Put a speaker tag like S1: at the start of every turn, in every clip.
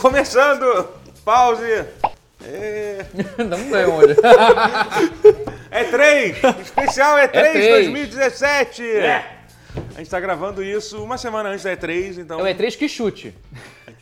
S1: Começando! Pause! É,
S2: Não ganhou hoje.
S1: é 3! Especial é 3
S2: três.
S1: 2017! É. A gente tá gravando isso uma semana antes da E3, então.
S2: É o E3 que chute.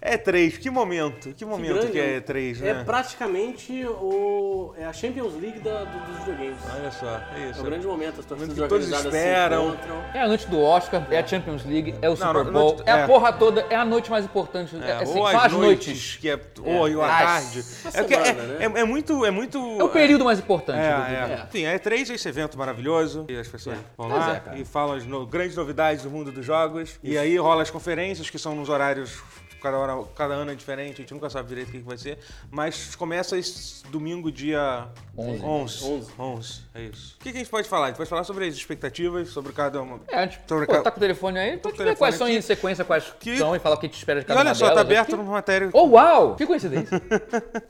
S1: É 3, que momento, que momento que,
S3: grande,
S1: é E3, né?
S3: É praticamente o, é a Champions League da- do- dos videogames.
S1: Olha só, é
S3: É
S1: isso.
S3: um grande momento, as torcidas
S1: que todos
S3: organizadas
S1: esperam.
S3: se encontram.
S2: É a noite do Oscar, é a Champions League, é o Super
S1: no-
S2: Bowl,
S1: noite-
S2: é
S1: é.
S2: a porra toda, é a noite mais importante. É, assim,
S1: ou
S2: são
S1: às
S2: as noites.
S1: que é, ou à
S2: As-
S1: tarde. É, porque é,
S3: semana, né?
S1: é- é muito, é muito.
S2: É o período mais importante.
S1: É,
S2: do-
S1: é. Enfim, a E3 é esse evento maravilhoso, e as pessoas vão
S2: Pois
S1: lá
S2: é, cara.
S1: e falam as no- grandes novidades do mundo dos jogos. E aí rola as conferências, que são nos horários, cada, hora, cada ano é diferente, a gente nunca sabe direito o que que vai ser. Mas começa esse domingo, dia
S2: 11.
S1: 11.
S3: 11.
S1: 11, é isso. O que, que a gente pode falar? A gente pode falar sobre as expectativas, sobre cada uma.
S2: É, tipo,
S1: Sobre
S2: pô,
S1: ca-
S2: tá com o telefone aí, pode
S1: com o
S2: ver quais
S1: telefone
S2: são em sequência, quais
S1: Que-
S2: são e fala o que te espera de
S1: E
S2: cada
S1: olha
S2: uma
S1: só, tá
S2: delas.
S1: aberto
S2: Que-
S1: numa matéria.
S2: Oh, uau! Que coincidência.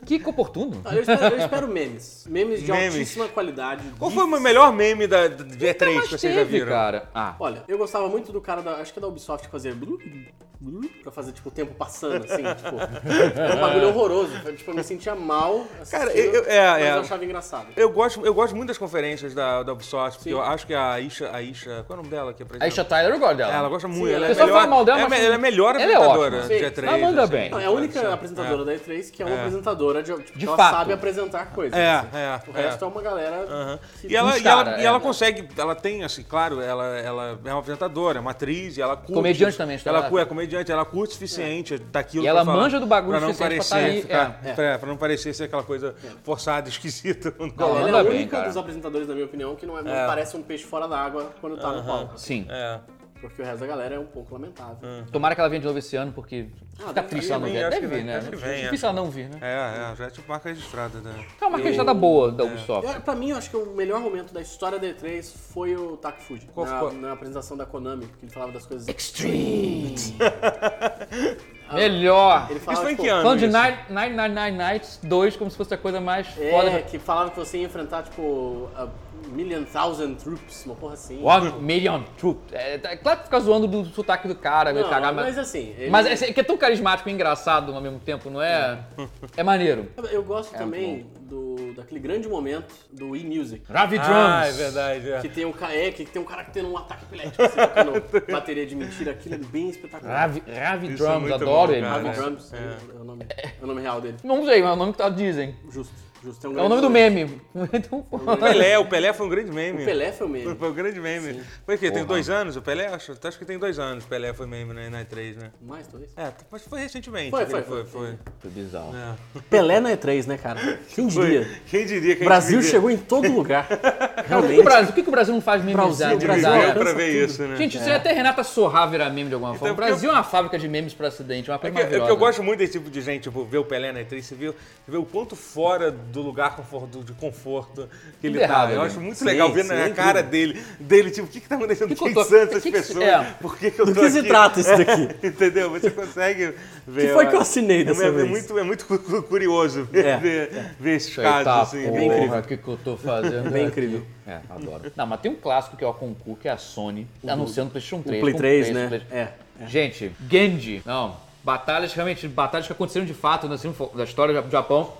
S2: que coincidência.
S3: Ah, Eu espero, eu espero memes. Memes de
S1: Memes.
S3: altíssima qualidade.
S1: Qual foi o melhor meme da da- de E3
S2: Mas
S1: que É vocês já
S2: teve,
S1: viram?
S2: cara. Ah,
S3: Olha, eu gostava muito do cara da. Acho que é da Ubisoft que fazia. blu, blu, Pra fazer, tipo, o tempo passando, assim, tipo. É um bagulho horroroso. Eu, Tipo, eu me sentia mal. assistindo,
S1: Cara, eu- eu- é,
S3: mas
S1: é.
S3: eu achava engraçado.
S1: Eu gosto, eu gosto muito das conferências da, da Ubisoft, porque
S3: Sim.
S1: eu acho que a Isha, a Isha, qual é o nome dela que apresenta?
S2: a Isha Tyler eu gosto dela.
S1: Ela gosta muito,
S3: Sim,
S1: ela,
S3: ela-
S1: é
S3: O pessoal
S1: melhor,
S2: fala mal dela,
S1: é,
S2: mas
S1: me- ela é a melhor
S2: ela é
S1: apresentadora
S2: ótima.
S1: de
S3: Sim.
S1: E3.
S2: Ela manda
S1: assim.
S2: bem.
S3: Não, é a única apresentadora da E3 que é uma apresentadora de, tipo,
S2: De
S3: que ela
S2: fato.
S3: sabe apresentar coisas.
S1: É,
S3: assim.
S1: é,
S3: O
S1: é.
S3: resto é uma galera. que-
S1: E ela,
S2: Uns
S1: e ela,
S2: cara,
S1: e ela
S2: é.
S1: consegue, ela tem, assim, claro, ela, ela é uma apresentadora, é uma atriz, e ela curte.
S2: Comediante também, acho que
S1: Ela
S2: ela- É.
S1: cu- é comediante, ela curte o suficiente daquilo
S2: E
S1: pra
S2: ela
S1: falar,
S2: manja do bagulho
S1: pra não
S2: o suficiente pra
S1: parecer,
S2: tá aí,
S1: ficar- é, pra- pra não parecer ser aquela coisa forçada, esquisita.
S2: Não,
S3: Ela é
S2: manda
S3: a
S2: bem,
S3: única
S2: cara.
S3: dos apresentadores, na minha opinião, que não, é- não parece um peixe fora d'água quando tá no palco.
S2: Sim.
S1: É.
S3: Porque o resto da galera é um pouco lamentável.
S2: Tomara que ela venha de novo esse ano, porque fica
S3: deve-
S2: triste se ela não
S1: vem,
S2: vier.
S1: acho
S2: Deve
S1: que
S2: vir,
S1: vem,
S2: né?
S1: acho que vem,
S2: Difícil ela não vir, né?
S1: É, é, já é tipo marca registrada, né?
S2: É uma registrada boa da Ubisoft.
S3: Eu- pra mim, eu acho que o melhor momento da história da E3 foi o Taku Fuji.
S1: Qual
S3: na,
S1: foi?
S3: na apresentação da Konami, que ele falava das coisas.
S2: Extreme!
S1: É.
S2: Melhor!
S3: Ele
S1: Isso
S3: falava,
S1: foi em
S3: tipo,
S1: que ano?
S2: Falando de
S1: isso?
S2: Nine- 999 Nights 2 como se fosse a coisa mais
S3: É,
S2: foda. né?
S3: que falava que você ia enfrentar, tipo, a million thousand troops, uma porra assim.
S2: One million troops. É, tá- claro que fica zoando do sotaque do cara, meio
S3: Não,
S2: cagado,
S3: mas
S2: né, mas...
S3: assim. ele-
S2: Mas é, é que é tão carismático e engraçado ao mesmo tempo, não é? É maneiro.
S3: Eu gosto também do, daquele grande momento do e-music.
S2: Ravi Drums.
S1: Ah, é verdade, é.
S3: Que tem um ca- é, que tem um cara que tem um ataque epilético, assim, tocando bateria de mentira, aquilo é bem espetacular.
S2: Ravi, Ravi
S1: Isso é
S2: Drums,
S1: muito
S2: adoro
S1: bom,
S2: ele.
S1: cara.
S3: Ravi
S1: É.
S3: Drums é. o nome, é o nome real dele.
S2: Não sei, mas é o nome que tá- dizem.
S3: Justo, justo. um
S2: É o nome do
S3: meme.
S2: meme. Então,
S1: Pelé, o Pelé foi um grande meme.
S3: Pelé foi o meme.
S1: Foi um grande meme. Foi o quê? Tem dois anos o Pelé? Acho, acho que tem dois anos o Pelé foi meme na, na E3, né?
S3: Mais dois.
S1: É, mas foi recentemente.
S3: Foi,
S1: que ele foi.
S3: foi, foi.
S2: Foi bizarro.
S1: É.
S3: Pelé na E3, né, cara? Quem diria?
S1: Foi. Quem diria que
S3: O Brasil
S1: a gente
S3: chegou em todo lugar.
S2: O que que É o
S3: Realmente.
S2: Brasil, o que que o Brasil não faz
S3: Brasil,
S2: memizar?
S3: Brasil.
S2: memizar?
S1: viveu
S3: Brasil.
S1: pra ver isso, né?
S2: Gente, isso aí até Renata Sorrar virar meme de alguma forma.
S1: Então,
S2: o Brasil é uma fábrica de memes para acidente, é uma coisa
S1: É que eu,
S2: maravilhosa.
S1: eu gosto muito desse tipo de gente, tipo, ver o Pelé na E3, você vê, você vê o quanto fora do lugar confor- do- de conforto que ele
S2: Tudo errado,
S1: tá. Eu
S2: né?
S1: acho muito
S3: Sim,
S1: legal ver
S3: sim,
S1: na
S3: é incrível.
S1: cara dele, dele, tipo, o que que tá acontecendo?
S2: Que que
S1: Quem
S2: eu tô-
S1: são essas
S2: que que-
S1: pessoas?
S2: é.
S1: Por que que eu
S3: Do
S1: tô
S3: que se
S1: aqui?
S3: trata isso daqui?
S1: Entendeu? Você consegue ver.
S3: que foi que eu
S1: ó.
S3: assinei dessa
S1: é, é
S3: vez?
S1: muito, é muito cu- cu- curioso ver,
S3: É. tá
S1: ver, ver esses
S2: Eita,
S1: casos, assim.
S2: porra,
S1: bem incrível.
S2: o que, que eu tô fazendo?
S3: Bem
S2: aqui?
S3: incrível.
S2: É, adoro. Não, mas tem um clássico que é o concurso, que é a Sony, anunciando o PlayStation 3.
S3: Play
S2: com
S3: 3,
S2: preço,
S3: né?
S2: Play-
S3: É, é.
S2: Gente, Genji. Não, batalhas, realmente, batalhas que aconteceram de fato no cinema da história do Japão.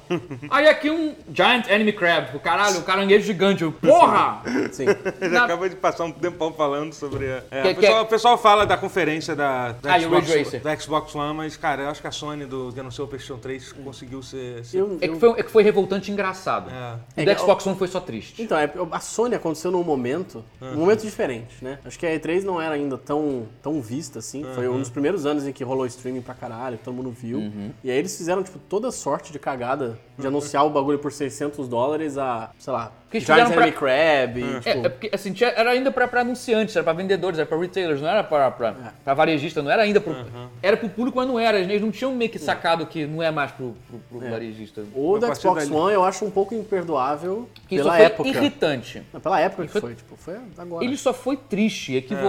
S2: Aí aqui um Giant Enemy Crab, o caralho, um caranguejo gigante. Eu, Porra!
S3: Sim.
S1: Ele
S2: Na-
S1: acaba de passar um tempão falando sobre. a- É,
S2: Que-
S1: o, pessoal,
S2: que-
S1: o pessoal fala da conferência da, da
S2: Ah, e o
S1: Xbox,
S2: Ridge Racer.
S1: da Xbox One, mas, cara, eu acho que a Sony do que anunciou o PlayStation 3 conseguiu ser. ser-
S3: Eu-
S2: É que
S3: eu-
S2: foi, é que foi revoltante e engraçado.
S3: É.
S2: O do Xbox One foi só triste.
S3: Então, é- a Sony aconteceu num momento,
S1: Uhum.
S3: um momento diferente, né? Acho que a E3 não era ainda tão, tão vista, assim. Foi
S1: Uhum.
S3: um dos primeiros anos em que rolou streaming pra caralho, todo mundo viu.
S2: Uhum.
S3: E aí eles fizeram, tipo, toda sorte de cagada
S1: Uhum.
S3: de anunciar o bagulho por 600 dólares a, sei lá,
S2: Que eles
S3: Giant
S2: fizeram
S3: Enemy Crab, e,
S2: É,
S3: tipo...
S2: é porque assim, tinha- era ainda pra, pra anunciantes, era pra vendedores, era pra retailers, não era pra, pra, pra varejista, não era ainda pro. Era pro público, mas não era. Eles não tinham meio que sacado que não é mais pro, pro, pro varejista.
S3: O
S1: A
S3: da
S1: partir
S3: Xbox
S1: dali.
S3: One eu acho um pouco imperdoável
S2: Que isso
S3: pela
S2: foi
S3: época.
S2: irritante.
S3: Não, pela época que
S2: Foi-
S3: foi, tipo, foi agora.
S2: Ele só foi é triste, equivo...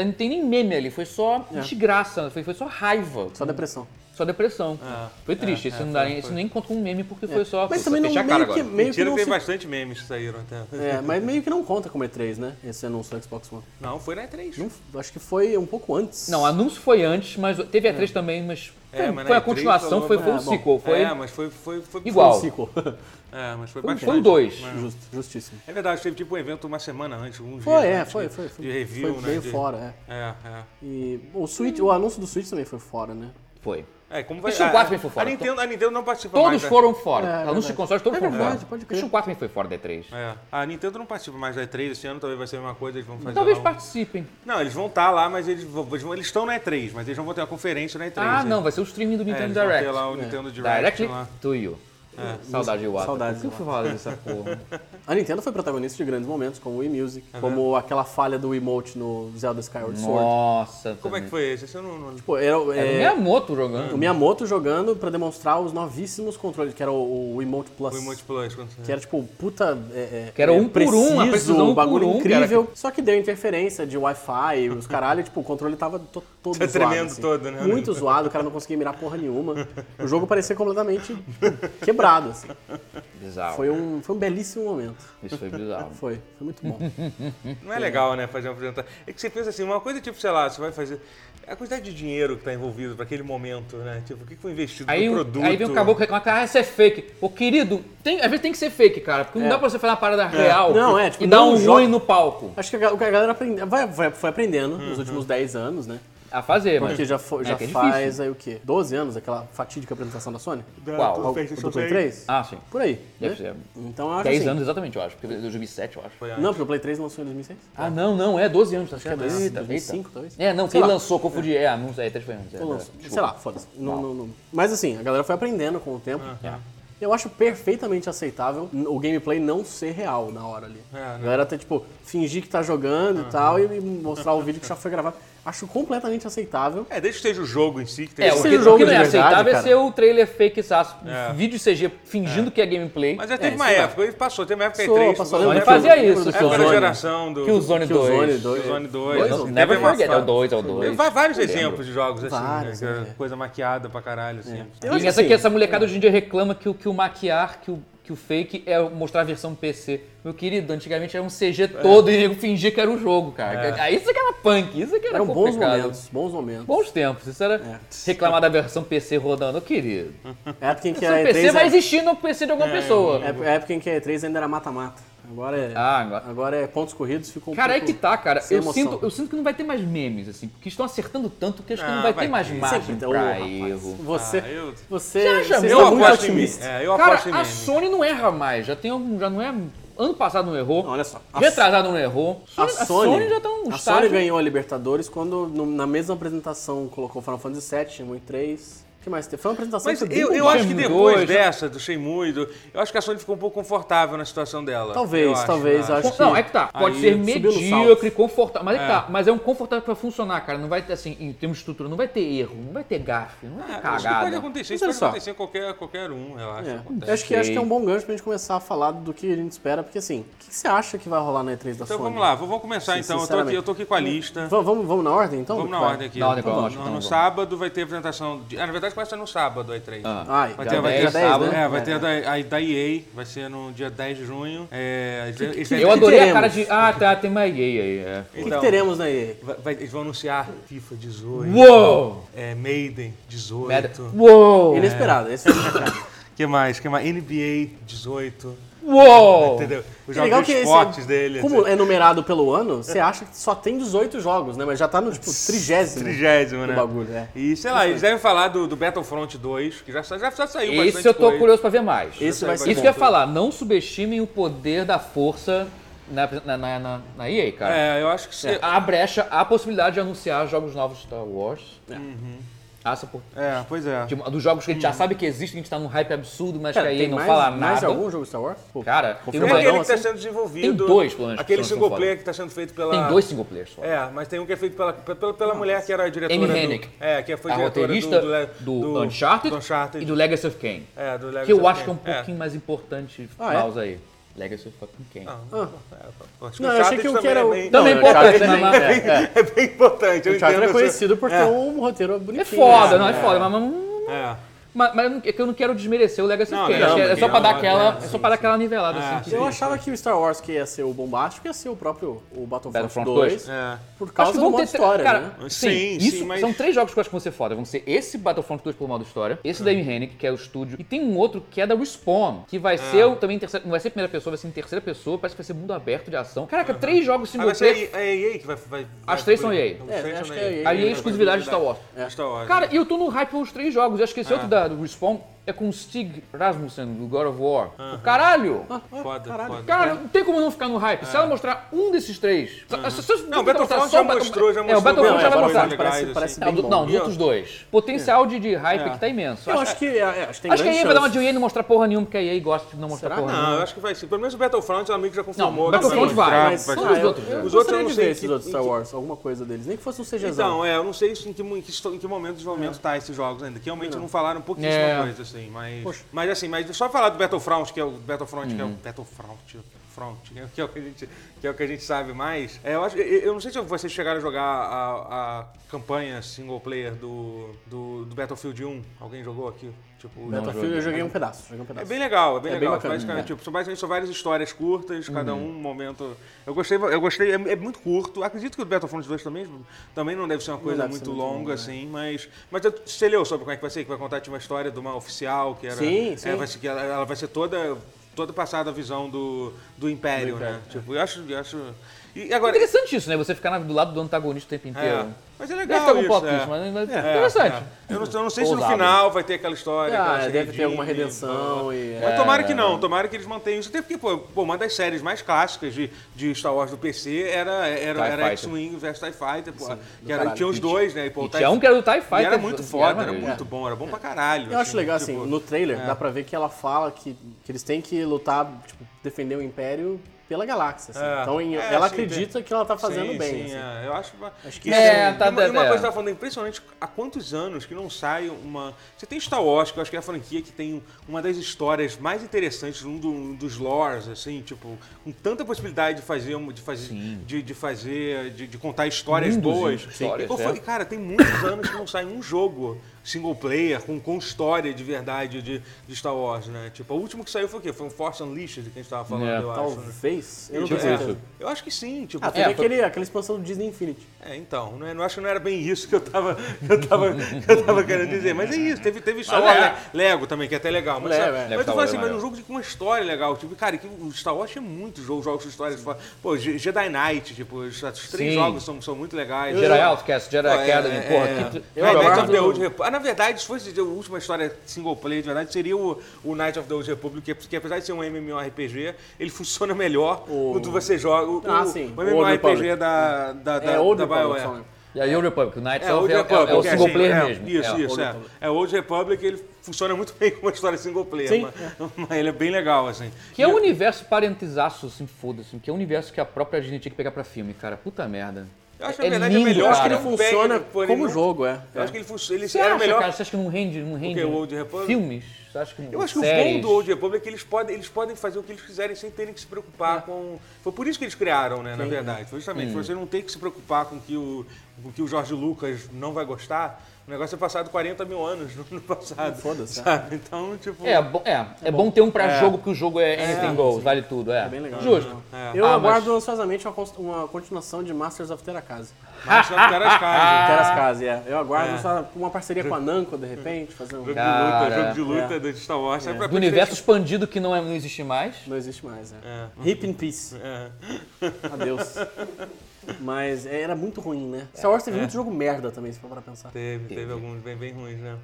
S2: não tem nem meme ali, foi só desgraça, foi, foi só raiva.
S3: Só depressão.
S1: Só
S2: só depressão. Foi triste, isso, não dá, nem- isso nem conta como meme porque foi só.
S3: Mas também não
S1: Fechar a cara
S3: meio que,
S1: agora.
S3: meio que
S1: Mentira
S3: não
S1: tem
S3: se-
S1: bastante memes que saíram até.
S3: É, mas meio que não conta como E3, né? Esse anúncio do Xbox One.
S1: Não, foi na E3.
S3: Não f- acho que foi um pouco antes.
S2: Não, anúncio foi antes, mas teve a 3 também, mas foi, um,
S1: É, mas na
S2: foi a
S1: E3
S2: continuação,
S1: falou-
S2: foi, foi um
S3: É, bom.
S2: sequel, foi,
S1: É, mas foi, foi, foi
S2: Igual.
S3: Um sequel.
S1: foi- é, mas foi
S2: foi, um-
S1: bastante.
S2: foi um dois.
S1: Mas-
S3: Justo, justíssimo.
S1: É verdade, teve tipo um evento uma semana antes, um dia.
S3: Foi, é,
S1: antes
S3: foi,
S1: de-
S3: foi. foi
S1: De review,
S3: foi
S1: né?
S3: meio
S1: de-
S3: fora, é.
S1: É, é.
S3: E o, Switch, o anúncio do Switch também foi fora, né?
S2: Foi.
S1: É, como vai
S2: Isso o
S1: a-
S2: quatro também foi fora.
S1: A
S2: então.
S1: Nintendo, a Nintendo não participa mais.
S2: Todos
S1: da-
S2: foram
S3: É, é
S2: fora. Anúncios
S3: verdade.
S2: de consoles todos
S3: É
S2: foram
S3: verdade,
S2: fora.
S3: pode crer.
S2: PlayStation 4 também foi fora da E3.
S1: É. A Nintendo não participa mais da E3 esse ano, talvez vai ser a mesma coisa, eles vão
S3: é
S1: fazer.
S2: Talvez
S1: lá um-
S2: participem.
S1: Não, eles vão estar lá, mas eles vão- eles vão- eles estão na E3, mas eles não vão ter uma conferência na E3.
S2: Ah,
S1: né?
S2: não, vai ser o streaming do
S1: É, eles
S2: Nintendo
S1: vão
S2: Direct. É,
S1: ter lá o Nintendo Direct.
S2: Directly
S1: lá.
S2: to you.
S3: É.
S2: Saudade de Wata.
S3: Saudade
S2: Por que eu
S3: de
S2: fui falar dessa porra?
S3: A Nintendo foi protagonista de grandes momentos, como o Wii Music, como aquela falha do emote no Zelda Skyward Sword.
S2: Nossa.
S1: Como é que foi esse? Esse eu não. não...
S3: Pô, era, o-
S2: Era o
S3: é, Hum.
S2: Miyamoto
S3: o
S2: jogando.
S3: Miyamoto jogando pra demonstrar os novíssimos controles, que era o, o Emote Plus.
S1: Foi Multiplus. quando-
S3: Que era tipo, puta. É, é,
S2: Que era um
S3: é,
S2: por um, a
S3: preciso,
S2: precisão um
S3: um bagulho
S2: por um,
S3: incrível. Só que deu interferência de Wi-Fi, os caralho, tipo, o controle tava to- todo
S1: Tá
S3: zoado.
S1: tremendo
S3: assim.
S1: todo, né?
S3: Muito zoado, o cara não conseguia mirar porra nenhuma. O jogo parecia completamente tipo, quebrado, assim.
S2: Bizarro.
S3: Foi um, foi um belíssimo momento.
S2: Isso foi bizarro.
S3: Foi, foi muito bom.
S1: Não é legal, né, fazer uma apresentação. É que você pensa assim, uma coisa tipo, sei lá, você vai fazer. A quantidade de dinheiro que tá envolvido pra aquele momento, né? Tipo, o que que foi investido
S2: Aí,
S1: no
S2: um-
S1: produto?
S2: aí vem um caboclo reclamar, cara, isso é fake. Ô, querido, tem, às vezes tem que ser fake, cara, porque não dá pra você fazer uma parada real
S3: Não, é, tipo,
S2: e dar
S3: não
S2: um
S3: joga-
S2: ruim no palco.
S3: Acho que a, ga- a galera aprende, vai, vai- foi aprendendo nos últimos 10 anos, né?
S2: A fazer, mas...
S3: Porque já, fo-
S2: é
S3: já
S2: que é difícil.
S3: faz aí o quê? 12 anos, aquela fatídica apresentação da Sony?
S1: Da-
S2: Qual?
S1: do
S2: Qual-
S1: PlayStation
S3: do Play
S1: 3.
S3: 3?
S2: Ah, sim.
S3: Por aí.
S2: Deve
S3: Né?
S2: ser.
S3: Então eu acho
S2: 10
S3: assim,
S2: anos exatamente, eu acho. Porque 2007, eu acho.
S1: Foi
S3: Não, porque o Play 3 lançou em 2006.
S2: Ah, não, não, é 12 anos, tá certo.
S3: dois-
S2: Eita,
S3: 2005,
S2: eita.
S3: talvez.
S2: É, não,
S3: Sei
S2: quem
S3: lá.
S2: lançou, confundi. É, não sei, é 3 foi anos, é,
S3: Ou lança-
S2: é,
S3: Sei
S2: desculpa.
S3: lá, foda-se. Não, não, não. Mas assim, a galera foi aprendendo com o tempo.
S2: É.
S3: Eu acho perfeitamente aceitável o gameplay não ser real na hora ali.
S1: É, né?
S3: A galera até, tipo, fingir que tá jogando e tal e mostrar o vídeo que já foi gravado. Acho completamente aceitável.
S1: É, desde que seja o jogo em si, que
S2: É,
S1: esteja
S2: o
S3: Esse
S2: que,
S3: jogo
S2: o que não
S3: de
S2: é
S3: verdade,
S2: aceitável é
S3: cara.
S2: ser o trailer fake, saço,
S1: É.
S2: vídeo CG fingindo que é gameplay.
S1: Mas já teve uma
S3: isso vai.
S1: época, ele passou, teve uma época
S3: Passou,
S1: E3.
S3: passou,
S1: uma
S2: Sony
S3: lembra
S1: época-
S3: que
S2: fazia
S3: eu-
S2: isso,
S3: eu-
S2: que o
S1: época da
S2: Sony-
S1: geração do.
S2: Que o Zone
S3: que o Zone
S2: 2.
S3: 2.
S1: Zone 2.
S3: Dois?
S1: Teve
S2: Never
S1: uma
S2: Forget, é o
S1: fase.
S2: 2, é o 2.
S1: Vai- Vários
S2: Eu lembro.
S1: exemplos de jogos assim,
S3: Vários,
S1: né? que
S3: é.
S1: era Coisa maquiada pra caralho, assim.
S3: Eu
S2: E
S3: acho
S2: essa,
S3: assim,
S2: que essa molecada hoje em dia reclama que o, que o maquiar, que o, que o fake é mostrar a versão PC. Meu querido, antigamente era um CG todo e eu fingia que era um jogo, cara. Aí Isso é que era punk, isso que era
S3: Eram um bons
S2: complicado.
S3: momentos, bons momentos.
S2: Bons tempos, isso era reclamar da versão PC rodando, ô, querido.
S3: É a época em que
S2: Essa
S3: a
S2: PC
S3: E3
S2: vai
S3: era-
S2: existir no PC de alguma pessoa.
S3: é a época em que a E3 ainda era mata-mata. Agora é.
S2: Ah, agora-
S3: Agora é pontos corridos, ficou um
S2: Cara, é
S3: pouco-
S2: que tá, cara.
S3: sem
S2: Eu
S3: emoção.
S2: sinto, eu sinto que não vai ter mais memes, assim, porque estão acertando tanto que acho que
S1: Ah,
S2: não vai
S1: vai
S2: ter mais
S1: ter.
S2: margem
S3: Sempre- Ô,
S2: pra
S3: rapaz,
S2: erro.
S3: Você.
S1: Ah, eu-
S3: Você.
S2: Você acha
S3: você
S2: mesmo?
S3: é
S1: Eu
S3: muito
S1: aposto em mim.
S3: otimista.
S1: É, eu aposto em
S2: Cara, a
S1: mim.
S2: Sony não erra mais. Já tem algum, já não é. Ano passado não errou.
S3: Olha só, a
S2: Retrasado não errou.
S3: A
S2: É. tá, a
S3: Sony,
S2: já tá um
S3: a
S2: estágio.
S3: Sony ganhou a Libertadores quando no- na mesma apresentação colocou Final Fantasy VII, Shenmue 3. O que mais teve? Foi uma apresentação
S1: Mas
S3: que foi bem
S1: eu, eu
S3: boa.
S1: acho que
S2: Shenmue
S1: depois
S2: dois, né?
S1: dessa, do Shenmue, e do, eu acho que a Sony ficou um pouco confortável na situação dela.
S3: Talvez,
S1: Eu acho,
S3: talvez,
S1: né?
S3: eu acho que-
S2: Não, é que tá. Pode
S1: Aí,
S2: ser
S3: subiu no
S2: medíocre,
S3: salto.
S2: confortável. Mas é, que tá. Mas é um confortável pra funcionar, cara. Não vai ter, assim, em termos de estrutura, não vai ter erro, não vai ter gafe, não vai
S3: É,
S2: ter
S1: Ah, isso pode
S2: cagada.
S1: acontecer,
S3: Mas
S1: isso
S3: olha
S1: pode
S3: só.
S1: acontecer em qualquer, qualquer um, eu acho.
S3: É.
S1: acontece.
S3: Eu acho que, acho que é um bom gancho pra gente começar a falar do que a gente espera, porque assim, o que que você acha que vai rolar na E3 da
S1: Então
S3: Sony?
S1: vamos lá, vamos vamos começar
S3: Sim,
S1: então. Eu tô, aqui,
S3: sinceramente.
S1: eu tô aqui com a lista.
S3: Vamos, vamos, vamos na ordem então?
S1: Vamos na
S3: Vai.
S1: ordem aqui.
S2: Na ordem
S1: Então,
S2: cronológica,
S1: no-
S2: então
S1: no
S2: vamos.
S1: sábado vai ter apresentação. de- Ah, na verdade começa no sábado a E3.
S3: Ai,
S1: Vai
S2: Dia
S1: ter, vai ter,
S2: 10,
S1: sábado,
S2: né?
S1: é, vai ter a da, a da EA, vai ser no dia 10 de junho. É, eles- eles-
S2: Eu adorei a
S3: teremos?
S2: cara de. Ah, tá, tem uma EA aí. É.
S3: O que,
S1: Então.
S3: que teremos na EA?
S1: vai- vai- eles vão anunciar FIFA 18,
S2: Uou!
S1: é, Maiden 18,
S2: Merda.
S1: Então.
S2: Uou!
S3: Inesperado, esse é foi inesperado.
S1: que mais? que mais? NBA 18,
S2: Uou!
S1: entendeu? Os
S3: É legal
S1: jogos
S3: que
S1: de
S3: esse,
S1: esportes dele. assim,
S3: como é numerado pelo ano, você acha que só tem 18 jogos, né? Mas já tá no tipo trigésimo.
S1: Trigésimo,
S3: do
S1: né?
S3: bagulho, é.
S1: E sei lá, eles devem falar do, do Battlefront 2, que já, sa- já, já saiu bastante
S2: Esse eu tô
S1: coisa.
S2: curioso pra ver mais.
S3: Esse vai ser
S2: Isso
S3: bom.
S2: que eu ia falar, não subestimem o poder da força na, na, na, na, na EA, cara.
S1: É, eu acho que sim.
S2: Há brecha, há possibilidade de anunciar jogos novos de Star Wars. Há essa por-
S1: É, pois é.
S2: de- dos jogos que a gente já sabe que existem, que a gente tá num hype absurdo, mas
S3: Cara,
S2: que aí
S3: tem
S2: não
S3: mais,
S2: fala
S3: mais
S2: nada.
S3: algum jogo Star Wars? Pô,
S2: Cara, tem,
S3: Confirma
S1: Tem
S2: uma-
S3: aí.
S1: É aquele
S3: Não,
S1: que está
S3: assim,
S1: sendo desenvolvido.
S2: tem dois, pelo menos,
S1: Aquele
S2: que são-
S1: single
S2: são
S1: player
S2: foda.
S1: que está sendo feito pela.
S2: tem dois single players só.
S1: É, mas tem um que é feito pela, pela, pela mulher que era a diretora.
S2: Amy
S1: do-
S2: Hennig.
S1: É, que foi
S2: a
S1: diretora do-
S2: roteirista
S1: do,
S2: do, Uncharted
S1: do Uncharted.
S2: e do Legacy of Kain.
S1: É, do Legacy
S2: que eu
S1: of
S2: acho que é um
S1: Kain.
S2: pouquinho mais importante.
S3: Ah, é?
S2: Mouse aí. Legacy of fucking Kain.
S1: É. Acho que
S3: Não,
S1: o
S3: eu achei
S1: Uncharted
S3: que o que
S1: também
S3: era
S1: é
S3: o...
S1: bem-
S2: Não, Também
S3: o
S2: importante,
S3: Uncharted
S2: né?
S3: também- é, é.
S1: É bem importante. eu
S3: O Uncharted
S1: entendo
S3: é
S1: você.
S3: conhecido por ter um roteiro
S2: É
S3: bonitinho.
S2: foda,
S3: assim,
S2: não é
S3: né?
S2: foda, mas. mas-
S1: É.
S2: Mas, mas eu não- é que eu não quero desmerecer o Legacy
S1: Não,
S2: of Kane.
S1: não,
S2: Acho que é só
S1: não,
S2: pra dar
S1: não,
S2: aquela,
S1: não,
S2: é só pra dar aquela nivelada,
S1: É.
S2: assim.
S3: Eu achava que o Star Wars que ia ser o bombástico ia ser o próprio o Battlefront,
S2: Battlefront
S3: 2,
S1: É.
S3: por causa do modo
S2: ter três-
S3: história,
S2: cara,
S3: né?
S2: Sim,
S1: Sim,
S2: isso,
S1: sim, mas-
S2: São três jogos que eu acho que vão ser foda. Vão ser esse Battlefront 2 pelo modo história, esse
S1: Hum.
S2: da Hennig, que é o estúdio, e tem um outro que é da Respawn, que
S1: Ah.
S2: vai ser o- também em terceira. Não vai ser em primeira pessoa, vai ser em terceira pessoa, parece que vai ser mundo aberto de ação. Caraca, três jogos
S1: Ah, vai
S2: single player.
S1: ser a EA que vai. vai
S2: As
S1: vai-
S2: três são EA.
S1: Os três
S3: É,
S1: são
S3: acho
S1: da
S3: que é EA.
S2: Aí é exclusividade de Star Wars.
S1: É, Star Wars.
S2: Cara, e eu tô no hype pelos três jogos. Eu acho
S1: Ah.
S2: que esse outro da, do Respawn é com o Stig Rasmussen, do God of War. O caralho!
S1: É, foda,
S3: Caralho.
S1: foda.
S2: Cara, não tem como não ficar no hype. Se ela mostrar um desses três. Se, se, se,
S1: É. Não, o
S2: mostrar
S1: Battlefront
S2: só
S1: já
S2: o Bat-
S1: mostrou, já
S2: É,
S1: mostrou
S2: o Battlefront
S1: várias
S2: já vai
S3: várias
S2: mostrar.
S1: coisas
S3: Parece-
S1: legais,
S3: parece
S1: assim.
S2: Não, do-
S3: bem bom.
S1: E
S2: não,
S1: É.
S2: dos
S1: eu-
S2: outros dois. Potencial de, de hype que tá imenso.
S3: Eu
S2: Acho,
S3: acho que, é, é, acho que tem
S2: acho que a
S3: grande
S2: EA vai dar uma
S3: chance.
S2: de EA não mostrar porra nenhuma, porque a EA gosta de não mostrar
S3: Será?
S2: porra
S1: Não, eu
S2: nenhuma.
S1: acho que vai sim. Pelo menos o Battlefront, o amigo já confirmou.
S2: Não,
S1: que vai
S2: Battlefront vai,
S1: mostrar,
S2: mas-
S1: vai
S2: só
S1: ser-
S2: os outros, né?
S3: Eu
S1: Os outros eu
S3: gostaria
S1: não
S3: de
S1: sei
S3: ver
S1: em
S3: esses
S1: que-
S3: outros
S1: em
S3: Star
S1: que-
S3: Wars, alguma coisa deles, nem que fosse um CGzão.
S1: Então, é, eu não sei isso em que, mo- em que, esto- em que momento dos momentos tá esses jogos ainda. Que realmente não, falaram pouquíssima
S2: É.
S1: coisa, assim. Mas, mas assim, mas só falar do Battlefront, que é o Battlefront, que é o Battlefront. Front, né, que, é o que, a gente, que é o que a gente sabe mais. É, eu, acho, eu- eu não sei se vocês chegaram a jogar a, a campanha single player do, do, do Battlefield 1. Alguém jogou aqui? Tipo, o-
S3: Battlefield eu joguei um pedaço, joguei um pedaço.
S1: é bem legal, é bem
S3: É bem
S1: legal.
S3: bacana,
S1: basicamente, tipo, são basicamente são várias histórias curtas, cada um momento. Eu gostei, eu gostei, é, é muito curto. Acredito que o Battlefront 2 também, também não deve ser uma coisa
S3: deve ser
S1: muito,
S3: muito
S1: longa,
S3: longo, né?
S1: assim, mas. Mas eu- você leu sobre como é que vai ser, que vai contar tipo, uma história de uma oficial que era.
S3: Sim,
S1: é,
S3: sim.
S1: vai ser- que ela, ela vai ser toda. Toda passada a visão do, do Império, né? Tipo, eu acho. Eu acho... E
S2: É
S1: agora.
S2: interessante isso, né? Você ficar na- do lado do antagonista o tempo
S1: É,
S2: inteiro.
S1: mas é
S2: Deve
S1: legal.
S2: ficar com um
S1: isso,
S2: pouco
S1: é.
S2: isso, mas mas é
S1: É,
S2: interessante.
S1: é. Eu, não, eu não sei se no
S2: Ousado.
S1: final vai ter aquela história.
S3: Ah,
S1: aquela
S3: deve ter
S1: chegadinha
S3: alguma
S1: e-
S3: redenção e...
S2: É.
S3: é.
S1: mas tomara que não, tomara que eles mantenham isso. Até porque, pô, pô, uma das séries mais clássicas de, de Star Wars do PC era, era,
S2: TIE
S1: era
S2: Fighter.
S1: X-Wing versus TIE Fighter, pô. que era,
S3: caralho.
S1: tinha os dois, né? E, pô, o
S2: E tinha um que era do TIE
S1: e
S2: Fighter. assim,
S1: era muito foda, era
S2: maravilhoso.
S1: muito bom, era bom pra caralho.
S3: Eu acho legal, assim,
S1: tipo,
S3: no trailer dá pra ver que ela fala que, que eles têm que lutar, tipo, defender o Império pela galáxia, assim.
S1: É.
S3: Então em-
S1: É,
S3: ela
S1: sim,
S3: acredita que ela tá fazendo
S1: sim,
S3: bem,
S1: sim,
S3: assim.
S1: é, eu acho,
S3: Acho que
S1: e
S3: isso
S2: é-
S1: assim, e uma, e uma coisa
S2: tá- é.
S1: que eu tava falando, impressionante, há quantos anos que não sai uma... Você tem Star Wars, que eu acho que é a franquia que tem uma das histórias mais interessantes, um, do- um dos lores, assim, tipo, com tanta possibilidade de fazer, um- de fazer, de, de fazer, de, de contar histórias
S2: Mundos,
S1: boas.
S2: hein? Histórias,
S1: e qual
S2: é.
S1: foi- cara, tem muitos anos que não sai um jogo single player com, com história de verdade de, de Star Wars, né? Tipo, o último que saiu foi o quê? Foi um Force Unleashed que a gente tava falando,
S2: É.
S1: eu acho, né?
S3: Talvez. Eu não
S1: Tipo,
S3: tenho
S1: é,
S3: certeza.
S1: eu acho que sim, tipo,
S3: Ah,
S1: foi-
S3: teve
S2: É, foi-
S3: aquele, aquela expansão do Disney Infinity.
S1: é, então, não é- não acho que não era bem isso que eu tava, que eu tava, que eu tava querendo dizer. Mas é isso, teve, teve Star
S2: Mas
S1: Wars
S2: é.
S1: Le- Lego também, que é até legal. Mas,
S3: Lego,
S1: sabe,
S3: é.
S1: mas
S2: Lego
S1: eu
S2: Star
S1: falo
S2: Wars
S1: assim,
S2: é
S1: mas um
S2: maneiro.
S1: jogo de- com uma história legal. Tipo, cara, que o Star Wars tinha muitos jogos, jogos de história. Pô, Je- Jedi Knight, tipo, os, os três
S2: Sim.
S1: jogos são, são muito legais.
S2: Jedi Outcast, Jedi
S1: Pô, é,
S2: Academy,
S1: é,
S2: porra.
S1: é.
S2: que-
S1: Não, Knights
S3: guardo-
S1: of the Old Republic. Ah, na verdade, se fosse a última história single player, de verdade, seria o, o Knight of the Old Republic, que, que apesar de ser um MMORPG, ele funciona melhor
S3: O-
S1: quando você joga o,
S3: Ah,
S1: o-
S3: sim.
S1: o
S3: O Old
S1: MMORPG
S3: Republic.
S1: da, da, da,
S3: É, Old
S1: da
S3: Republic,
S1: BioWare.
S3: só lembro.
S2: E aí o Republic, o Knights
S1: É,
S2: of
S1: Old
S2: the- é,
S1: Republic.
S2: é o single
S1: assim,
S2: player
S1: é,
S2: mesmo.
S1: Isso,
S2: é.
S1: isso, é. É o Old Republic, ele funciona muito bem com uma história single player,
S3: Sim.
S1: mas, mas ele é bem legal, assim.
S2: Que é um universo parentizaço, assim, foda-se. Que é um universo que a própria Disney tinha que pegar pra filme, cara. Puta merda.
S1: Eu acho que, na verdade, é melhor
S3: Eu acho que
S1: Cara,
S3: ele
S1: não
S3: funciona
S1: pega, porém,
S3: como
S1: não-
S3: jogo, é.
S1: Eu acho que ele, func- ele
S2: Você
S1: era
S2: acha,
S1: melhor...
S2: cara? Você acha que não rende, não rende
S1: quê? O Old Republic?
S2: filmes? Você acha que não
S1: Eu acho que
S2: séries?
S1: o bom do Old Republic é que eles podem, eles podem fazer o que eles quiserem sem terem que se preocupar com. Foi por isso que eles criaram, né? Na verdade. Foi justamente. Você não tem que se preocupar com que o, com que o Jorge Lucas não vai gostar. O negócio é passado 40 mil anos no- no passado.
S3: É, Foda-se.
S1: Sabe? Então, tipo.
S2: É, bo- é, é, bom. ter um pra jogo, porque o jogo é anything goes, vale tudo, é.
S3: É bem legal.
S2: Justo.
S1: É.
S3: Eu
S2: Ah, mas-
S3: aguardo ansiosamente uma, cons- uma continuação de Masters of Terracase.
S1: Mas só que era as
S2: Ah.
S1: caras.
S3: Terras Case, é. Eu aguardo só uma parceria com a Namco, de repente, fazer um...
S1: né? Jogo de luta,
S2: Cara.
S1: jogo de luta do Star Wars. É. pra-
S2: Do universo expandido que não, é, não existe mais.
S3: Não existe mais, é.
S1: É.
S3: Hip in peace.
S1: É.
S3: Adeus. Mas é, era muito ruim, né? Star Wars teve
S1: É.
S3: muito jogo merda também, se for pra pensar. É.
S1: Teve, teve alguns bem, bem ruins, né?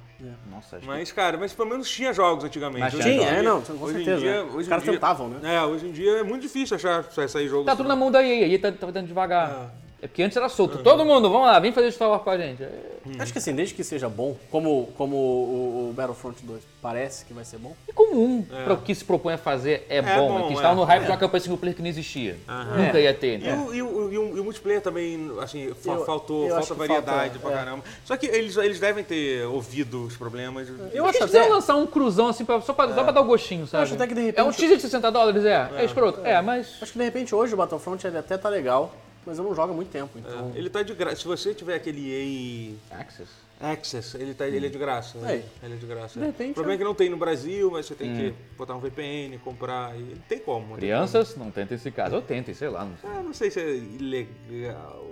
S2: Nossa, acho que-
S1: Mas, cara, mas pelo menos tinha jogos antigamente.
S2: Mas
S1: Hoje
S2: tinha,
S1: em dia-
S3: é, não, com
S1: hoje em
S3: certeza,
S1: dia-
S3: né?
S1: hoje
S3: Os
S1: em
S3: caras
S1: dia-
S3: tentavam, né?
S1: É, hoje em dia é muito difícil achar sair jogos.
S2: Tá tudo na mão da EA, a EA tá, tá dando devagar. É porque antes era solto. Todo mundo, vamos lá, vem fazer Star Wars com a gente. É.
S1: Uhum.
S3: Acho que assim, desde que seja bom, como, como o, o Battlefront 2 parece que vai ser bom,
S2: E como um para o que se propõe a fazer é, bom,
S1: bom,
S2: né? que
S1: é. É.
S2: estava no hype de uma campanha single player que não existia. Nunca ia ter. então.
S1: E, o, e o- e o- e o multiplayer também, assim, fa-
S3: Eu-
S1: faltou,
S3: eu acho
S1: falta
S3: que
S1: variedade
S3: falta,
S1: pra
S3: é.
S1: caramba. Só que eles, eles devem ter ouvido os problemas.
S3: eu
S2: Eles
S3: acho
S2: quiseram
S3: até...
S2: lançar um cruzão assim, pra- só, pra, só pra dar o gostinho, sabe?
S3: acho é. até que de
S2: É um
S3: repente-
S2: teaser de 60 dólares, é. É, escroto. É, mas.
S3: Acho que de repente hoje o Battlefront ele até
S1: É.
S3: tá legal, mas eu não jogo há muito tempo, então...
S1: Ele tá de graça. Se você tiver aquele EA
S2: Access.
S1: Access, ele, tá, ele é de graça. né?
S3: Aí.
S1: Ele é de graça.
S3: De
S1: é.
S3: repente,
S1: o problema é que
S3: eu-
S1: não tem no Brasil, mas você tem
S2: Hum.
S1: que botar um VPN, comprar. E não tem como. né?
S2: Crianças, não tentem esse caso. Ou tentem, sei lá. Não sei.
S1: Ah, não sei se é ilegal.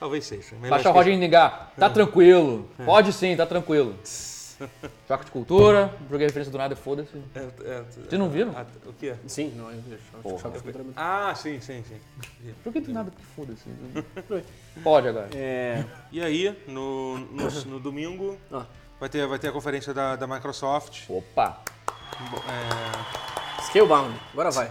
S1: Talvez seja. Melhor
S2: É. Baixa a
S1: esquecer.
S2: Roger negar.
S3: É.
S2: Tá tranquilo. Pode sim, tá tranquilo. Choque de cultura, joguei a referência do nada, foda-se.
S1: É, é, é,
S2: Vocês não viram?
S1: Ah, o que é?
S3: Sim, não, eu deixo. Eu
S2: Porra.
S3: acho que eu
S1: Ah, sim, sim, sim.
S2: Joguei do nada, porque foda-se. Pode agora.
S3: É.
S1: E aí, no, no, no domingo,
S3: ó,
S1: vai ter, vai ter a conferência da, da Microsoft.
S2: Opa!
S1: É,
S3: Scalebound, agora vai.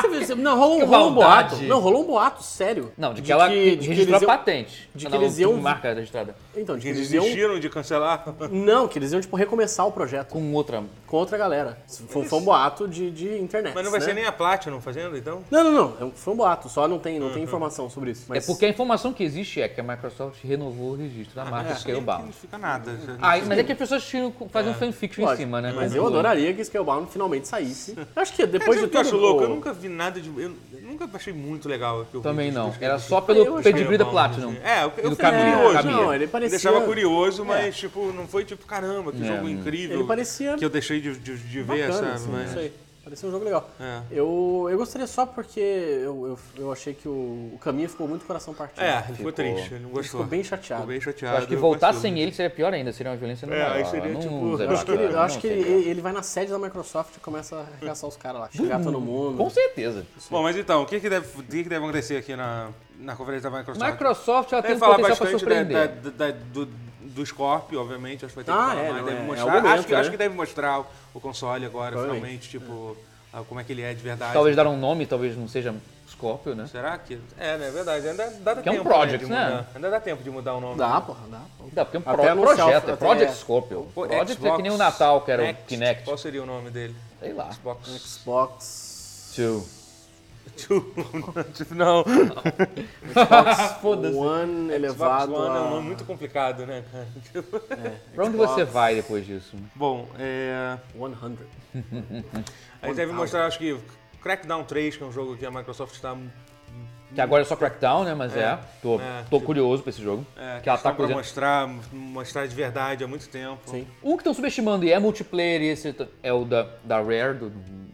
S3: Você viu, você- não, rolou,
S2: Que
S3: um- rolou um
S2: maldade.
S3: boato. Não, rolou um boato, sério.
S2: Não, de que ela
S3: de que
S2: registrou
S3: eles
S2: a
S3: iam-
S2: patente.
S3: de
S2: Ah,
S3: que
S2: não,
S3: eles iam-
S2: tudo marca registrada.
S3: Então, de que
S1: eles
S3: eles iam.
S1: desistiram de cancelar.
S3: Não, que eles iam, tipo, recomeçar o projeto
S2: Com outra. É
S3: com outra galera. Isso Foi, foi um boato de, de internet.
S1: Mas não vai
S3: né?
S1: ser nem a Platinum fazendo, então?
S3: Não, não, não. é um- Foi um boato, só não tem, não
S1: Uhum.
S3: tem informação sobre isso.
S2: É
S3: Mas
S2: porque a informação que existe é que a Microsoft renovou o registro
S3: Ah,
S2: da
S3: é.
S2: marca
S1: É. Não
S2: Scalebound.
S1: fica nada. já não
S2: Ah,
S1: sei.
S2: mas é que as pessoas tiram- fazem um fanfiction em
S3: Lógico,
S2: cima, né?
S3: Mas eu adoraria que Scalebound finalmente saísse. Eu acho que
S1: É, Mas
S3: depois
S1: sabe
S3: de
S1: o que eu
S3: tudo...
S1: acho louco,
S3: o-
S1: eu nunca vi nada de. Eu eu nunca achei muito legal aquilo.
S2: Também não.
S1: Era
S2: Era só
S3: Eu
S2: pelo
S3: achei
S2: pedigree da
S1: bom,
S2: Platinum.
S1: assim. É, eu- eu
S2: E do
S1: fiquei
S2: Camille.
S1: curioso.
S2: Camille.
S3: Não, ele parecia...
S1: Me deixava curioso, mas
S2: É.
S1: tipo, não foi tipo, caramba, que jogo incrível.
S3: Ele parecia
S1: Que eu deixei de, de- de ver,
S3: bacana,
S1: sabe?
S3: assim,
S1: mas...
S3: não sei. Parecia um jogo legal.
S1: É.
S3: Eu, eu gostaria só porque eu, eu, eu achei que o, o caminho ficou muito coração partido.
S1: É, ele ficou
S2: Ficou-
S1: triste, ele não
S3: Ele
S1: gostou.
S3: ficou bem
S1: Ficou
S3: chateado.
S1: bem chateado.
S2: Eu acho que
S1: eu
S2: voltar
S1: gosto.
S2: sem ele seria pior ainda, seria uma violência no
S1: É, aí seria, tipo,
S3: Eu acho que ele, eu acho que ele, ele vai na sede da Microsoft e começa a arregaçar os caras lá, xingar todo mundo.
S2: Com certeza.
S1: Bom, mas então, o que, que, deve, o que, que deve acontecer aqui na, na conferência da Microsoft?
S2: Microsoft ela tem
S1: Deve
S2: um
S1: falar
S2: potencial pra
S1: bastante né? É, da,
S2: surpreender.
S1: da, da- do, do Scorpio, obviamente. Acho que vai ter que
S3: Ah,
S1: falar
S3: é,
S1: mais.
S3: não,
S1: Deve
S3: é- é o
S1: mostrar. acho,
S3: momento,
S1: que, acho
S3: né?
S1: que deve mostrar o, o console agora, finalmente,
S3: Provavelmente.
S1: tipo, ah, como é que ele é de verdade.
S2: Talvez dar um nome, talvez não seja Scorpio, né?
S1: Será que. É, né? É verdade. Ainda dá
S2: Que é um
S1: tempo. né?
S2: project,
S1: de
S2: né?
S1: mudar. Ainda dá tempo de mudar o nome.
S3: Dá, porra, dá. porra.
S2: Dá, porque é um
S3: Até
S2: pro-
S3: anunciar o-
S2: projeto, é
S3: até-
S2: Project Scorpio.
S1: Pô,
S2: Project é
S1: Xbox
S2: que nem o Natal, que era
S1: Next.
S2: o Kinect. Ah,
S1: Qual seria o nome dele?
S2: Sei lá.
S1: Xbox.
S3: Xbox...
S2: Two.
S1: Two. Tipo, Não.
S2: Foda-se.
S3: One
S1: Xbox
S3: elevado
S1: One é um nome
S3: a...
S1: muito complicado, né, cara?
S2: Pra onde você vai depois disso?
S1: Bom, é.
S3: 100.
S1: Aí deve mostrar, acho que Crackdown 3, que é um jogo que a Microsoft está.
S2: Que agora é só Crackdown, né? Mas é. Tô,
S1: É,
S2: tô
S1: tipo-
S2: curioso pra esse jogo.
S1: É,
S2: que ela tá
S1: pra
S2: cozinhando.
S1: mostrar, mostrar de verdade há muito tempo.
S3: Sim.
S2: Um que estão subestimando e é multiplayer, e esse t- é o da, da Rare, do- dos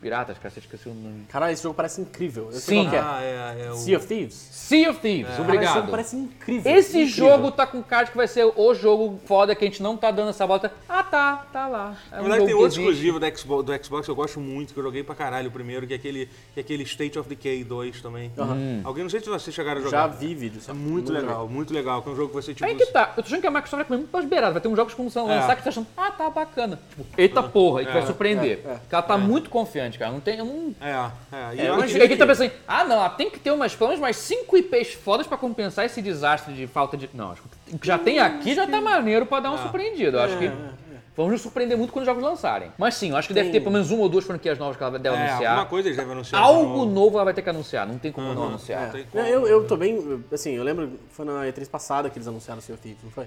S2: piratas, cara, você esqueceu o nome.
S3: Caralho, esse jogo parece incrível. Eu sei
S2: Sim.
S3: qual que é.
S1: Ah, é, é o.
S3: Sea of Thieves.
S2: Sea of Thieves,
S3: Cara, esse jogo
S2: obrigado.
S3: parece um incrível.
S2: Esse
S3: incrível.
S2: jogo tá com cara de que vai ser o jogo foda que a gente não tá dando essa volta. Ah tá, tá lá. É
S1: Na verdade,
S2: um jogo
S1: tem
S2: que
S1: outro
S2: existe.
S1: exclusivo da Xbox, do Xbox que eu gosto muito, que eu joguei pra caralho o primeiro, que é aquele, que é aquele State of Decay 2 também.
S2: Hum.
S1: Alguém, não sei se vocês chegaram a
S3: Já
S1: jogar.
S3: vi vídeos.
S1: É muito legal, muito legal. Que é um jogo que você, tipo...
S2: Aí que tá, eu tô achando que a Microsoft vai comer muito pelas beiradas, vai ter um uns jogos que vão lançar
S1: É.
S2: que você tá achando, ah tá, bacana. Tipo, eita porra, e que vai surpreender.
S3: é, é,
S2: Porque ela tá muito confiante, cara, não tem... eu não-
S1: É, é. E
S3: É,
S1: eu
S3: mas-
S1: acho-
S2: E
S3: Imagina
S2: aqui tá
S3: que-
S2: pensando, ah não, ela tem que ter umas planos, mais cinco IPs fodas pra compensar esse desastre de falta de. Não, acho que o que já tem aqui já tá maneiro pra
S1: Ah.
S2: dar um surpreendido. Eu acho que. Vamos nos surpreender muito quando os jogos lançarem. Mas sim, eu acho que deve ter pelo menos uma ou duas franquias novas que ela deve
S1: é, alguma
S2: anunciar.
S1: coisa eles devem anunciar.
S2: Algo
S1: no-
S2: novo ela vai ter que anunciar, não tem como
S1: Uhum.
S2: não anunciar.
S1: Não tem como. né?
S3: Eu, eu tô bem. Assim, eu lembro que foi na E3 passada que eles anunciaram o Sea of Thieves, não foi?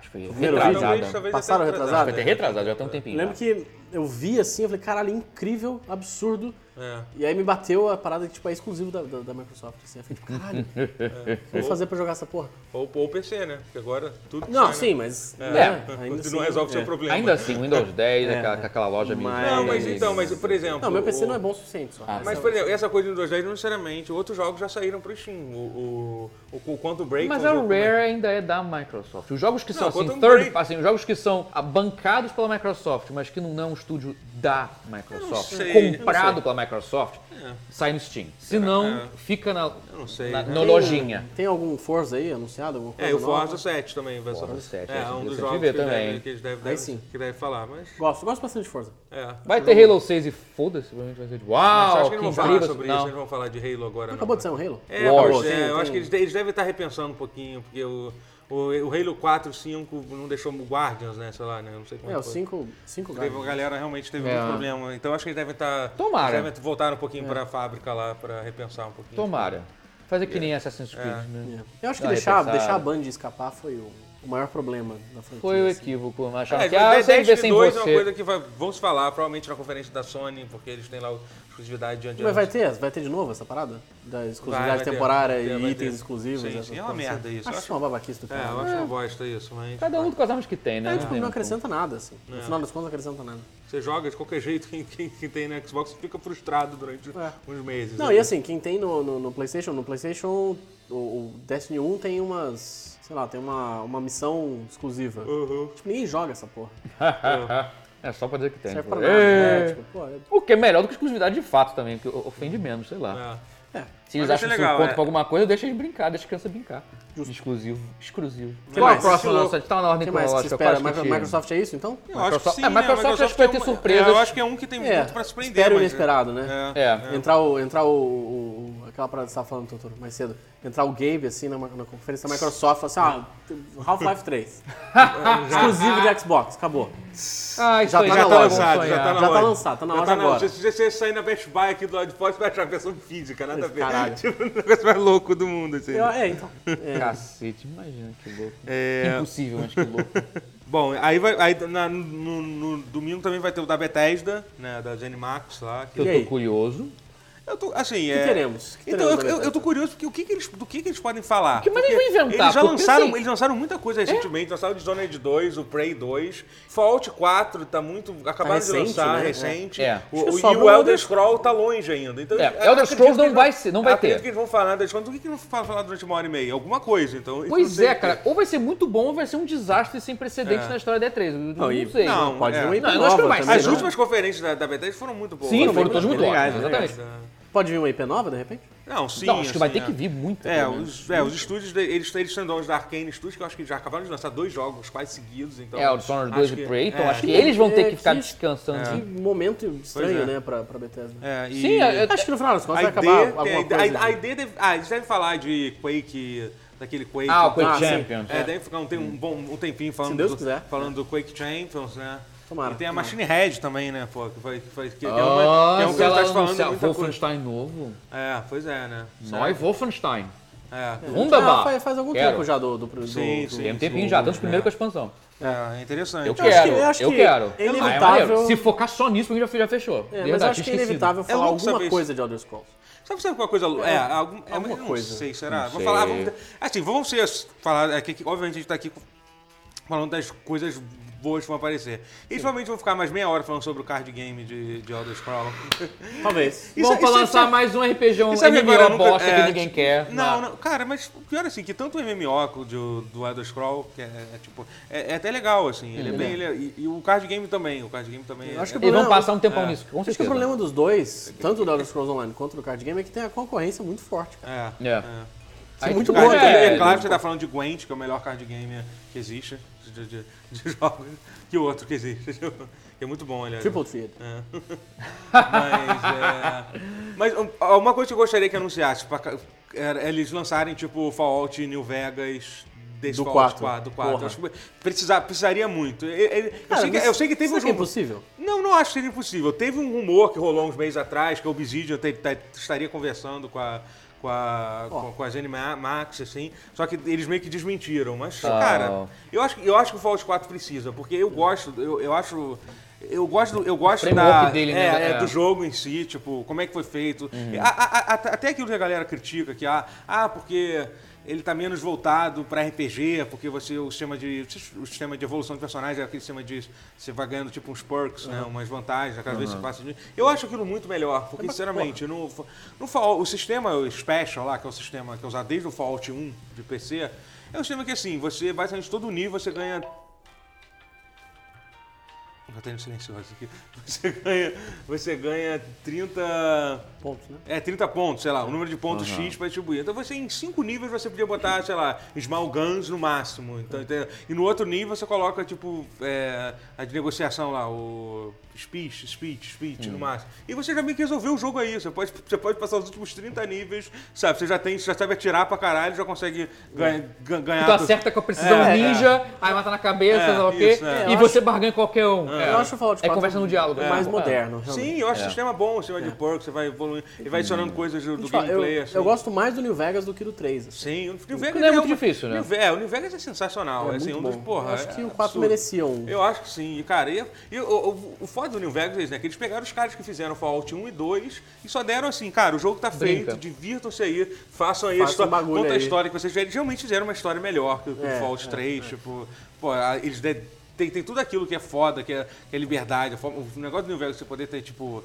S2: Acho que foi
S3: primeiro
S1: Talvez-
S2: retrasada.
S1: talvez
S3: Passaram
S1: até atrasado.
S3: retrasado?
S2: Vai ter retrasada, já tem um tempinho.
S3: Eu lembro que eu vi assim, eu falei, caralho, incrível, absurdo.
S1: É.
S3: E aí me bateu a parada que tipo, é exclusivo da, da, da Microsoft. Assim. Eu falei, tipo, caralho, o que
S1: É.
S3: eu vou fazer pra jogar essa porra?
S1: Ou ou o PC, né? Porque agora tudo... sai,
S3: Não,
S1: né?
S3: sim, mas.
S1: É.
S3: né,
S1: não
S3: ainda assim,
S1: resolve o seu
S3: é.
S1: problema.
S2: Ainda assim, o Windows 10, aquela, com aquela loja meio.
S3: Mas-
S1: Não, É. mas então, mas por exemplo...
S3: Não, meu PC
S1: o-
S3: não é bom o suficiente.
S2: Ah,
S3: Só.
S1: Mas, por exemplo, essa coisa do Windows 10, não necessariamente. Outros jogos já saíram pro Steam. O, o, o, o Quantum Break...
S2: Mas
S1: é
S2: a
S1: um jogo-
S2: Rare ainda é da Microsoft. Os jogos que são
S1: Não,
S2: assim,
S1: quanto um
S2: third,
S1: break.
S2: assim, os jogos que são ah, bancados pela Microsoft, mas que não é um estúdio da Microsoft,
S1: Eu não sei, eu não
S2: comprado pela Microsoft, sai no Steam. Se não, fica na,
S1: não sei,
S2: na,
S1: né?
S2: na lojinha.
S3: Tem algum Forza aí anunciado? Alguma coisa
S1: É, e o
S3: nova?
S1: Forza 7 também. Vai
S2: Forza
S1: só...
S2: 7,
S1: é, um
S2: esse eu
S1: dos
S2: tive
S1: jogos
S2: ver
S1: que, deve,
S2: também.
S1: que, eles devem,
S3: Aí sim.
S1: que deve falar, mas...
S3: Gosto, gosto bastante de Forza.
S1: É.
S2: Vai ter Halo 6 e foda-se, provavelmente vai ser de
S1: Mas
S2: uau,
S1: acho
S2: que
S1: que eles não vão falar
S2: incrível.
S1: sobre
S2: não.
S1: isso, eles vão falar de Halo agora. não.
S3: Acabou de sair um Halo?
S1: É,
S2: Wars.
S1: pois é,
S3: Tem-
S1: eu acho que
S3: tem-
S1: eles, eles devem estar repensando um pouquinho, porque o, o, o Halo 4, 5 não deixou o Guardians, né? Sei lá, né? Não sei como
S3: É, os
S1: foi.
S3: 5 cinco
S1: Teve, a
S3: gatos.
S1: galera realmente teve
S2: É.
S1: muito problema. Então acho que eles devem estar.
S2: Tomara.
S1: Devem voltar um
S3: É.
S1: pouquinho para a fábrica lá, para repensar um pouquinho. É.
S2: Tomara. Fazer que nem Assassin's Creed, né?
S3: É. Eu acho que
S2: Ah,
S3: deixar,
S2: repensar.
S3: deixar a Band escapar foi o. o maior problema da franquia.
S2: Foi o
S3: assim.
S2: equívoco. Acharam
S1: É,
S2: que ah, eu sei viver sem
S1: 2 é uma
S2: você.
S1: coisa que vai- vão se falar, provavelmente na conferência da Sony, porque eles têm lá o- exclusividade de Andiano.
S3: Mas vai ter? Vai ter de novo essa parada? Da exclusividade
S1: vai ter.
S3: temporária
S1: Vai ter,
S3: e
S1: vai
S3: itens
S1: ter.
S3: exclusivos?
S1: Sim,
S3: essas
S1: sim, é uma
S3: coisas assim.
S1: merda isso. Eu
S3: Acho,
S1: acho-
S3: uma babaquice do
S1: É, eu
S3: cara.
S1: acho uma bosta isso, mas.
S2: Cada um com as armas que tem, né?
S3: É, tipo,
S2: tem
S3: não
S2: muito.
S3: acrescenta nada, assim. No
S1: É.
S3: final das contas, não acrescenta nada.
S1: Você joga de qualquer jeito, quem, quem, quem tem no Xbox fica frustrado durante uns meses.
S3: Não,
S1: né?
S3: e assim, quem tem no, no, no PlayStation, no PlayStation, o, o Destiny 1 tem umas. Sei lá, tem uma, uma missão exclusiva.
S1: Uhum.
S3: Tipo, ninguém joga essa porra.
S2: É só pra dizer que tem.
S3: Não serve
S2: tipo,
S3: pra nada.
S2: "Ê".
S3: né? Tipo, pô, é-
S2: O que é melhor do que exclusividade de fato também, que ofende menos, sei lá.
S1: É.
S2: Se eles
S1: Mas isso
S2: acham
S1: é
S2: que isso
S1: legal,
S2: conta
S1: é.
S2: pra alguma coisa, deixa eles brincar, deixa a criança brincar. Exclusivo. Exclusivo.
S3: Que
S2: Qual a
S3: mais?
S2: próxima
S1: Estilo-
S2: lança? Tá na ordem
S3: que mais que
S2: cronológica.
S3: você
S2: qual
S3: espera?
S2: acho que
S3: Micro-
S2: tira?
S3: Microsoft é isso, então?
S1: Eu acho que
S2: Microsoft-
S1: sim,
S2: é,
S1: né?
S2: Microsoft acho que vai ter
S1: é uma-
S2: surpresas.
S1: É, eu acho que é um que tem
S3: É,
S1: muito pra surpreender.
S3: espera o
S1: mas-
S3: inesperado, né?
S1: É.
S2: É.
S3: Entrar o. Entrar o, o- o- aquela parada que você tava falando, Totoro, mais cedo. Entrar o Gabe, assim, na, na conferência da Microsoft, falar assim, ah, Half-Life 3. Exclusivo de Xbox, acabou.
S2: Ah, isso
S3: Já
S2: aí
S3: tá
S1: Já
S3: na
S1: tá
S3: loja.
S1: lançado, já tá na
S3: Já tá
S1: loja.
S3: lançado, tá na
S1: Já
S3: loja
S1: Se
S3: agora.
S1: se você sair na Best Buy aqui do lado de fora, você vai achar a versão física, nada a ver.
S3: Caralho.
S1: Tipo, o negócio mais louco do mundo, assim.
S3: Eu- é, então. É.
S2: Cacete, imagina que louco.
S1: É.
S2: Impossível, mas que louco.
S1: Bom, aí, vai, aí na- no, no domingo também vai ter o da Bethesda, né, da Zenimax lá. que-
S2: Eu
S3: E aí?
S2: tô curioso.
S1: eu tô, assim,
S3: O que
S1: é...
S3: teremos? O que
S1: Então, eu,
S3: teremos da
S1: eu- eu
S3: Bethesda?
S1: tô curioso porque o que, que eles, do que, que eles podem falar.
S2: Que- mas
S1: Porque
S2: eles vão inventar,
S1: Eles já
S2: porque,
S1: lançaram,
S2: assim,
S1: eles lançaram muita coisa recentemente. Lançaram Dishonored 2, o Prey 2. Fallout 4 tá muito... Acabaram de
S3: recente,
S1: lançar,
S3: né?
S1: recente.
S2: É.
S1: O,
S3: Acho que
S1: o-
S3: sobra
S1: e
S3: o
S1: o Elder
S3: Elder
S1: Scroll tá longe ainda. Então,
S2: É,
S1: eu- eu
S2: Elder
S1: acredito
S2: Scrolls
S1: que
S2: não
S1: eles-
S2: vai ser- não vai
S1: acredito
S2: ter.
S1: que eles vão falar, Elder Scrolls, do que, que eles vão falar durante uma hora e meia? Alguma coisa, então... isso
S2: Pois
S1: não
S2: é,
S1: sei.
S2: cara. Ou vai ser muito bom ou vai ser um desastre sem precedentes
S1: É.
S2: na história da E3. Eu Não,
S3: e-
S2: sei.
S1: não,
S3: Pode vir
S1: É.
S3: uma IP
S2: Não, um eu acho que
S3: nova
S2: vai
S3: também,
S1: As
S2: ser,
S3: né?
S1: últimas conferências da, da Bethesda foram muito boas.
S2: Sim, foram
S3: bem,
S2: todos
S3: bem
S2: muito
S3: legais,
S2: ótimos,
S3: né?
S2: exatamente.
S3: Pode vir uma IP nova, de repente?
S1: Não, sim.
S2: Não, acho que vai
S1: assim,
S2: ter que
S1: é.
S2: vir muito.
S1: É,
S2: pelo menos.
S1: os, é, os estúdios, de- eles, eles são donos da Arkane Studios, que eu acho que já acabaram de lançar dois jogos quase seguidos, então...
S2: É, o Dishonored 2
S1: acho
S2: e
S1: que-
S2: Prey, então
S1: é,
S2: acho que eles vão ter
S3: é,
S2: que ficar
S3: que-
S2: descansando.
S3: Que momento estranho, né, pra, pra Bethesda.
S1: É, e...
S2: Sim, é- é-
S3: Acho que no final das
S1: A
S3: contas vai
S1: ID,
S3: acabar alguma
S1: tem a ID,
S3: coisa.
S2: né?
S3: né?
S1: a ID deve- ah, eles devem falar de Quake, daquele Quake...
S2: Ah, o Quake
S3: Ah, sim.
S2: Champions.
S1: É, deve ficar um, tem um bom um tempinho falando,
S3: Se Deus
S1: do,
S3: quiser.
S1: falando do Quake Champions, né?
S3: Tomara,
S1: E tem a
S3: tomara.
S1: Machine Head também, né, pô, que, foi, que, foi, que, que é uma... que é
S2: Ah,
S1: um
S2: se
S1: que
S2: ela
S1: tá falando
S2: anunciar
S1: muita coisa.
S2: Wolfenstein novo,
S1: É, pois é, né?
S2: nós Wolfenstein.
S1: É,
S2: Wunderbar.
S3: Ah, faz, faz algum
S2: Quero.
S3: tempo já do... do, do
S1: Sim,
S3: do-
S1: sim.
S2: Tem um tempinho já, tanto o primeiro com a expansão.
S1: é, é interessante.
S2: Eu
S3: acho que-
S2: quero,
S3: eu acho
S2: eu
S3: que
S2: quero.
S3: é
S2: Ah,
S3: inevitável-
S2: maneiro. Se focar só nisso, a gente já, já fechou.
S3: É, mas
S2: Verdade,
S3: eu acho que
S2: tinha esquecido.
S3: é inevitável falar
S1: louco saber
S3: alguma
S1: isso.
S3: coisa de Elder Scrolls.
S1: Sabe se alguma coisa. É, algum, é
S3: alguma
S1: eu não
S3: coisa.
S1: sei, será?
S2: Não
S1: vou
S2: sei.
S1: falar. Vamos, assim, vamos ser. Falar, é, que, que, obviamente a gente tá aqui falando das coisas boas que vão aparecer. E provavelmente vão ficar mais meia hora falando sobre o card game de, de Elder Scrolls.
S3: Talvez.
S2: Vamos pra
S1: isso-
S2: lançar
S1: isso-
S2: mais um RPG, um
S1: E sabe
S2: MMO
S1: agora, eu nunca-
S2: bosta
S1: é,
S2: que ninguém quer.
S1: Não, não, cara, mas o pior assim, que tanto o MMO co- do, do Elder Scroll, que é, é tipo. É, é até legal, assim. Ele é bem. ele é- e, e o card game também. O card game também.
S3: Eu acho
S1: é-
S3: que
S2: Eles vão
S3: problema-
S2: passar um tempão nisso, com
S3: Acho que o
S2: certeza.
S3: problema dos dois, tanto do Elder Scrolls Online quanto do Card Game, é que tem a concorrência muito forte, cara.
S1: é.
S2: É. Aí
S3: muito
S2: tu-
S1: Card
S3: boa
S1: game,
S3: também,
S1: é,
S3: né?
S1: claro que você tá falando de Gwent, que é o melhor card game que existe, de, de, de jogos, que o outro que existe. Que é muito bom, aliás.
S3: Triple Triad.
S1: É. Mas, é... Mas um, uma coisa que eu gostaria que anunciasse, pra ca- era eles lançarem, tipo, Fallout New Vegas... Desse
S3: Do
S1: Fallout 4, do
S3: quatro.
S1: 4.
S3: Porra.
S1: Acho que precisar, precisaria muito. Eu, eu- eu
S3: Cara,
S1: sei que,
S3: mas
S1: eu sei que teve um
S3: será
S1: uns
S3: que é
S1: rumores-
S3: impossível?
S1: não, não acho que seria impossível. Teve um rumor que rolou uns meses atrás que a Obsidian te- te- estaria conversando com a. Com a, com, com a Zenimax, assim. Só que eles meio que desmentiram. Mas,
S2: Ah.
S1: cara, eu acho, que- eu acho que o Fallout 4 precisa, porque eu gosto, eu, eu acho. Eu gosto, eu gosto
S2: framework
S1: da,
S2: dele,
S1: é,
S2: né?
S1: é,
S2: É. Uhum.
S1: do jogo em si, tipo, como é que foi feito. A- a- a- até aquilo que a galera critica, que ah, ah, porque ele tá menos voltado pra RPG, porque você o sistema de o sistema de evolução de personagem é aquele sistema de você vai ganhando tipo uns perks,
S2: Uhum.
S1: né, umas vantagens, aquela vez você passa. de- Eu acho aquilo muito melhor,
S2: É
S1: porque sinceramente, no, no Fallout, o sistema Special lá, que é o sistema que é usado desde o Fallout 1 de PC, é um sistema que assim, você basicamente todo nível você ganha eu tenho tá silencioso aqui. Você ganha, você ganha 30.
S3: Pontos, né?
S1: É, 30 pontos, sei lá, o número de pontos X para distribuir. Então você, em cinco níveis, você podia botar, sei lá, small guns no máximo. Então, entendeu? E no outro nível você coloca, tipo, é, a de negociação lá, o speech, speech, speech no máximo. E você já meio que resolveu o jogo aí. Você pode, você pode passar os últimos 30 níveis, sabe? Você já tem, você já sabe atirar pra caralho, já consegue ganha- gan- ganhar.
S3: Então
S2: Tu
S1: do-
S2: acerta com a precisão
S1: "Ah, É, é.
S2: ninja, aí mata na cabeça,
S1: É,
S2: sei lá o quê,
S1: isso, é.
S2: e
S3: Eu
S2: você barganha qualquer um. É,
S3: Eu acho o Fallout 4
S2: É conversa no diálogo. né?
S3: mais
S2: É.
S3: moderno, realmente.
S1: Sim, eu acho o sistema bom, o sistema de perks, você vai evoluindo, ele vai adicionando coisas do, do
S3: Deixa eu falar,
S1: gameplay,
S3: Uhum. eu,
S1: assim.
S3: eu gosto mais do New Vegas do que do 3. assim.
S1: Sim, o New
S2: Não
S1: Vegas
S2: é muito
S1: uma-
S2: difícil, né?
S1: New Ve- é, o New Vegas é sensacional,
S3: É
S1: assim,
S3: muito
S1: um dos,
S3: bom.
S1: porra,
S3: Eu acho que
S1: é
S3: o 4
S1: absurdo.
S3: merecia um.
S1: Eu acho que sim, e, cara, e, e o, o, o foda do New Vegas é isso, né, que eles pegaram os caras que fizeram Fallout 1 e 2 e só deram assim, cara, o jogo tá
S2: Brinca.
S1: feito, divirtam-se aí, façam aí,
S3: Faça
S1: histó-
S3: um bagulho
S1: conta a
S3: aí.
S1: história que vocês tiverem. Eles realmente fizeram uma história melhor que, o- que o
S3: É,
S1: Fallout 3, tipo, pô, a- eles de- tem, tem tudo aquilo que é foda, que é, que é liberdade, a forma- o negócio do New Vegas, você poder ter, tipo...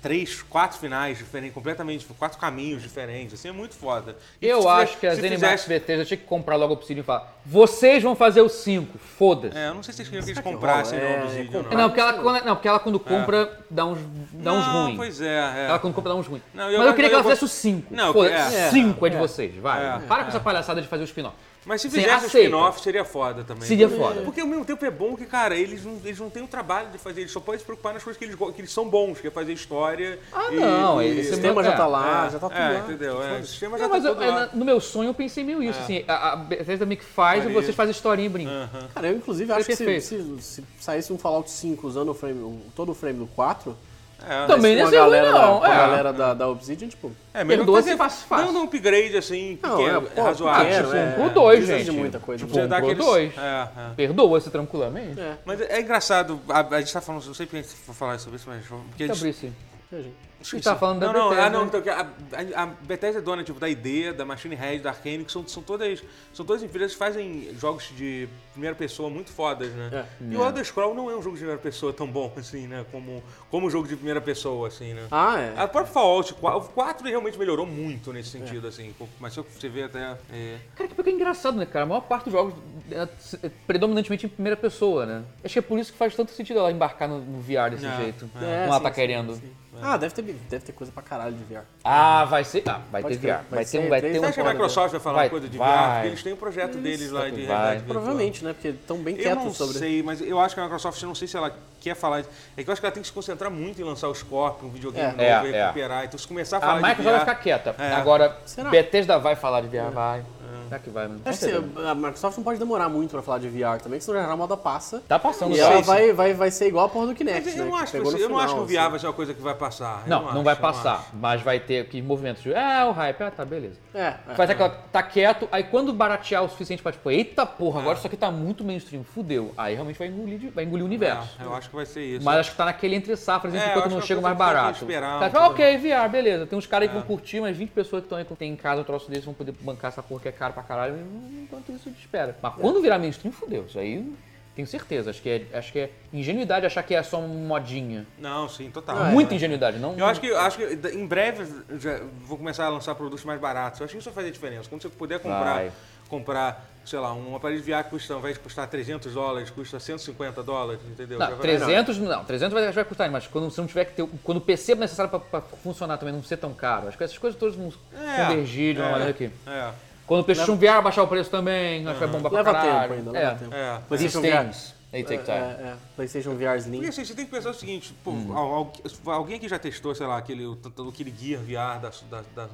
S1: Três, quatro finais diferentes, completamente, tipo, quatro caminhos diferentes, assim, é muito foda. E
S2: Eu
S1: se fizer-
S2: acho que as
S1: se
S2: Animax
S1: fizesse-
S2: VTs eu tinha que comprar logo o Obsidian e falar: vocês vão fazer o 5, foda-se.
S1: É, eu não sei se eles queriam que eles
S3: Será que
S1: comprassem né, um
S3: rola?
S1: não,
S3: É,
S1: Obsidian,
S3: comprar.
S2: É, Não, porque ela, quando, não, porque ela quando compra dá uns, dá uns
S1: É. Não,
S2: ruins.
S1: Pois é, é.
S2: Ela quando compra dá uns ruins.
S1: Não,
S2: Mas
S1: eu-
S2: eu, queria que
S1: eu
S2: ela fizesse
S1: gosto-
S2: o 5.
S1: Não, eu- é.
S2: 5 é, de vocês, vai.
S1: É.
S2: Para com essa palhaçada de fazer o spin-off.
S1: Mas se
S2: Sim,
S1: fizesse um
S2: aceita.
S1: spin-off, seria foda também.
S2: Seria foda.
S1: Porque ao mesmo tempo é bom que, cara, eles não, eles não têm o trabalho de fazer, eles só podem se preocupar nas coisas que eles, go- que eles são bons, que é fazer história.
S2: Ah, não,
S1: e,
S2: esse
S3: O sistema já
S2: É,
S3: tá lá,
S1: é,
S3: já tá tudo
S1: é,
S3: lá.
S1: entendeu? É, o sistema já
S2: Não,
S1: tá
S2: mas eu-
S1: todo
S2: eu-
S1: lá.
S2: na- no meu sonho eu pensei meio
S1: É.
S2: isso, assim, a, a Bethesda meio que faz e
S1: Faria.
S2: vocês fazem historinha e brincam.
S3: Cara, eu inclusive acho que se,
S2: perfeito.
S3: se, se saísse um Fallout 5 usando o frame, o- todo o frame do 4,
S1: É,
S2: Também
S3: com
S2: não
S3: a
S2: é seguro,
S3: galera, da,
S2: não.
S3: com a
S2: É.
S3: galera da, da Obsidian, tipo,
S1: é melhor
S2: perdoa
S1: fazer
S2: se fácil, fácil.
S1: Dando um upgrade, assim,
S3: Não,
S1: pequeno,
S3: é, pô,
S1: razoável.
S3: pequeno,
S1: tipo,
S3: é.
S2: O 2,
S3: precisa
S2: gente.
S3: de muita coisa.
S2: Tipo,
S1: você dá
S2: comprou
S1: aqueles-
S2: dois.
S1: É, é.
S2: Perdoa-se tranquilamente. É.
S1: Mas é é engraçado, a, a gente tá falando, eu sei porque a gente vai falar sobre Então, isso, mas... Porque a gente-
S2: Fabrice,
S3: é, gente.
S2: gente tá falando da
S1: não, não,
S2: Bethesda.
S1: ah, não, então, que a, a, a Bethesda é dona tipo, da ideia, da Machine Head, da Arkane, que são, são todas são todas empresas que fazem jogos de primeira pessoa muito fodas,
S2: É.
S1: né? E o Elder Scroll não é um jogo de primeira pessoa tão bom, assim, né? Como, como um jogo de primeira pessoa, assim, né?
S3: Ah, é.
S1: A própria Fallout 4, o 4 realmente melhorou muito nesse
S2: É.
S1: sentido, assim. Mas se você vê até... é,
S2: Cara, que fica engraçado, né, cara? A maior parte dos jogos é é predominantemente em primeira pessoa, né? Acho que é por isso que faz tanto sentido ela embarcar no, no VR desse
S1: É,
S2: jeito.
S1: é.
S2: Como
S3: É,
S2: ela
S3: sim,
S2: tá
S3: sim,
S2: querendo.
S3: Ah, deve ter, deve ter coisa pra caralho de
S1: É, então.
S3: VR.
S2: Ah, vai ser. Ah, vai
S3: Pode
S2: ter
S3: crer,
S2: VR.
S3: vai
S2: Vai ter
S3: ser
S2: um. Vai
S3: três-
S2: ter
S1: Você
S2: um
S1: acha que a Microsoft vai falar
S2: Vai,
S1: uma coisa de VR?
S2: vai.
S1: Porque eles têm um projeto deles lá
S2: que
S1: de
S2: vai.
S1: realidade virtual.
S3: Provavelmente, né? Porque estão bem
S1: Eu não
S3: quietos sobre.
S1: sei, mas eu acho que a Microsoft, eu não sei se ela quer falar. de- É que eu acho que ela tem que se concentrar muito em lançar o Scorpion, um videogame
S3: É.
S1: novo,
S2: É,
S1: e
S2: é.
S1: recuperar. Então, se começar a
S2: A
S1: falar
S3: Ah,
S1: de
S2: Microsoft vai
S1: VR,
S2: ficar quieta.
S1: É.
S2: Agora,
S3: Será? É.
S2: Bethesda vai falar de VR, vai. Será que vai? né? mano?
S3: Acho que
S1: É
S3: se- a Microsoft não pode demorar muito pra falar de VR também, que senão já a moda passa.
S2: Tá passando
S3: E
S2: já.
S3: ela vai, vai, vai ser igual a porra do Kinect,
S1: Mas
S3: né?
S1: eu não
S3: que
S1: acho que,
S3: pegou no
S1: eu não acho que o
S3: final,
S1: VR
S3: assim.
S1: vai ser uma coisa que vai passar. Eu
S2: Não, não, vai
S1: acho, eu
S2: passar.
S1: acho.
S2: mas vai ter que movimentos. de, É, o hype. Ah, tá, beleza.
S3: É, é.
S2: Vai ter aquela. Tá quieto, aí quando baratear o suficiente pra tipo, eita porra, agora isso aqui tá muito mainstream, fudeu. Aí realmente vai engolir, de- vai engolir o universo.
S1: Ah. É, eu acho que vai ser isso.
S2: Mas acho que tá naquele entre safras,
S1: É, eu
S2: enquanto
S1: acho
S2: não
S1: que
S2: chega
S1: é
S2: mais
S1: uma coisa que
S2: barato.
S1: tem que esperar,
S2: Tá,
S1: tudo
S2: fala, ok, VR, beleza. Tem uns caras
S1: É.
S2: aí que vão curtir, mas 20 pessoas que estão tem em casa um troço desse vão poder bancar essa porra que é cara pra caralho. Enquanto isso, te espera. Mas
S1: É.
S2: quando virar mainstream, fudeu. Isso aí tenho certeza. Acho que é, acho que é ingenuidade achar que é só uma modinha.
S1: Não, sim, total.
S2: Muita ingenuidade, não.
S1: É. Eu acho que, acho que da- em breve eu já vou começar a lançar produtos mais baratos. Eu acho que isso vai fazer diferença. Quando você puder comprar,
S2: Vai.
S1: comprar sei lá, um aparelho de VR que custa, vai custar 300 dólares, custa 150 dólares, entendeu? Já é.
S2: Não,
S1: vai-
S2: 300 não, 300 vai, vai custar, mas quando você não tiver que ter, quando o PC é necessário pra, pra funcionar também não ser tão caro, acho que essas coisas todas vão
S1: É,
S2: convergir de uma
S1: é.
S2: maneira que
S1: É,
S2: quando o PlayStation VR baixar o preço também, acho que vai bombar pra
S3: Leva
S2: caralho.
S3: tempo ainda, leva
S2: é.
S3: tempo.
S1: é.
S2: These
S3: PlayStation VR.
S2: things, they take
S3: É,
S2: time.
S3: é, PlayStation VR Slim.
S1: Porque assim, você tem que pensar o seguinte, pô, al- al- alguém aqui já testou, sei lá, aquele, o- tanto aquele Gear VR da, da, da,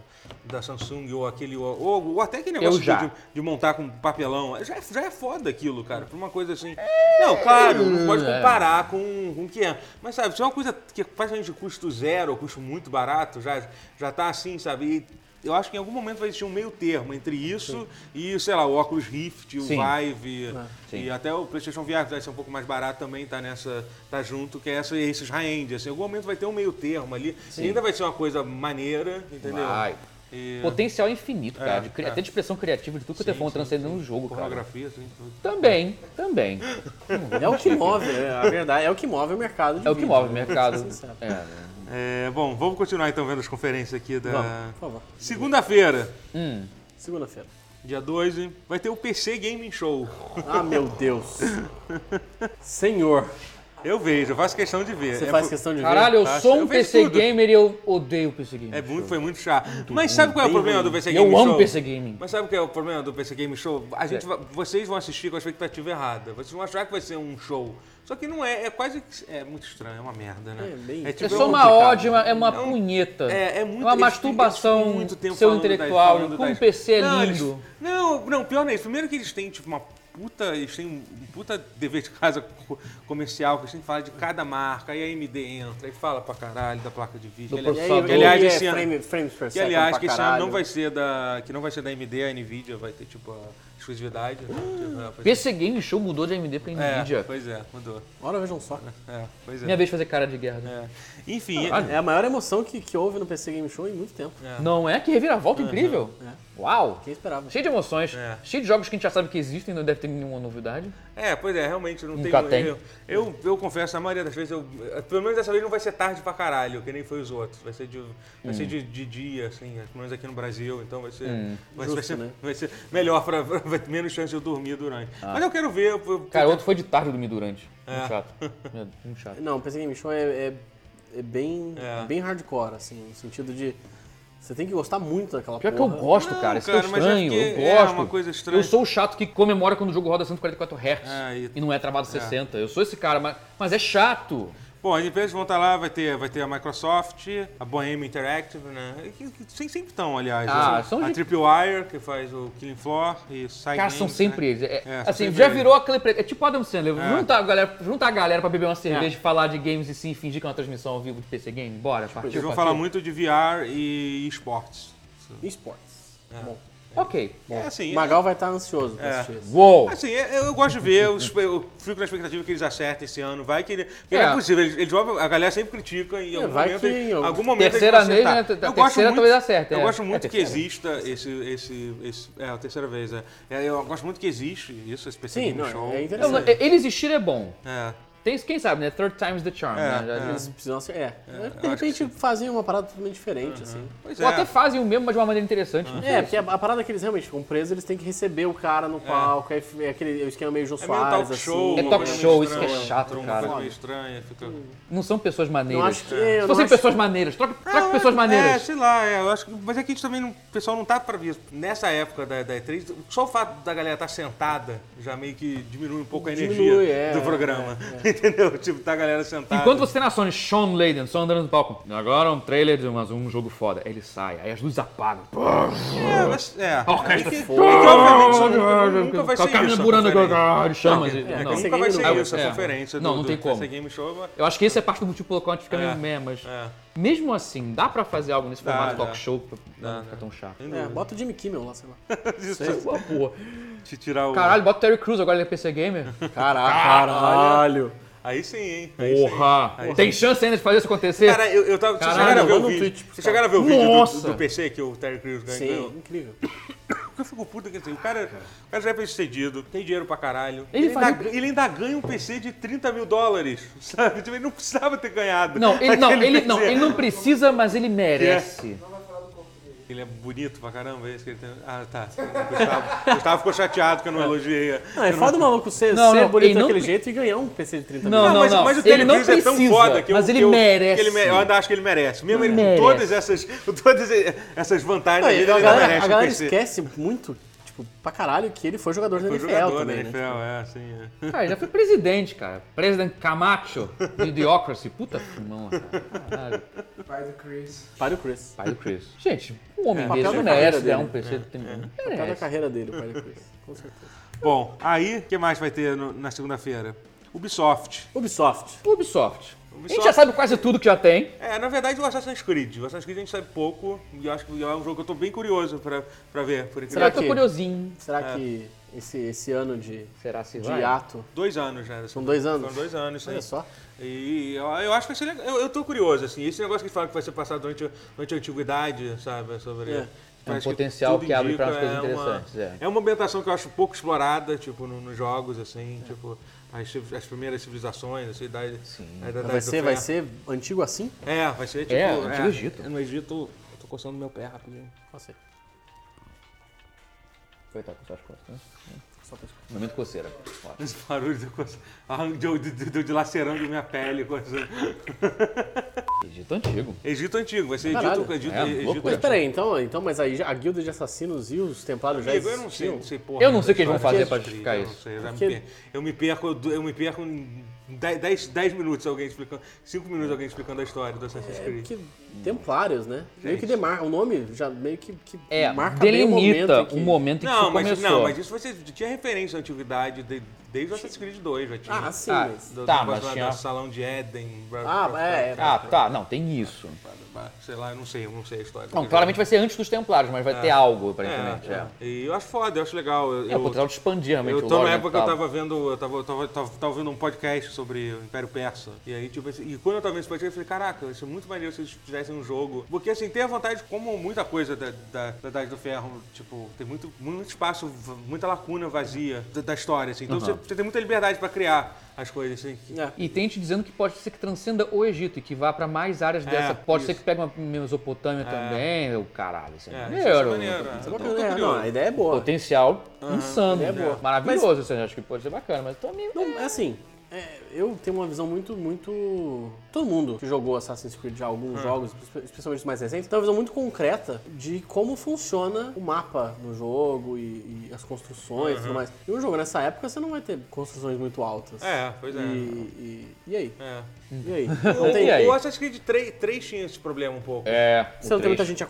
S1: da Samsung ou aquele. Ou, ou até aquele negócio
S2: já.
S1: De, de montar com papelão. Já, é- já é foda aquilo, cara. Pra uma coisa assim.
S2: É.
S1: Não, claro, não pode comparar com, com o que é. Mas sabe, se é uma coisa que praticamente de custo zero, ou custo muito barato, já, já tá assim, sabe? E eu acho que em algum momento vai existir um meio termo entre isso e, sei lá, o Oculus Rift, o
S2: Sim. É,
S1: Vive.
S2: sim.
S1: E até o PlayStation VR que vai ser um pouco mais barato também, tá nessa, tá junto, que é essa, esses high-end. Assim, em algum momento vai ter um meio termo ali. E ainda vai ser uma coisa maneira, entendeu?
S2: Vai. tá
S1: E
S2: É. Potencial infinito, cara, de cri-
S1: é.
S2: até de expressão criativa de tudo que
S1: Sim,
S2: eu tenho falando
S1: sim,
S2: transcendendo no jogo, cara.
S1: pornografia, assim, tudo.
S2: Também, também.
S3: É o que move, é, a verdade, é o que move o mercado de
S2: É o
S1: Uhum.
S2: que
S3: vídeo,
S2: move o
S3: né?
S2: mercado.
S3: Sincero.
S2: É, né?
S1: É, bom, vamos continuar então vendo as conferências aqui da.
S3: Vamos, por favor.
S1: Segunda-feira,
S3: Segunda-feira.
S1: dia 12, vai ter o PC Gaming Show.
S3: Ah, meu Deus. Senhor,
S1: Eu vejo, eu faço questão de ver.
S3: você
S1: É
S3: faz
S1: por-
S3: questão de ver.
S2: Caralho, eu
S1: Acho-
S2: sou
S1: eu
S2: um
S1: vejo
S2: PC
S1: tudo.
S2: gamer e eu odeio PC gamer.
S1: É muito, foi muito chato. Mas sabe qual é o
S3: bem
S1: problema
S3: ruim.
S1: do PC
S2: E
S1: Game
S2: eu
S1: Show?
S2: amo PC Gaming.
S1: Mas sabe qual é o problema do PC Game Show? A gente vai- vocês vão assistir com a expectativa errada. Vocês vão achar que vai ser um show. Só que não é, é quase que- é muito estranho, é uma merda, né?
S3: É, bem-
S2: É
S1: tipo,
S2: só uma
S1: complicado.
S2: ódio, é uma punheta.
S1: É, é muito
S2: uma
S1: eles
S2: masturbação
S1: ficam muito tempo
S2: seu
S1: falando das-
S2: intelectual.
S1: falando
S2: como
S1: das-
S2: o PC é
S1: Não, eles-
S2: lindo.
S1: não, não, pior não é isso. Primeiro que eles têm, tipo, uma puta. Eles têm um um puta dever de casa co- comercial, que eles têm que falar de cada marca. Aí a AMD entra e fala pra caralho da placa de vídeo.
S2: Do
S1: Aliás-
S3: E
S2: processador. Salvador.
S3: aí,
S1: que, aliás,
S3: e é
S1: esse ano-
S3: frame, frames per
S1: assim, que,
S3: second
S1: aliás,
S3: pra
S1: que esse ano
S3: caralho.
S1: não vai ser da. Que não vai ser da AMD, a Nvidia vai ter tipo a exclusividade. né? Vai ser-
S2: PC Game Show mudou de AMD pra
S1: É,
S2: Ah, Nvidia.
S1: pois é, mudou.
S3: Ora, vejam um só.
S1: É, pois é.
S2: Minha vez de fazer cara de guerra. né?
S1: É. Enfim,
S2: Caralho.
S3: É a maior emoção que, que houve no PC Game Show em muito tempo.
S1: É.
S2: Não é? Que reviravolta incrível. Uau.
S3: Quem esperava?
S2: Cheio de emoções,
S1: É.
S2: cheio de jogos que a gente já sabe que existem, não deve ter nenhuma novidade.
S1: É, pois é, realmente não
S2: Nunca tem.
S1: Eu, eu, eu confesso, na maioria das vezes, eu, pelo menos dessa vez não vai ser tarde pra caralho, que nem foi os outros. Vai ser de, vai
S2: Hum.
S1: ser de, de dia, assim, pelo menos aqui no Brasil, então vai ser, vai,
S3: Justo,
S1: vai ser,
S3: né?
S1: vai ser melhor, pra, pra- vai ter menos chance de eu dormir durante. Mas eu quero ver. eu- eu-
S2: Ah. Cara, outro foi de tarde dormir durante. Muito chato. É, Muito chato.
S3: Não, o PC Game Show é, é, é bem,
S1: É.
S3: bem hardcore, assim, no sentido de. Você tem que gostar muito daquela
S2: Pior que eu
S3: porra.
S2: gosto,
S1: Não,
S2: cara. Isso
S1: cara,
S2: é
S1: mas é
S2: estranho.
S1: porque
S2: eu
S1: é
S2: gosto.
S1: uma coisa estranha.
S2: Eu sou o chato que comemora quando o jogo roda 144 Hz
S1: É, e-
S2: e... não é travado 60. Eu sou esse cara, mas, mas é chato.
S1: Bom, as empresas vão estar lá, vai ter, vai ter a Microsoft, a Bohemia Interactive, né? Que, que sem- sempre estão, aliás.
S2: Ah,
S1: assim,
S2: são
S1: a
S2: de-
S1: Tripwire, que faz o Killing Floor, e o Side
S2: Cara, são
S1: Games,
S2: sempre
S1: né?
S2: eles. É-
S1: É, são
S2: assim,
S1: sempre
S2: já
S1: eles.
S2: virou aquele. pre- É tipo Adam Sandler. Junta, a galera, junta a galera pra beber uma
S1: É.
S2: cerveja e falar de games e sim fingir que é uma transmissão ao vivo de PC Game. Bora, partiu.
S1: Tipo, Eles vão
S2: partiu.
S1: falar muito de VR e esportes.
S3: Esportes. Tá Bom,
S2: Ok.
S1: É assim. é-
S3: Magal vai estar ansioso pra
S1: É.
S3: assistir isso.
S2: Uou!
S1: Assim, eu, eu gosto de ver, eu, espe- eu fico na expectativa que eles acertem esse ano. Vai que ele. porque
S2: É.
S1: Não é possível, eles, eles, óbvio, a galera sempre critica e em
S3: É,
S1: algum
S3: vai
S1: momento.
S3: que
S1: eles-
S3: em algum-
S1: algum momento
S2: Terceira
S1: eles vão acertar.
S2: vez, né? A
S1: Eu
S2: terceira
S1: gosto muito,
S2: talvez acerte,
S1: Eu
S2: é.
S1: gosto
S2: É a
S1: muito que
S2: terceira.
S1: exista esse, esse, esse. É, a terceira vez, é. É, Eu gosto muito que existe isso, esse PC
S3: Sim,
S1: Game
S3: não,
S1: Show.
S3: é
S2: Não, não,
S3: interessante.
S2: ele existir é bom.
S1: É.
S2: Tem, quem sabe, né? Third time's the charm.
S1: É,
S2: né? Já- já-
S3: Eles precisam ser- É. De
S1: eu acho que
S3: repente fazem uma parada totalmente diferente, assim.
S1: Pois
S2: Ou
S1: é.
S2: até fazem o mesmo, mas de uma maneira interessante. não sei.
S3: É, porque a, a parada que eles realmente ficam presos, eles têm que receber o cara no palco, aí f- é aquele é o esquema meio Jô
S1: É meio
S3: Soares,
S1: talk
S3: assim.
S1: show.
S2: É
S1: uma
S2: talk
S1: coisa meio
S2: show, isso que é
S1: estranha,
S2: chato,
S1: uma
S2: cara.
S1: coisa meio estranha, fica...
S2: Não são pessoas
S3: Não
S2: maneiras.
S3: acho que. eu
S2: Se
S3: não
S2: fossem
S3: acho-
S2: pessoas maneiras, troca, troca
S1: É. Ah,
S2: pessoas
S1: É,
S2: maneiras.
S1: sei lá, é, eu acho que, mas é que a gente também não, o pessoal não tá pra isso. Nessa época da, da E3, só o fato da galera estar sentada já meio que diminui um pouco a energia
S3: Diminui, é,
S1: do
S3: é,
S1: programa. Entendeu? Tipo, tá a galera sentada.
S2: Enquanto você tem na Sony, Sean Layden, só andando no palco. Agora um trailer de umas- um jogo foda. Aí Ele sai, aí as luzes apagam. Pô,
S1: É, mas. É.
S2: a orquestra
S1: É que-
S2: foda.
S1: é que, obviamente, isso nunca- nunca vai
S2: Com a
S1: ser
S2: Carmen
S1: isso, a
S2: Burana,
S1: conferência.
S2: ah, de chamas.
S3: Não, é,
S2: não.
S3: é que
S1: Nunca vai ser
S3: Ninguém
S1: isso a
S2: nunca- é.
S1: conferência
S2: Não,
S1: do,
S2: não
S1: do
S2: tem como.
S1: PC Game Show. mas-
S2: Eu acho que essa é parte do múltiplo quando fica
S1: É,
S2: meio meio mas...
S1: É.
S2: Mesmo assim, dá pra fazer algo nesse
S1: Dá,
S2: formato
S1: dá. Então,
S2: talk show pra não ficar tão chato.
S3: É, bota o Jimmy Kimmel lá, sei lá.
S1: Isso,
S2: Boa porra.
S1: te tirar o.
S2: Caralho, bota o Terry Crews agora ele é PC Gamer.
S3: Caralho!
S1: Aí sim, hein? Aí sim.
S2: Porra! Tem chance ainda de fazer isso acontecer?
S1: Cara, eu, eu tava. vocês chegaram a
S2: Caralho,
S1: ver o
S3: manda um
S1: vídeo.
S3: tweet, por
S1: vocês chegaram a ver o
S2: favor.
S1: vídeo do- do,
S2: Nossa.
S1: PC que o Terry Crews ganhou?
S3: Sim, incrível.
S1: Porque eu fico puto, quer dizer, o cara, o cara já é bem sucedido, tem dinheiro pra caralho.
S2: Ele
S1: ainda,
S2: faz-
S1: ga- ele ainda ganha um PC de 30 mil dólares, sabe? Tipo, Ele não precisava ter ganhado.
S2: Não, ele não,
S1: aquele
S2: ele não,
S1: PC.
S2: ele não precisa, mas ele merece.
S1: Ele é bonito pra caramba, é isso que ele tem. Ah, tá. O Gustavo, o Gustavo ficou chateado que eu não elogiei.
S3: Não, é foda o maluco ser,
S2: Não,
S3: ser
S2: não,
S3: bonito
S2: ele não
S3: daquele
S2: pre-
S3: jeito e ganhar um PC de 30
S2: Não,
S3: mil.
S2: não,
S1: mas,
S2: não.
S1: mas o
S2: Ele
S1: Terry
S2: não
S1: Crews é tão
S2: precisa,
S1: foda que eu-
S2: mas ele
S1: que eu- que
S2: merece.
S1: ele me- eu ainda acho que ele merece. Mesmo ele com
S2: Merece.
S1: todas essas, todas essas vantagens,
S3: Não, e
S1: dele, ele
S3: a
S1: ainda
S3: galera,
S1: merece
S3: a
S1: um
S3: galera
S1: PC.
S3: esquece muito, tipo, pra caralho, que ele foi jogador da
S1: Foi
S3: NFL
S1: jogador
S3: também,
S1: da
S3: né?
S1: NFL, é, assim. é.
S2: Cara, já foi presidente, cara. Presidente Camacho, Idiocracy. Puta filmão, cara. Caralho,
S4: Pai do Chris.
S3: Tipo, Pai do Chris.
S2: pai do Chris. Gente, um homem
S3: É, papel
S2: desse
S3: da
S2: merece
S3: carreira
S2: ganhar um
S3: dele.
S1: É.
S2: PC. Tem...
S3: Cada
S2: Merece.
S3: carreira dele, o pai do Chris. Com certeza.
S1: Bom, aí, o que mais vai ter no- na segunda-feira? Ubisoft.
S3: Ubisoft.
S2: Ubisoft. A gente
S1: Ubisoft.
S2: já sabe quase tudo que já tem.
S1: É, na verdade o Assassin's Creed. O Assassin's Creed a gente sabe pouco e eu acho que é um jogo que eu tô bem curioso pra, pra ver. Por
S2: Eu
S1: incrível.
S3: Será
S2: tô
S3: que-
S2: curiosinho.
S3: Será
S1: É.
S3: que esse, esse ano de,
S2: Será se
S3: de
S2: vai?
S3: hiato...
S1: Dois anos, né?
S3: São dois anos?
S1: São dois anos, sim.
S3: Olha só.
S1: E eu, eu acho que vai ser legal. Eu, eu tô curioso, assim. Esse negócio que fala que vai ser passado durante, durante a antiguidade, sabe? Sobre.
S3: É.
S2: É um
S1: parece
S2: potencial
S1: tudo
S2: que abre
S1: indica
S2: pra umas coisas
S1: é uma-
S2: interessantes, é.
S1: uma ambientação que eu acho pouco explorada, tipo, no- nos jogos, assim. Tipo, as, civ- as primeiras civilizações, assim, idade. Sim.
S3: Vai ser, vai ser antigo assim?
S1: É, vai ser tipo.
S2: É, Antigo Egito.
S1: No Egito, eu tô coçando meu pé rapidinho.
S3: Não sei.
S2: Coitado com suas costas, né?
S3: Só pra escutar.
S2: Momento coceira. Ó.
S1: Esse barulho de, coisa- ah, de, de, de, de dilacerando minha pele. Coisa.
S2: Egito é antigo.
S1: Egito é antigo, vai ser
S3: Caralho.
S1: Egito, Egito,
S2: É,
S1: Egito
S2: loucura.
S3: Mas
S1: antigo.
S3: peraí, então, então, mas aí a guilda de assassinos e os templários já
S1: Amigo, eu não sei,
S3: existiam?
S1: não sei porra.
S2: Eu não sei o que eles
S1: da
S2: vão fazer
S1: história
S2: pra
S1: de Assassin's Creed,
S2: justificar isso.
S1: Eu, não sei, eu já
S3: Porque-
S1: me perco, eu me perco, eu me perco em dez- dez dez minutos alguém explicando, cinco minutos alguém explicando a história do Assassin's
S3: É
S1: Creed.
S3: que Templários, né? Meio que demarca. O nome já meio que, que
S2: É,
S3: marca bem o momento.
S2: delimita
S3: em que-
S2: o momento em que
S1: Não
S2: isso
S1: mas,
S2: começou.
S1: não, mas isso você tinha referência à antiguidade de- desde o Assassin's Creed 2, já tinha.
S3: Ah, sim,
S2: Ah,
S3: mas.
S1: Do,
S2: Tá,
S1: do negócio
S2: mas
S1: lá
S2: tinha-
S1: do Salão de Éden. blá,
S3: Ah,
S1: blá,
S3: é,
S1: blá,
S2: Ah, tá, não, tem isso.
S1: blá, Sei lá, eu não sei, eu não sei a história.
S2: Não, claramente vai ser antes dos Templários, mas vai ter algo, aparentemente. É,
S1: É, é. E eu acho foda, eu acho legal. Eu,
S2: É, o potencial de expandir realmente
S1: eu
S2: o
S1: tô
S2: lore né,
S1: na época que eu
S2: oriental.
S1: tava vendo, eu tava, eu tava, tava, tava ouvindo um podcast sobre o Império Persa. E aí, tipo, assim, e quando eu tava vendo esse podcast, eu falei, caraca, isso é muito maneiro se eles fizessem um jogo. Porque assim, tem a vontade, como muita coisa da, da, da Idade do Ferro, tipo, tem muito, muito espaço, v- muita lacuna vazia da, da história, assim. Então você, você tem muita liberdade pra criar as coisas, assim.
S3: É.
S2: E tem gente dizendo que pode ser que transcenda o Egito e que vá pra mais áreas dessa. Pode
S1: É, isso.
S2: ser que pegue uma Mesopotâmia também. O caralho, isso é,
S1: É, isso é
S2: maneiro.
S1: maneiro. é.
S3: Isso
S1: Eu
S3: é
S1: tô- tô
S3: bacana, é, não,
S1: curioso.
S3: a ideia é boa.
S2: Potencial insano. né?
S3: É boa.
S2: Maravilhoso, ou seja, acho que pode ser bacana, mas também.
S3: Não, é assim, é, eu tenho uma visão muito, muito. Todo mundo que jogou Assassin's Creed já
S1: Hum.
S3: alguns jogos, espe- especialmente os mais recentes, tem uma visão muito concreta de como funciona o mapa no jogo e, e as construções e
S1: Uhum.
S3: tudo mais. E um jogo nessa época você não vai ter construções muito altas.
S1: É, pois é. Um
S3: E, e, e aí?
S1: É.
S3: E aí? Não
S2: E aí?
S3: tem,
S1: O Assassin's Creed 3, 3 tinha esse problema um pouco.
S2: É.
S3: você não tem muita gente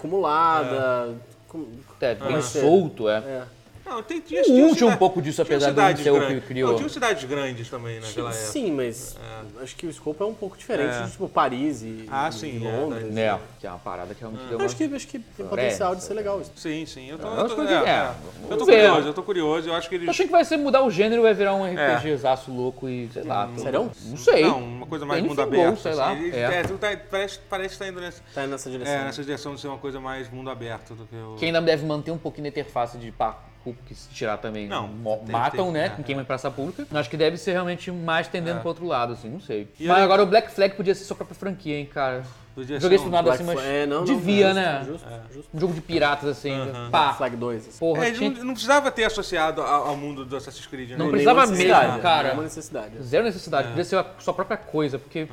S3: acumulada. como-
S2: É, bem
S3: Ah.
S2: solto, é.
S3: é.
S1: Não, tem, tinha,
S2: O
S1: tinha
S2: um tinha um
S1: cida-
S2: pouco disso,
S1: tinha
S2: apesar de
S1: cidades
S2: não ser o que
S1: grandes.
S2: criou.
S1: Não, tinha cidades grandes também naquela É época.
S3: Sim, mas acho que o escopo é um pouco diferente
S1: É.
S3: de tipo Paris e,
S1: Ah,
S3: e
S1: sim, é, Ah.
S3: Londres.
S2: Né, que é uma parada que realmente deu uma...
S3: Acho que, acho que tem
S2: Parece,
S3: potencial de ser legal isso.
S1: Sim, sim. Eu tô,
S2: Ah,
S1: eu
S2: acho
S1: tô,
S2: que eu
S1: é,
S2: digo- é,
S1: é.
S2: vamos
S1: Eu tô
S2: ver.
S1: curioso, eu tô curioso. Eu acho que
S2: Eu
S1: eles.
S2: achei que vai ser mudar o gênero e vai virar um RPGzaço louco e sei lá. tô-
S3: Serão?
S2: Não sei.
S1: É. Não, uma coisa mais
S2: Tem
S1: mundo
S2: fim
S1: aberto.
S2: gol, sei lá.
S1: assim. Eles-
S2: É.
S1: é, tu tá- parece, parece que tá indo nessa,
S3: Tá nessa
S1: é,
S3: direção.
S1: nessa direção de ser uma coisa mais mundo aberto do que o.
S2: Que ainda deve manter um pouquinho da interface de parkour, que se tirar também
S1: Não,
S2: mo-
S1: tem-
S2: matam,
S1: tem-
S2: né?
S1: é,
S2: Com quem vai praça pública. Acho que deve ser realmente mais tendendo pro outro lado, assim, não sei.
S1: E
S2: Mas
S1: aí-
S2: agora o Black Flag podia ser sua própria franquia, hein, cara.
S1: Podia
S2: Joguei
S1: ser
S2: isso
S1: um
S2: do nada
S3: Black
S2: assim, mas
S3: Flag- é, não, não,
S2: devia,
S3: justo,
S2: né?
S3: Justo, justo.
S2: Um jogo de piratas, assim, pá.
S3: Flag 2. assim.
S2: Porra,
S1: É,
S2: tinha...
S1: não, não precisava ter associado ao, ao mundo do Assassin's Creed, né?
S2: Não
S3: Nenhuma
S2: precisava mesmo,
S3: necessidade,
S2: cara.
S3: É uma necessidade.
S2: Zero
S3: É.
S2: necessidade, podia ser a sua própria coisa, porque.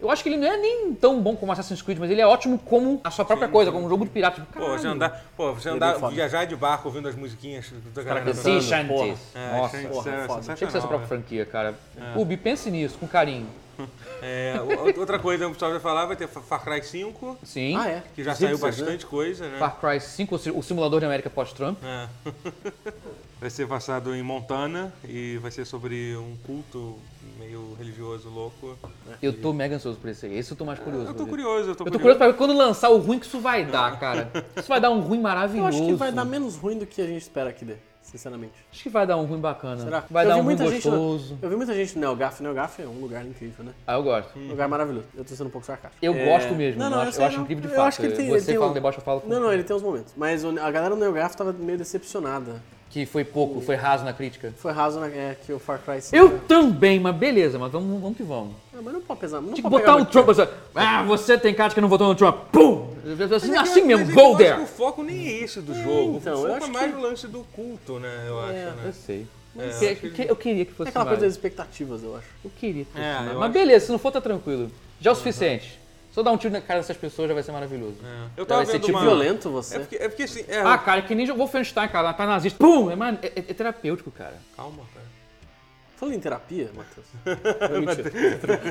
S2: Eu acho que ele não é nem tão bom como Assassin's Creed, mas ele é ótimo como a sua própria coisa, como um jogo de pirata. Tipo,
S1: Pô, você
S2: caralho.
S1: andar, pô, você andar,
S3: bem foda.
S1: viajar de barco ouvindo as musiquinhas da galera
S2: Caraca,
S1: cantando.
S2: Sea
S3: pensando,
S2: Shanties.
S3: porra.
S1: É,
S2: Nossa.
S1: isso é-
S3: porra,
S1: isso é
S3: foda.
S2: Tinha que ser a sua
S1: sensacional,
S2: própria
S1: né?
S2: franquia, cara.
S3: É.
S2: Ubi, pense nisso, com carinho.
S1: É, o- outra coisa que o pessoal vai falar vai ter Far Cry 5,
S2: Sim.
S3: Ah, é?
S1: que já
S3: Sim,
S1: saiu
S3: vocês, né?
S1: bastante coisa, né?
S2: Far Cry 5, o si- o simulador de América pós-Trump.
S1: É. Vai ser passado em Montana e vai ser sobre um culto meio religioso louco.
S2: Eu tô mega ansioso por esse aí. Esse eu tô mais curioso.
S1: Eu tô
S2: pra ver.
S1: curioso, eu tô curioso.
S2: Eu tô curioso pra ver quando lançar o ruim que isso vai dar, cara. Isso vai dar um ruim maravilhoso.
S3: Eu acho que vai dar menos ruim do que a gente espera que dê, sinceramente.
S2: Acho que vai dar um ruim bacana.
S3: Será?
S2: Vai
S3: eu
S2: dar
S3: vi
S2: um ruim
S3: muita gente,
S2: gostoso.
S3: Eu vi muita gente no Neogaf. Neogaf é um lugar incrível, né?
S2: Ah, eu gosto.
S3: Um lugar maravilhoso. Eu tô sendo um pouco sarcástico.
S2: Eu
S3: É,
S2: gosto mesmo.
S3: não,
S2: eu
S3: não,
S2: acho,
S3: sei,
S2: eu acho
S3: não.
S2: incrível de
S3: Eu
S2: fato.
S3: acho que ele tem, ele
S2: Você
S3: tem
S2: fala
S3: um-
S2: deboche, eu falo com...
S3: Não, não, ele tem uns momentos. Mas o- a galera do Neogaf tava meio decepcionada.
S2: que foi pouco, foi raso na crítica.
S3: Foi raso na, é, que o Far Cry 5...
S2: Eu também, mas beleza, mas vamos, vamos que vamos.
S3: Ah, mas não pode pesar. Não
S2: Tinha que
S3: pode
S2: botar
S3: pegar
S2: um
S3: muito.
S2: Trump. assim, Ah, você tem cara de que não votou no Trump. Pum! Assim,
S1: Mas é que-
S2: assim mesmo,
S1: mas é que
S2: go
S1: eu
S2: there!
S1: Acho que o foco nem é esse do jogo.
S3: então,
S1: o
S3: eu
S1: foco
S3: acho
S1: é mais
S3: que-
S1: o lance do culto, né? Eu
S3: É,
S1: acho,
S2: Eu
S1: né?
S2: sei.
S1: É,
S2: Que-
S1: eu acho que-
S2: que- eu queria que
S3: É
S2: fosse
S3: aquela
S2: mais.
S3: coisa das expectativas, eu acho.
S2: Eu queria que fosse
S1: É,
S2: mais.
S1: eu
S2: Mas
S1: acho-
S2: beleza, se não for, tá tranquilo. Já é o suficiente. Só dar um tiro na cara dessas pessoas já vai ser maravilhoso.
S1: É. Eu
S2: Vai
S1: tava
S2: ser
S1: vendo
S2: tipo
S1: uma...
S3: Violento você.
S1: É porque, é porque assim... É...
S2: Ah, cara, que nem jogou Wolfenstein, cara. Tá nazista. Pum! É, man- é- é- é terapêutico, cara.
S1: Calma, cara.
S3: Falando em terapia, Matheus. Não, mentira.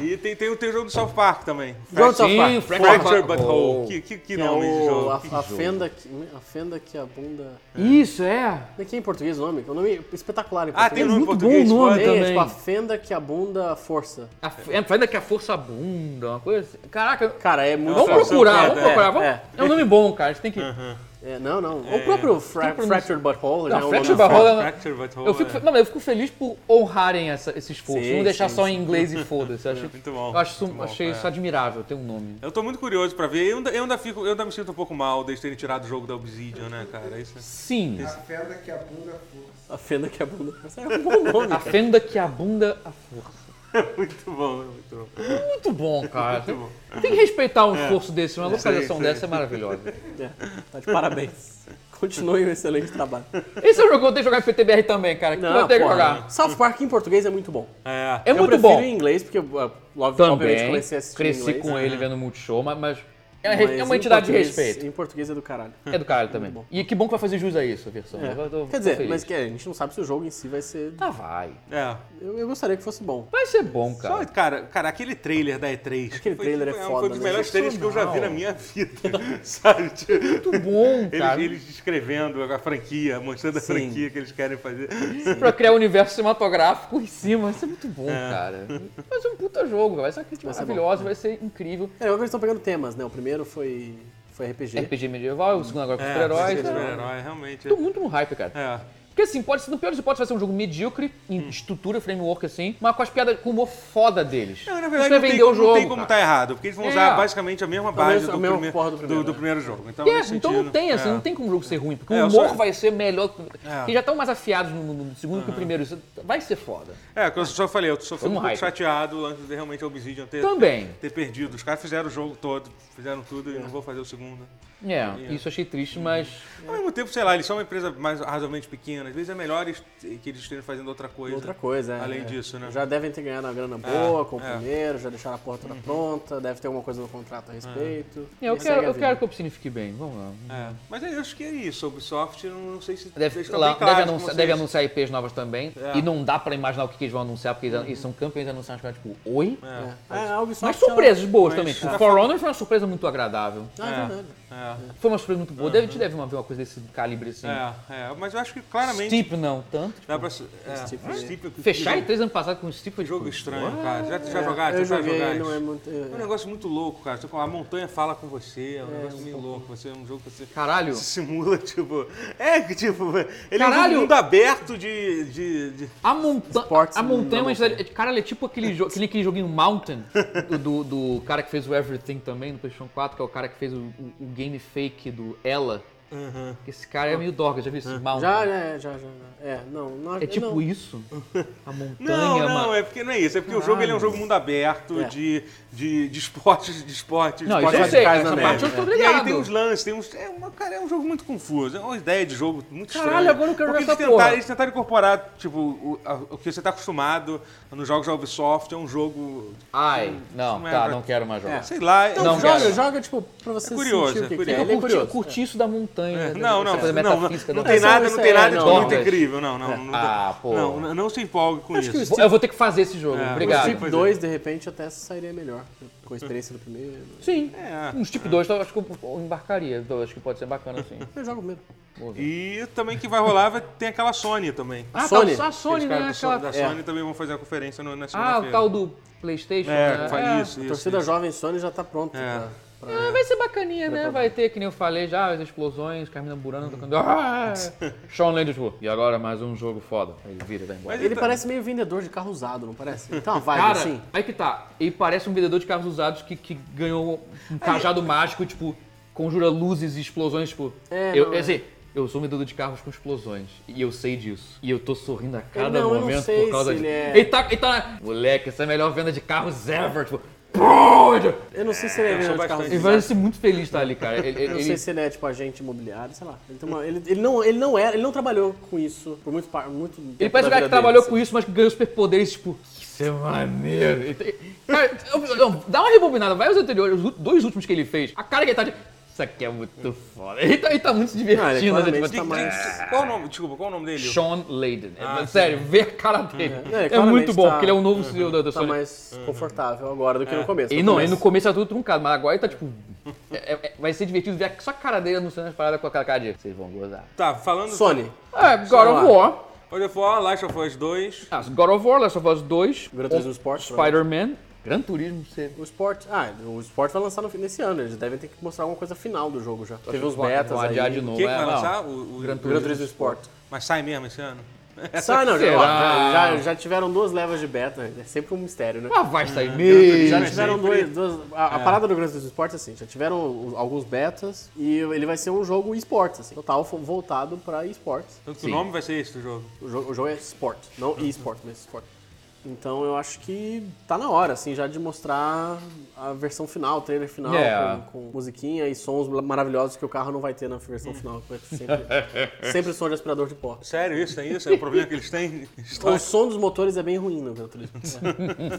S1: E tem, tem, o- tem o jogo do South Park também.
S3: Jogo do South
S2: Sim,
S3: Park.
S2: Frank-
S1: Fracture
S2: Oh.
S1: But Whole. Que, que, que
S3: Que é
S1: nome de
S3: o,
S1: jogo.
S3: a,
S1: Que
S3: a
S1: jogo.
S3: fenda que, a fenda que a bunda.
S2: Isso, é.
S3: Como é que é em português o nome? É um nome espetacular em
S1: Ah,
S3: português.
S1: tem
S2: É
S1: nome em
S2: muito
S1: português?
S2: bom o nome.
S1: foda.
S3: É,
S2: também.
S3: tipo, a fenda que a bunda força.
S2: A, f- é, faz daqui a força bunda, uma coisa assim. Caraca,
S3: Cara, é muito
S2: vamos
S3: forte.
S2: procurar,
S3: É,
S2: vamos procurar.
S3: é,
S2: vamos-
S3: é.
S2: É um nome bom, cara. A gente tem que.
S3: É, não, não. o próprio fra
S2: Tem pronúncia.
S3: Fractured Butthole já é
S2: Não,
S3: um
S2: Fractured
S3: nome
S2: Butthole-
S1: Fracture But Whole.
S2: Eu fico,
S1: é.
S2: fe- não, mas eu fico feliz por honrarem essa, esse esforço.
S3: Sim,
S2: não deixar
S3: sim,
S2: só
S3: sim.
S2: em inglês e foda-se. Eu acho,
S1: Muito bom,
S2: eu É acho isso-
S1: muito bom,
S2: achei
S1: é.
S2: isso admirável, ter um nome.
S1: Eu tô muito curioso pra ver. Eu ainda, eu ainda fico, eu ainda me sinto um pouco mal deles terem tirado o jogo da Obsidian, né, cara? Isso
S2: Sim.
S4: A fenda que a bunda força.
S3: A fenda que a bunda força. É um bom nome.
S2: A
S3: cara.
S2: fenda que abunda a força.
S1: é muito bom, é muito bom.
S2: Muito bom, cara. Tem que respeitar um esforço desse, uma localização
S1: sim.
S2: dessa é maravilhosa.
S3: É, tá de parabéns. Continue o excelente trabalho.
S2: Esse é um jogo que eu tenho que jogar em PTBR também, cara. Que eu vou ter que
S3: porra,
S2: jogar.
S3: South Park em português é muito bom.
S1: É.
S2: É
S3: eu
S2: muito
S3: prefiro
S2: bom.
S3: em inglês, porque eu, uh, obviamente
S2: Também.
S3: comecei a assistir em
S2: Cresci
S3: inglês.
S2: com ele vendo Multishow, mas, mas É, uma re- é
S3: mas
S2: uma
S3: em
S2: entidade de
S3: português-
S2: respeito.
S3: Em português é do caralho.
S2: É do caralho também.
S3: bom.
S2: E que bom que vai fazer jus a isso, a versão.
S3: É.
S2: Eu tô- tô
S3: Quer dizer,
S2: feliz.
S3: mas que, é, a gente não sabe se o jogo em si vai ser.
S2: Ah, vai.
S1: É.
S3: Eu, eu gostaria que fosse bom.
S2: Vai ser bom,
S1: Só, é
S2: cara.
S1: cara, cara, aquele trailer da E3.
S3: Aquele
S1: foi,
S3: trailer é
S1: foi, Foi
S3: foda,
S1: um dos
S3: né?
S1: melhores trailers que eu já vi na
S2: Sensacional.
S1: minha vida. sabe? Tipo,
S2: Muito bom,
S1: Eles,
S2: cara.
S1: eles descrevendo a franquia, mostrando a
S3: Sim.
S1: franquia que eles querem fazer.
S2: Pra criar um universo cinematográfico em cima. Isso é muito bom, cara. Vai ser um puta jogo, vai ser uma crítica
S3: Vai ser bom.
S2: maravilhosa, vai ser incrível.
S3: É, agora eles estão pegando temas, né? O primeiro foi, foi RPG.
S2: RPG medieval, o segundo agora com
S1: É,
S2: super-heróis.
S1: esse
S2: né?
S1: Super-herói, realmente.
S2: Tô muito no hype, cara.
S1: É.
S2: Porque assim, pode ser, no pior das hipóteses, vai ser um jogo medíocre, em estrutura, framework assim, mas com as piadas, com o humor foda deles.
S1: Não, na
S2: Isso
S1: verdade, não
S2: vai vender
S1: tem,
S2: o
S1: como-
S2: jogo.
S1: não tem como
S2: cara.
S1: tá errado, porque eles vão
S2: É.
S1: usar basicamente a mesma base
S3: mesmo-
S1: do,
S3: a mesma
S1: primeiro-
S3: porra do primeiro, né?
S1: primeiro jogo. Então,
S2: É,
S1: nesse
S2: então
S1: sentido,
S2: não tem, assim,
S1: é.
S2: não tem como o jogo ser ruim, porque
S1: É,
S2: o
S1: eu
S2: humor
S1: só-
S2: vai ser melhor.
S1: É.
S2: Que já estão mais afiados no, no- no segundo que o primeiro. Isso vai ser foda.
S1: É, que eu só falei, eu só fui um
S2: Todo mundo
S1: pouco
S2: hype. Então-
S1: chateado antes de realmente a Obsidian ter,
S2: Também.
S1: ter perdido. Os caras fizeram o jogo todo, fizeram tudo e não vou fazer o segundo.
S2: É, isso eu achei triste, mas.
S1: Ao mesmo tempo, sei lá, eles são uma empresa mais razoavelmente pequena. Às vezes é melhor est- que eles estejam fazendo outra coisa.
S3: Outra coisa, é.
S1: Além
S3: é.
S1: disso, né?
S3: Já devem ter ganhado uma grana boa com o
S1: é. Uhum.
S3: primeiro, já deixaram a porta toda pronta, deve ter alguma coisa no contrato a respeito.
S2: É, eu,
S3: E
S2: quero,
S3: segue a
S2: eu
S3: vida.
S2: quero que o Obsidian fique bem, vamos lá.
S1: É. Mas eu acho que é isso. A Ubisoft, não, não sei se
S2: Deve,
S1: deixou
S2: lá-
S1: bem claro
S2: deve,
S1: com
S2: anunciar,
S1: vocês.
S2: deve anunciar IPs novas também.
S1: É. Uhum.
S2: E não dá pra imaginar o que, que eles vão anunciar, porque eles, eles são campeões de anunciar umas coisas tipo, oi?
S1: É.
S3: É, a Ubisoft,
S2: Mas surpresas boas
S1: mas-
S2: também. Tipo,
S1: é.
S2: For Honor foi uma surpresa muito agradável.
S3: ela- Ah, é verdade.
S1: É.
S2: Foi uma surpresa muito boa. Deve, te deve uma, ver uma coisa desse calibre assim.
S1: É, é. mas eu acho que claramente
S2: Steep não tanto.
S1: dá pra. se- É.
S3: Steep,
S1: Mas
S3: é.
S1: Steep-
S2: Fechar
S1: que
S2: e três anos passados com o Steep foi
S1: jogo, jogo
S2: tipo,
S1: estranho, cara. Já, já jogaram?
S3: É, Eu
S1: já
S3: joguei,
S1: jogaram?
S3: não é muito.
S1: É um
S3: é.
S1: negócio muito louco, cara. Tipo, A montanha fala com você, é um negócio meio louco. Você é um jogo que você
S2: Caralho.
S1: se simula, tipo. É, que tipo. Ele é um
S2: Caralho!
S1: jogo mundo aberto de. de, de-
S2: A, monta
S3: Esportes
S2: a montanha é uma
S3: na
S2: cidade. Caralho, é tipo aquele, jo aquele, aquele joguinho Mountain do, do, do cara que fez o Everything também no PlayStation 4, que é o cara que fez o, o- o game fake do Ela. Esse cara é meio dorga, já viu
S1: Ah.
S2: esse Mountain?
S3: Já, já, já, já. já. É, não, não
S2: É tipo
S3: não.
S2: isso? A montanha,
S1: Não, não,
S2: mano.
S1: é porque não é isso. É porque o jogo ele é um jogo mundo aberto,
S3: É.
S1: de, de, de esportes, de esportes.
S2: Não, isso
S1: esportes
S2: eu sei,
S3: radicais
S2: cara, essa
S3: na
S2: parte
S3: neve,
S2: eu tô
S3: né?
S1: E aí
S2: ligado.
S1: tem uns lances, tem uns. É uma, cara, é um jogo muito confuso. É uma ideia de jogo muito
S2: Caralho,
S1: estranha.
S2: agora eu quero
S1: Porque eles
S2: ver essa porra.
S1: tentaram, eles tentaram incorporar, tipo, o, a- o que você tá acostumado nos jogos da Ubisoft, é um jogo.
S2: Ai, não,
S1: Não é
S2: tá,
S1: pra-
S2: não quero mais jogar.
S1: Sei lá, é um
S3: Não,
S2: Não,
S3: joga,
S2: cara.
S3: joga, tipo, pra você
S1: É curioso,
S3: sentir o que
S1: é
S3: que é.
S1: curioso.
S3: Ele é
S2: Eu curti, eu
S3: curioso.
S2: curti isso da montanha. né,
S1: Não, não,
S2: dessa
S1: não,
S2: coisa
S1: não,
S2: metafísica
S1: não
S2: da
S1: tem
S3: Essa
S1: nada,
S3: isso
S1: não tem
S3: é
S1: nada de muito
S2: Nordas.
S1: incrível, não, não, não,
S2: Ah, pô.
S1: não, não, não se empolgue com
S3: Acho que
S1: isso.
S2: Vou- Eu vou ter que fazer esse jogo,
S1: É,
S2: obrigado.
S1: Steep-
S3: Tipo 2, de repente,
S2: é.
S3: até sairia melhor. né? Com a experiência do primeiro. né?
S2: Sim,
S1: É.
S2: uns tipo 2 eu acho que eu embarcaria. Então, eu acho que pode ser bacana assim.
S3: Eu jogo mesmo.
S2: Vou ver.
S1: E também que vai rolar, vai, tem aquela Sony também.
S2: Ah,
S3: Sony.
S2: tá, a Sony,
S1: Os
S2: né?
S1: caras do Sony-
S2: Aquela...
S1: da Sony também vão fazer a conferência no, na
S2: Ah, o
S1: segunda-feira.
S2: tal do PlayStation.
S1: É,
S2: né?
S1: faz
S2: É.
S1: isso,
S3: A
S1: isso.
S3: torcida
S1: isso.
S3: jovem Sony já tá pronta
S1: É.
S3: pra... pra-
S2: Ah, vai ser bacaninha, né? Vai ter, que nem eu falei já, as explosões, Carmina Burana tocando. Ah! Sean Lennon, tipo, e agora mais um jogo foda. Ele vira, vai embora.
S1: Mas
S3: Ele
S1: tá-
S3: parece meio vendedor de carro usado, não parece? Então, vai
S2: então- Cara,
S3: assim.
S2: aí que tá. Ele parece um vendedor de carros usados que, que ganhou um cajado mágico, tipo, conjura luzes e explosões, tipo.
S3: É,
S2: eu,
S3: não,
S2: quer
S3: é.
S2: dizer, eu sou um vendedor de carros com explosões. E eu sei disso. E eu tô sorrindo a cada
S3: É, não, eu não
S2: momento
S3: sei
S2: por causa
S3: se
S2: disso.
S3: ele é-
S2: Ele tá. Ele tá. Moleque, essa é a melhor venda de carros ever. Tipo. "Pô!"
S3: Eu não sei se ele é vendedor de carro
S2: Ele
S1: bastante-
S3: usado.
S2: parece muito feliz de estar ali, cara. Ele, ele-
S3: Eu não
S2: ele-
S3: sei se ele é tipo agente imobiliário, sei lá. Ele, tem uma- ele- ele não, ele não era, ele não trabalhou com isso por muito, par- muito tempo.
S2: ele parece um
S3: da
S2: cara que
S3: vida
S2: trabalhou
S3: dele, assim.
S2: com isso, mas que ganhou superpoderes, tipo. Isso é maneiro. Ele tem- Cara, eu- eu- não, dá uma rebobinada, vai os anteriores, os dois últimos que ele fez. A cara que ele tá de. Isso aqui é muito foda. Ele tá, ele tá muito se
S3: Não, ele é
S2: divertindo. né?
S3: claramente
S2: Tipo,
S3: tá mais-
S1: Qual o nome? Desculpa, qual o nome dele?
S2: Sean Layden. É, sério, ver a cara dele.
S3: É,
S2: É,
S3: claramente
S2: muito bom,
S3: tá-
S2: porque ele é o novo CEO da, da
S3: Tá
S2: Sony.
S3: mais confortável agora do que no começo.
S2: Uhum. É. E
S3: No
S2: não,
S3: começo-
S2: ele no começo era tudo truncado, mas agora ele tá tipo. é- é- é- vai ser divertido ver só a cara dele anunciando as paradas com aquela cara de. Vocês vão gozar.
S1: Tá, falando.
S3: Sony,
S2: É, God of
S3: Vamos lá.
S2: War.
S1: God of War, Last of Us 2.
S2: Ah, God of War, Last of Us 2.
S3: Gran Turismo Sport.
S2: Spider-Man. Gran Turismo, você.
S3: O Sport, ah, o Sport vai lançar no, fi- nesse ano, eles devem ter que mostrar alguma coisa final do jogo já. Teve uns
S2: vão-
S3: betas
S2: vão
S3: aí.
S2: adiar de
S1: O
S2: novo.
S1: que, que
S2: é,
S1: vai
S2: não.
S1: lançar? O, o-
S2: Gran
S3: Gran Turismo Sport.
S1: Mas sai mesmo esse ano?
S3: Sai, não, já,
S2: Será?
S3: ó, já, já- já tiveram duas levas de beta, é sempre um mistério, né?
S2: Ah, vai sair mesmo.
S3: Já
S1: Mas
S3: tiveram
S1: sempre-
S3: dois, duas- a, a parada do Gran Turismo Sport é assim, já tiveram o- alguns betas e ele vai ser um jogo esportes, assim, total fo- voltado pra esportes.
S1: Tanto que
S2: Sim.
S1: o nome vai ser esse do jogo.
S3: O jogo, o jogo é Sport, não e-sport, mas Sport. Então eu acho que tá na hora, assim, já de mostrar a versão final, o trailer final,
S2: É.
S3: com, com musiquinha e sons maravilhosos que o carro não vai ter na versão final. Vai ter sempre, sempre som de aspirador de pó.
S1: Sério isso? Tem isso? É o problema que eles têm?
S3: O
S1: História.
S3: som dos motores é bem ruim no Gran Turismo.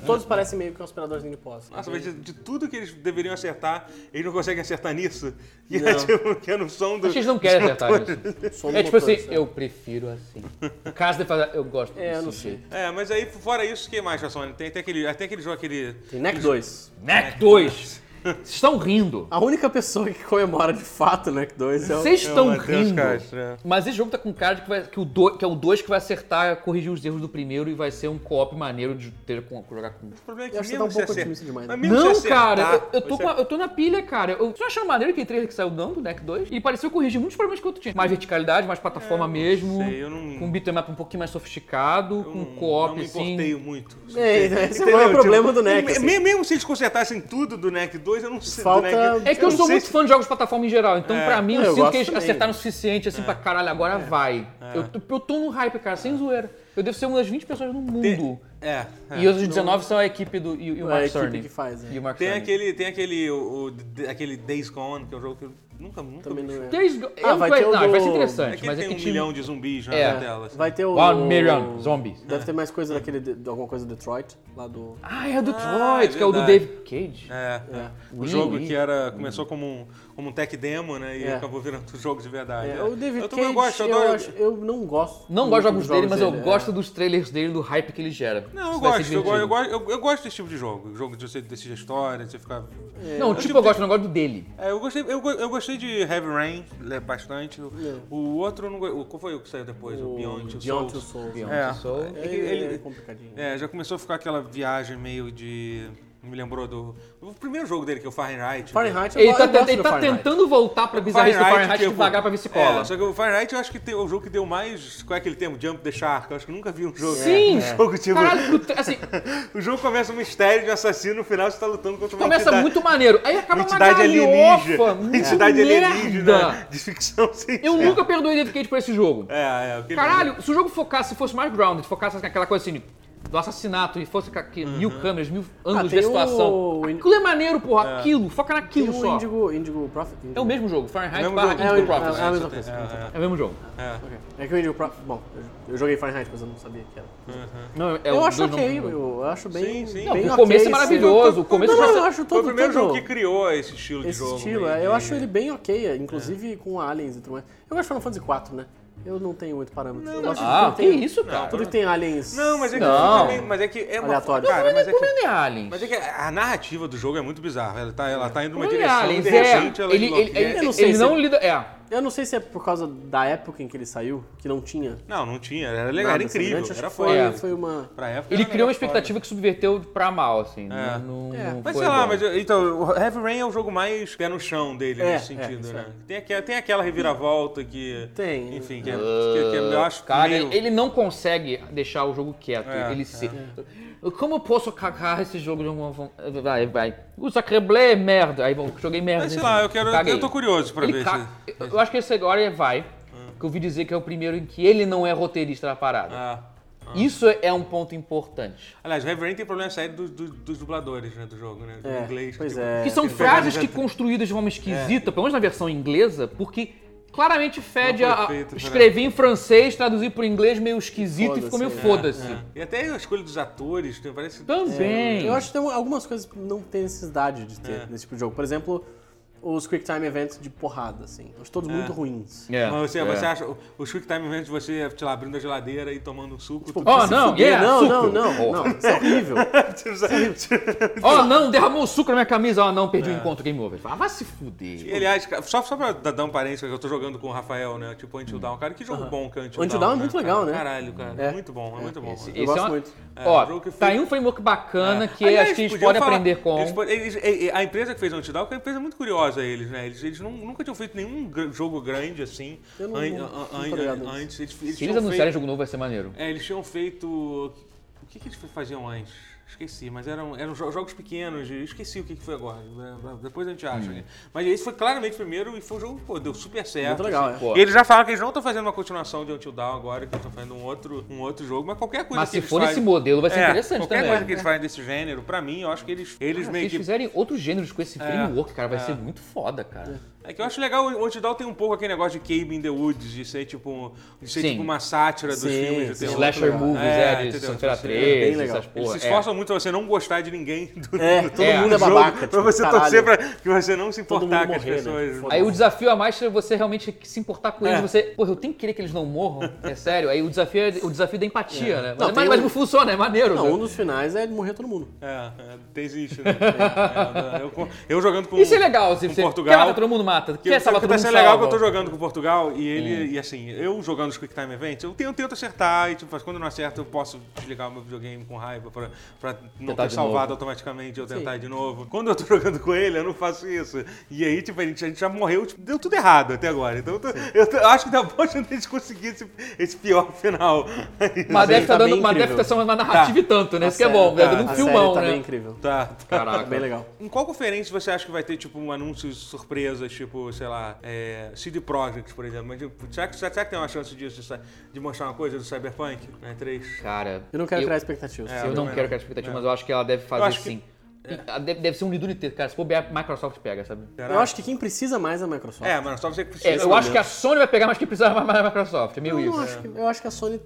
S3: Todos parecem meio que um aspiradorzinho de pó. assim.
S1: Nossa, mas de, de tudo que eles deveriam acertar, eles não conseguem acertar nisso. E é
S3: Não.
S1: tipo, que é no som do.
S2: Acho que eles não querem acertar isso.
S3: O som
S2: É
S3: dos
S2: tipo assim,
S3: motores, né?
S2: eu prefiro assim. O caso de fazer, eu gosto
S3: É, eu não
S2: desse
S3: sei.
S2: jeito.
S1: É, mas aí, fora isso, o que mais, Sony? Tem, tem, aquele, tem aquele jogo, aquele.
S3: Tem Neck 2.
S2: Mac 2. Vocês estão rindo.
S3: A única pessoa que comemora de fato o Neck 2 é o...
S2: Vocês estão
S1: Mateus
S2: rindo.
S1: Castro, é.
S2: Mas esse jogo tá com cara de que, vai- que o do, que é o 2 que vai acertar, corrigir os erros do primeiro e vai ser um co-op maneiro de ter com, jogar com.
S1: O problema é
S3: Eu
S1: que
S3: acho que
S1: mesmo
S3: tá um
S1: se
S3: pouco
S1: acertar-
S3: otimista demais,
S1: mas
S3: né?
S1: mesmo
S2: não,
S1: se acertar,
S2: cara, eu, eu tô
S1: você- é
S2: com a- eu tô na pilha, cara. Eu tô achando maneiro que trailer que saiu não do Deck 2 e pareceu corrigir muitos problemas que o outro tinha. Mais verticalidade, mais plataforma mesmo.
S1: sei, É, eu não-
S2: Com um beat'em up um pouquinho mais sofisticado,
S1: eu
S2: com
S1: não-
S2: co-op,
S1: um Não me
S2: assim.
S1: importeio muito.
S3: É, esse
S1: Entendeu?
S3: é o
S1: Tipo,
S3: problema do NEC.
S1: me-
S3: assim.
S1: me- Mesmo se eles consertassem tudo do NEC 2, eu não sei. do
S3: Falta-
S1: NEC-
S2: É que eu,
S1: não
S2: sou
S1: sei
S2: muito
S1: se-
S2: fã de jogos de plataforma em geral, então pra mim eu,
S3: É, eu
S2: sinto
S3: gosto
S2: que eles
S3: também.
S2: acertaram o suficiente
S1: É.
S2: assim pra caralho, agora vai. Eu, tô- eu tô no hype, cara, sem zoeira. Eu devo ser uma das 20 pessoas no mundo.
S1: É. é.
S2: E os 19 são a equipe do. E, e o
S3: É a
S2: Mark
S3: equipe
S2: Cerny.
S3: que faz, né?
S2: E o Mark
S1: Tem
S2: Cerny.
S1: aquele, tem aquele, o, o- de- aquele Days Gone, que é um jogo que eu nunca, nunca
S3: Também não é.
S2: Três go-
S3: Ah,
S2: eu-
S3: vai ter o
S2: não,
S3: do-
S2: vai ser
S1: É
S2: interessante,
S1: que
S2: mas
S1: tem
S2: é que
S1: um
S2: time-
S1: milhão de zumbis na
S2: É.
S1: tela. assim.
S3: Vai ter o...
S2: One million zombies. É.
S3: Deve ter mais coisa daquele... de- de alguma coisa do Detroit, lá do...
S2: Ah, é o Detroit,
S1: é
S2: que é o do
S1: verdade.
S2: David Cage.
S1: É, é. O
S2: Ui,
S1: jogo
S2: ui.
S1: que era, começou como um, como um tech demo, né? E
S3: É.
S1: acabou virando um jogo de verdade.
S3: É, o David
S1: eu, também
S3: Cage,
S1: gosto, eu,
S3: eu,
S1: adoro-
S3: acho- eu não gosto.
S2: Não
S3: muito
S2: gosto dos jogos dele, mas eu
S3: é.
S2: gosto dos trailers dele, do hype que ele gera.
S1: Não, eu
S2: Isso vai
S1: gosto,
S2: ser
S1: eu, go-
S2: divertido.
S1: eu, go- eu, eu gosto desse tipo de jogo. Jogo de você decidir a história, de você ficar.
S3: É.
S2: Não,
S1: Eu
S2: tipo,
S1: digo-
S2: eu gosto, eu não gosto do dele.
S1: É, eu gostei, eu, go- eu gostei de Heavy Rain né, bastante. O, o outro eu não go- o Qual foi o que saiu depois? O, Beyond Two
S3: É. Beyond Two
S1: Souls.
S3: Souls.
S2: Beyond
S1: É.
S2: Two Souls.
S3: É,
S1: É que
S3: ele...
S1: ele-
S3: é complicadinho.
S1: É, já começou a ficar aquela viagem meio de. Me lembrou do. O primeiro jogo dele, que é o Fahrenheit.
S3: Fahrenheit, eu
S2: Ele
S3: go-
S2: tá,
S3: eu gosto
S2: ele
S3: do
S2: tá
S3: Fahrenheit.
S2: tentando voltar pra bizarrice do Fahrenheit
S1: tipo,
S2: devagar pra ver se cola.
S1: É, só que o Fahrenheit eu acho que tem, é o jogo que deu mais. Qual é aquele termo? Jump the Shark. Eu acho que eu nunca vi um jogo.
S2: Sim!
S1: Um jogo tipo.
S2: Caralho, tu- assim,
S1: O jogo começa um mistério de um assassino, no final você tá lutando contra uma
S2: começa
S1: entidade,
S2: muito maneiro. Aí acaba
S1: uma
S2: uma
S1: entidade alienígena.
S2: galhofa,
S1: Uma entidade alienígena É.
S2: merda.
S1: de ficção científica.
S2: Eu nunca perdoei David Cage por esse jogo.
S1: É, é. aquele-
S2: Caralho, se o jogo focasse, se fosse mais grounded, focasse naquela coisa assim, do assassinato e fosse com aqui, mil câmeras, mil ângulos
S3: Uhum. Ah, tem
S2: de situação.
S3: o-
S2: Aquilo é maneiro, porra, aquilo, foca
S3: Tem
S2: naquilo
S3: o
S2: só.
S3: Indigo, Indigo Prophet. Indigo-
S2: É o mesmo jogo, Fahrenheit
S1: É o mesmo
S2: barra
S1: jogo.
S3: É, o-
S2: Indigo
S3: é,
S2: Prophecy.
S3: é a mesma coisa. então tá.
S2: É o mesmo jogo.
S3: É que o Indigo Prophet... Bom, eu- eu joguei Fahrenheit, mas eu não sabia que era.
S2: Não, é
S3: eu
S2: os
S3: acho
S2: dois
S3: ok,
S2: nomes.
S3: eu acho bem...
S1: Sim, sim.
S3: bem
S1: Não,
S2: o
S3: ok,
S2: começo é
S3: sim.
S2: maravilhoso, o começo
S3: não,
S2: já-
S3: não, eu acho todo
S1: Foi o primeiro
S3: todo-
S1: jogo que criou esse estilo de
S3: Esse
S1: jogo. né?
S3: estilo,
S1: meio
S3: é,
S1: de-
S3: eu acho ele bem ok, é, inclusive com aliens e tudo mais. Eu gosto de Final Fantasy IV, né? Eu não tenho muito parâmetro. eu gosto de
S2: Ah,
S3: tudo
S2: que
S3: tem-
S2: isso, cara.
S3: Tudo que tem aliens.
S1: Não, mas é que
S2: Não.
S1: fica meio- mas é que é uma
S3: Aleatório.
S1: Cara, mas é que
S2: Comendo é Alien.
S1: mas é que a narrativa do jogo é muito bizarra. Ela tá, ela tá indo numa
S2: Comendo é
S1: direção
S2: Alien.
S1: e de
S2: é.
S1: repente ela
S2: Ele, ele,
S1: enlouquece.
S2: ele,
S3: Eu não sei
S2: ele
S3: se-
S2: não lida. É.
S3: Eu não sei se é por causa da época em que ele saiu, que não tinha.
S1: Não, não tinha. Era legal,
S3: nada
S1: era incrível.
S3: semelhante, acho
S1: Era
S3: que
S1: foda.
S2: É.
S3: foi, foi uma.
S1: Pra época,
S2: Ele
S1: era
S2: criou
S1: legal,
S2: uma expectativa que subverteu pra mal, assim.
S1: É.
S2: Não,
S3: É,
S2: não
S1: Mas
S2: foi
S1: sei lá,
S2: bom.
S1: mas então, o Heavy Rain é o jogo mais pé no chão dele
S3: É,
S1: nesse
S3: é,
S1: sentido,
S3: isso
S1: né? Tem aquela, tem aquela reviravolta que.
S3: Tem.
S1: Enfim, que, é, que, que eu acho que
S2: Ah, Cara,
S1: meio-
S2: ele não consegue deixar o jogo quieto.
S1: É,
S2: ele se. Como eu posso cagar esse jogo de alguma forma? Vai, vai. O Sacreblé é merda. Aí bom, joguei merda.
S1: Mas sei
S2: então.
S1: lá, eu quero.
S2: Caguei.
S1: Eu tô curioso pra
S2: Ele
S1: ver
S2: ca-
S1: se.
S2: Eu- Eu acho que esse agora é vai. Que eu ouvi dizer que é o primeiro em que ele não é roteirista da parada.
S1: Ah.
S2: Isso é um ponto importante.
S1: Aliás, o Heavy Rain tem problema sério do- do- dos dubladores né, do jogo, né? Do
S3: É,
S1: inglês.
S3: pois
S1: tipo,
S3: é.
S2: que são
S1: eles
S2: frases que
S1: pegaram-
S2: construídas de forma esquisita, pelo menos na versão inglesa, porque claramente fede
S1: Não foi
S2: a, a
S1: feito pra-
S2: escrever em francês, traduzir pro inglês meio esquisito e ficou meio
S3: Foda-se, é.
S2: foda-se.
S1: E até a escolha dos atores, né, parece.
S2: Também.
S3: É, Eu acho que tem um, algumas coisas que não tem necessidade de
S1: É.
S3: ter nesse tipo de jogo. Por exemplo, os Quick Time Events de porrada, assim. Acho todos muito ruins.
S2: É,
S1: Mas você,
S2: é.
S1: você acha. o- Os quick time events de você, sei lá, abrindo a geladeira e tomando um suco.
S3: Tipo,
S1: tudo-
S2: Oh, não, yeah,
S3: é não,
S2: suco.
S3: não, não,
S2: Oh.
S3: não. Isso é horrível.
S2: Ó, não, derramou suco na minha camisa. Ó, não,
S1: É.
S2: perdi o encontro, game over. Ah, vai se fuder.
S1: E, aliás, cara, só, só pra dar dar um parênteses, que eu tô jogando com o Rafael, né? Tipo, Until Down. Cara, que jogo bom que é Until,
S3: Hum. Until
S1: Down.
S3: Down é muito legal,
S1: cara?
S3: né?
S1: Caralho, cara.
S3: É.
S1: Muito bom, é, muito bom.
S2: Esse-
S1: né?
S2: esse
S3: gosto
S2: é uma-
S3: muito.
S1: É,
S2: Ó,
S1: um jogo que foi-
S2: tá aí um framework bacana que
S1: Aliás,
S2: acho que eles
S1: podiam
S2: podem
S1: falar-
S2: aprender com.
S1: eles po- eles- e- e a empresa que fez o Antidal, que é uma empresa muito curiosa, eles, né? Eles, eles nu- nunca tinham feito nenhum gr- jogo grande assim.
S3: Eu não-
S1: an- an-
S3: não- não tô
S1: an-
S3: ligado
S1: an-
S3: nisso.
S1: Antes, eles, eles
S2: Se eles
S1: tinham
S2: anunciarem
S1: feito-
S2: jogo novo, vai ser maneiro.
S1: é, eles tinham feito. O que, que eles faziam antes? Esqueci, mas eram, eram jo- jogos pequenos, e esqueci o que, que foi agora. né? Depois a gente
S2: Hum.
S1: acha. né? Mas esse foi claramente o primeiro e foi um jogo que pô, deu super certo.
S3: Muito legal,
S1: assim.
S3: é.
S2: Pô.
S1: E eles já falaram que eles não estão fazendo uma continuação de Until Dawn agora, que eles estão fazendo um outro, um outro jogo, mas qualquer coisa
S2: Mas
S1: que
S2: se
S1: eles
S2: for
S1: fazem-
S2: esse modelo, vai ser
S1: É,
S2: interessante
S1: qualquer
S2: também.
S1: coisa que eles fazem desse gênero, pra mim, eu acho que eles, eles
S2: Cara, se
S1: meio
S2: eles
S1: que
S2: fizerem outros gêneros com esse framework, cara, vai ser muito foda, cara.
S1: É que eu acho legal, o Antidal tem um pouco aquele negócio de Cave in the Woods, de ser tipo, um- de ser
S2: Sim.
S1: tipo uma sátira dos
S3: Sim,
S1: filmes de
S3: sim.
S1: terror.
S2: Slasher
S3: legal.
S2: movies,
S1: É,
S2: é, de
S1: entendeu?
S2: Santa
S1: Isso é
S2: 3,
S3: legal.
S2: essas
S1: Eles
S2: porra.
S1: se
S2: é.
S1: esforçam muito pra você não gostar de ninguém do,
S3: É, todo
S2: É.
S3: mundo é
S1: do jogo,
S3: babaca. tipo,
S1: pra você torcer
S3: caralho.
S1: pra que você não se
S3: Todo mundo
S1: importar com as
S3: morrer, né?
S1: pessoas.
S3: Foda-se.
S2: Aí o desafio a mais é você realmente se importar com eles.
S3: É.
S2: Você, porra, eu tenho que querer que eles não morram. É sério. Aí o desafio é o desafio da empatia, né? Mas,
S3: Não,
S2: mas-
S3: tem
S2: mas
S3: um-
S2: não funciona, é maneiro.
S3: Não,
S2: né?
S3: um dos finais é morrer todo mundo.
S1: É, é, desiste, né? É, eu, com- eu jogando com
S2: Isso é legal. Se
S1: com
S2: você quer
S1: um Portugal.
S2: matar todo mundo, mata.
S1: Que,
S2: Quer
S1: sabe,
S2: salvar
S1: que
S2: todo
S1: tá
S2: mundo,
S1: sendo legal que
S2: salva.
S1: eu tô jogando com Portugal e ele, e assim, eu jogando os Quick Time Events, eu tento, tento acertar e, tipo, mas quando eu não acerto, eu posso desligar o meu videogame com raiva pra, pra não
S2: Tentar
S1: ter
S2: de
S1: salvado
S2: novo.
S1: automaticamente eu tentar de novo. Quando eu tô jogando com ele, eu não faço isso. E aí, tipo, a gente, a gente já morreu, tipo, deu tudo errado até agora. Então eu, tô- eu tô- eu acho que dá bom de a gente conseguir esse, esse pior final.
S2: Mas deve
S3: tá
S2: estar dando
S3: bem
S2: uma deve
S3: incrível.
S2: estar sendo uma narrativa e tanto, né? Isso que é
S3: série
S2: bom,
S1: tá-
S2: deve um
S3: a
S2: filmão,
S3: série tá bem
S2: né?
S3: incrível.
S1: Tá, tá.
S3: Tá
S2: Caraca.
S3: bem legal.
S1: Em qual conferência você acha que vai ter, tipo, um anúncios surpresas, tipo, sei lá, é, CD Projekt, por exemplo? Mas, tipo, será, que, será que tem uma chance disso, de, sa- de mostrar uma coisa do Cyberpunk né, na E3?
S2: Cara,
S3: Eu não quero criar expectativas.
S1: É.
S2: Eu não
S1: também
S2: quero
S1: não.
S2: criar expectativa, mas eu acho que ela deve fazer
S1: acho que-
S2: sim. E- ah, Deve, deve ser um lido Nintendo, cara. Se for a Microsoft pega, sabe?
S1: Será?
S3: Eu acho que quem precisa mais é a Microsoft.
S1: É, mas só você precisa...
S2: É, eu acho que a Sony vai pegar, mas quem precisa mais é a Microsoft. É meio
S3: Eu,
S2: isso.
S3: não acho que, eu acho que a Sony.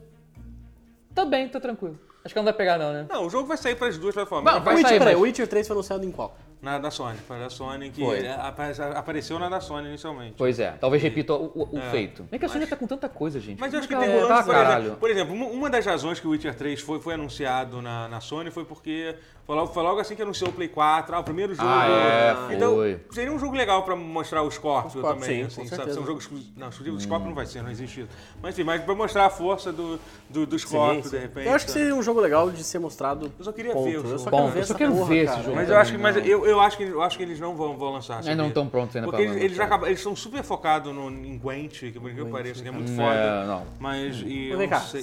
S2: Tá bem, tá tranquilo. Acho que ela não vai pegar, não, né?
S1: Não, o jogo vai sair para as duas plataformas.
S2: Não,
S1: Não,
S2: Vai
S3: Witcher,
S2: sair,
S3: peraí,
S2: mas-
S3: Witcher 3 foi anunciado em qual?
S1: Na da Sony, foi da Sony que
S2: Foi.
S1: apa- apareceu na da Sony inicialmente.
S2: Pois é, talvez repita o, o- o feito. Não é que a Sony já tá com tanta coisa, gente.
S1: Mas eu acho que
S2: Como é
S1: tem um
S2: ela
S1: lance,
S2: tá,
S1: por exemplo,
S2: caralho.
S1: por exemplo, uma- uma das razões que o Witcher 3 foi, foi anunciado na, na Sony foi porque foi logo, foi logo assim que anunciou o Play 4, ah, o primeiro jogo.
S2: Ah, é,
S1: então,
S2: foi.
S1: seria um jogo legal pra mostrar o Scorpio
S3: O Scorpio,
S1: também,
S3: sim,
S1: assim,
S3: com
S1: sabe?
S3: certeza.
S1: São jogos exclusivos. Não, exclusivo
S2: Hum.
S1: do Scorpio não vai ser, não existe isso. Mas enfim, mas pra mostrar a força do, do, do Scorpio, de repente.
S3: Eu acho que
S1: sabe?
S3: seria um jogo legal de ser mostrado.
S1: Eu só queria
S3: ponto.
S1: ver o
S3: Eu
S1: jogo.
S3: só
S2: Bom,
S3: quero ver
S2: eu só
S3: essa
S2: quero
S3: porra,
S2: ver esse
S3: cara.
S2: jogo.
S1: Mas
S2: Também
S1: eu acho que, mas
S2: não.
S1: eu, eu acho que eu acho que eles não vão, vão lançar. sabia?
S2: não tão prontos ainda
S1: Porque
S2: pra
S1: eles,
S2: lançar.
S1: eles já acabam- eles estão super focados no em Gwent, que por incrível que pareça, que é muito
S2: É,
S1: foda.
S2: não.
S1: Mas e
S3: né? Mas
S1: eu
S3: vem cá,
S1: não sei-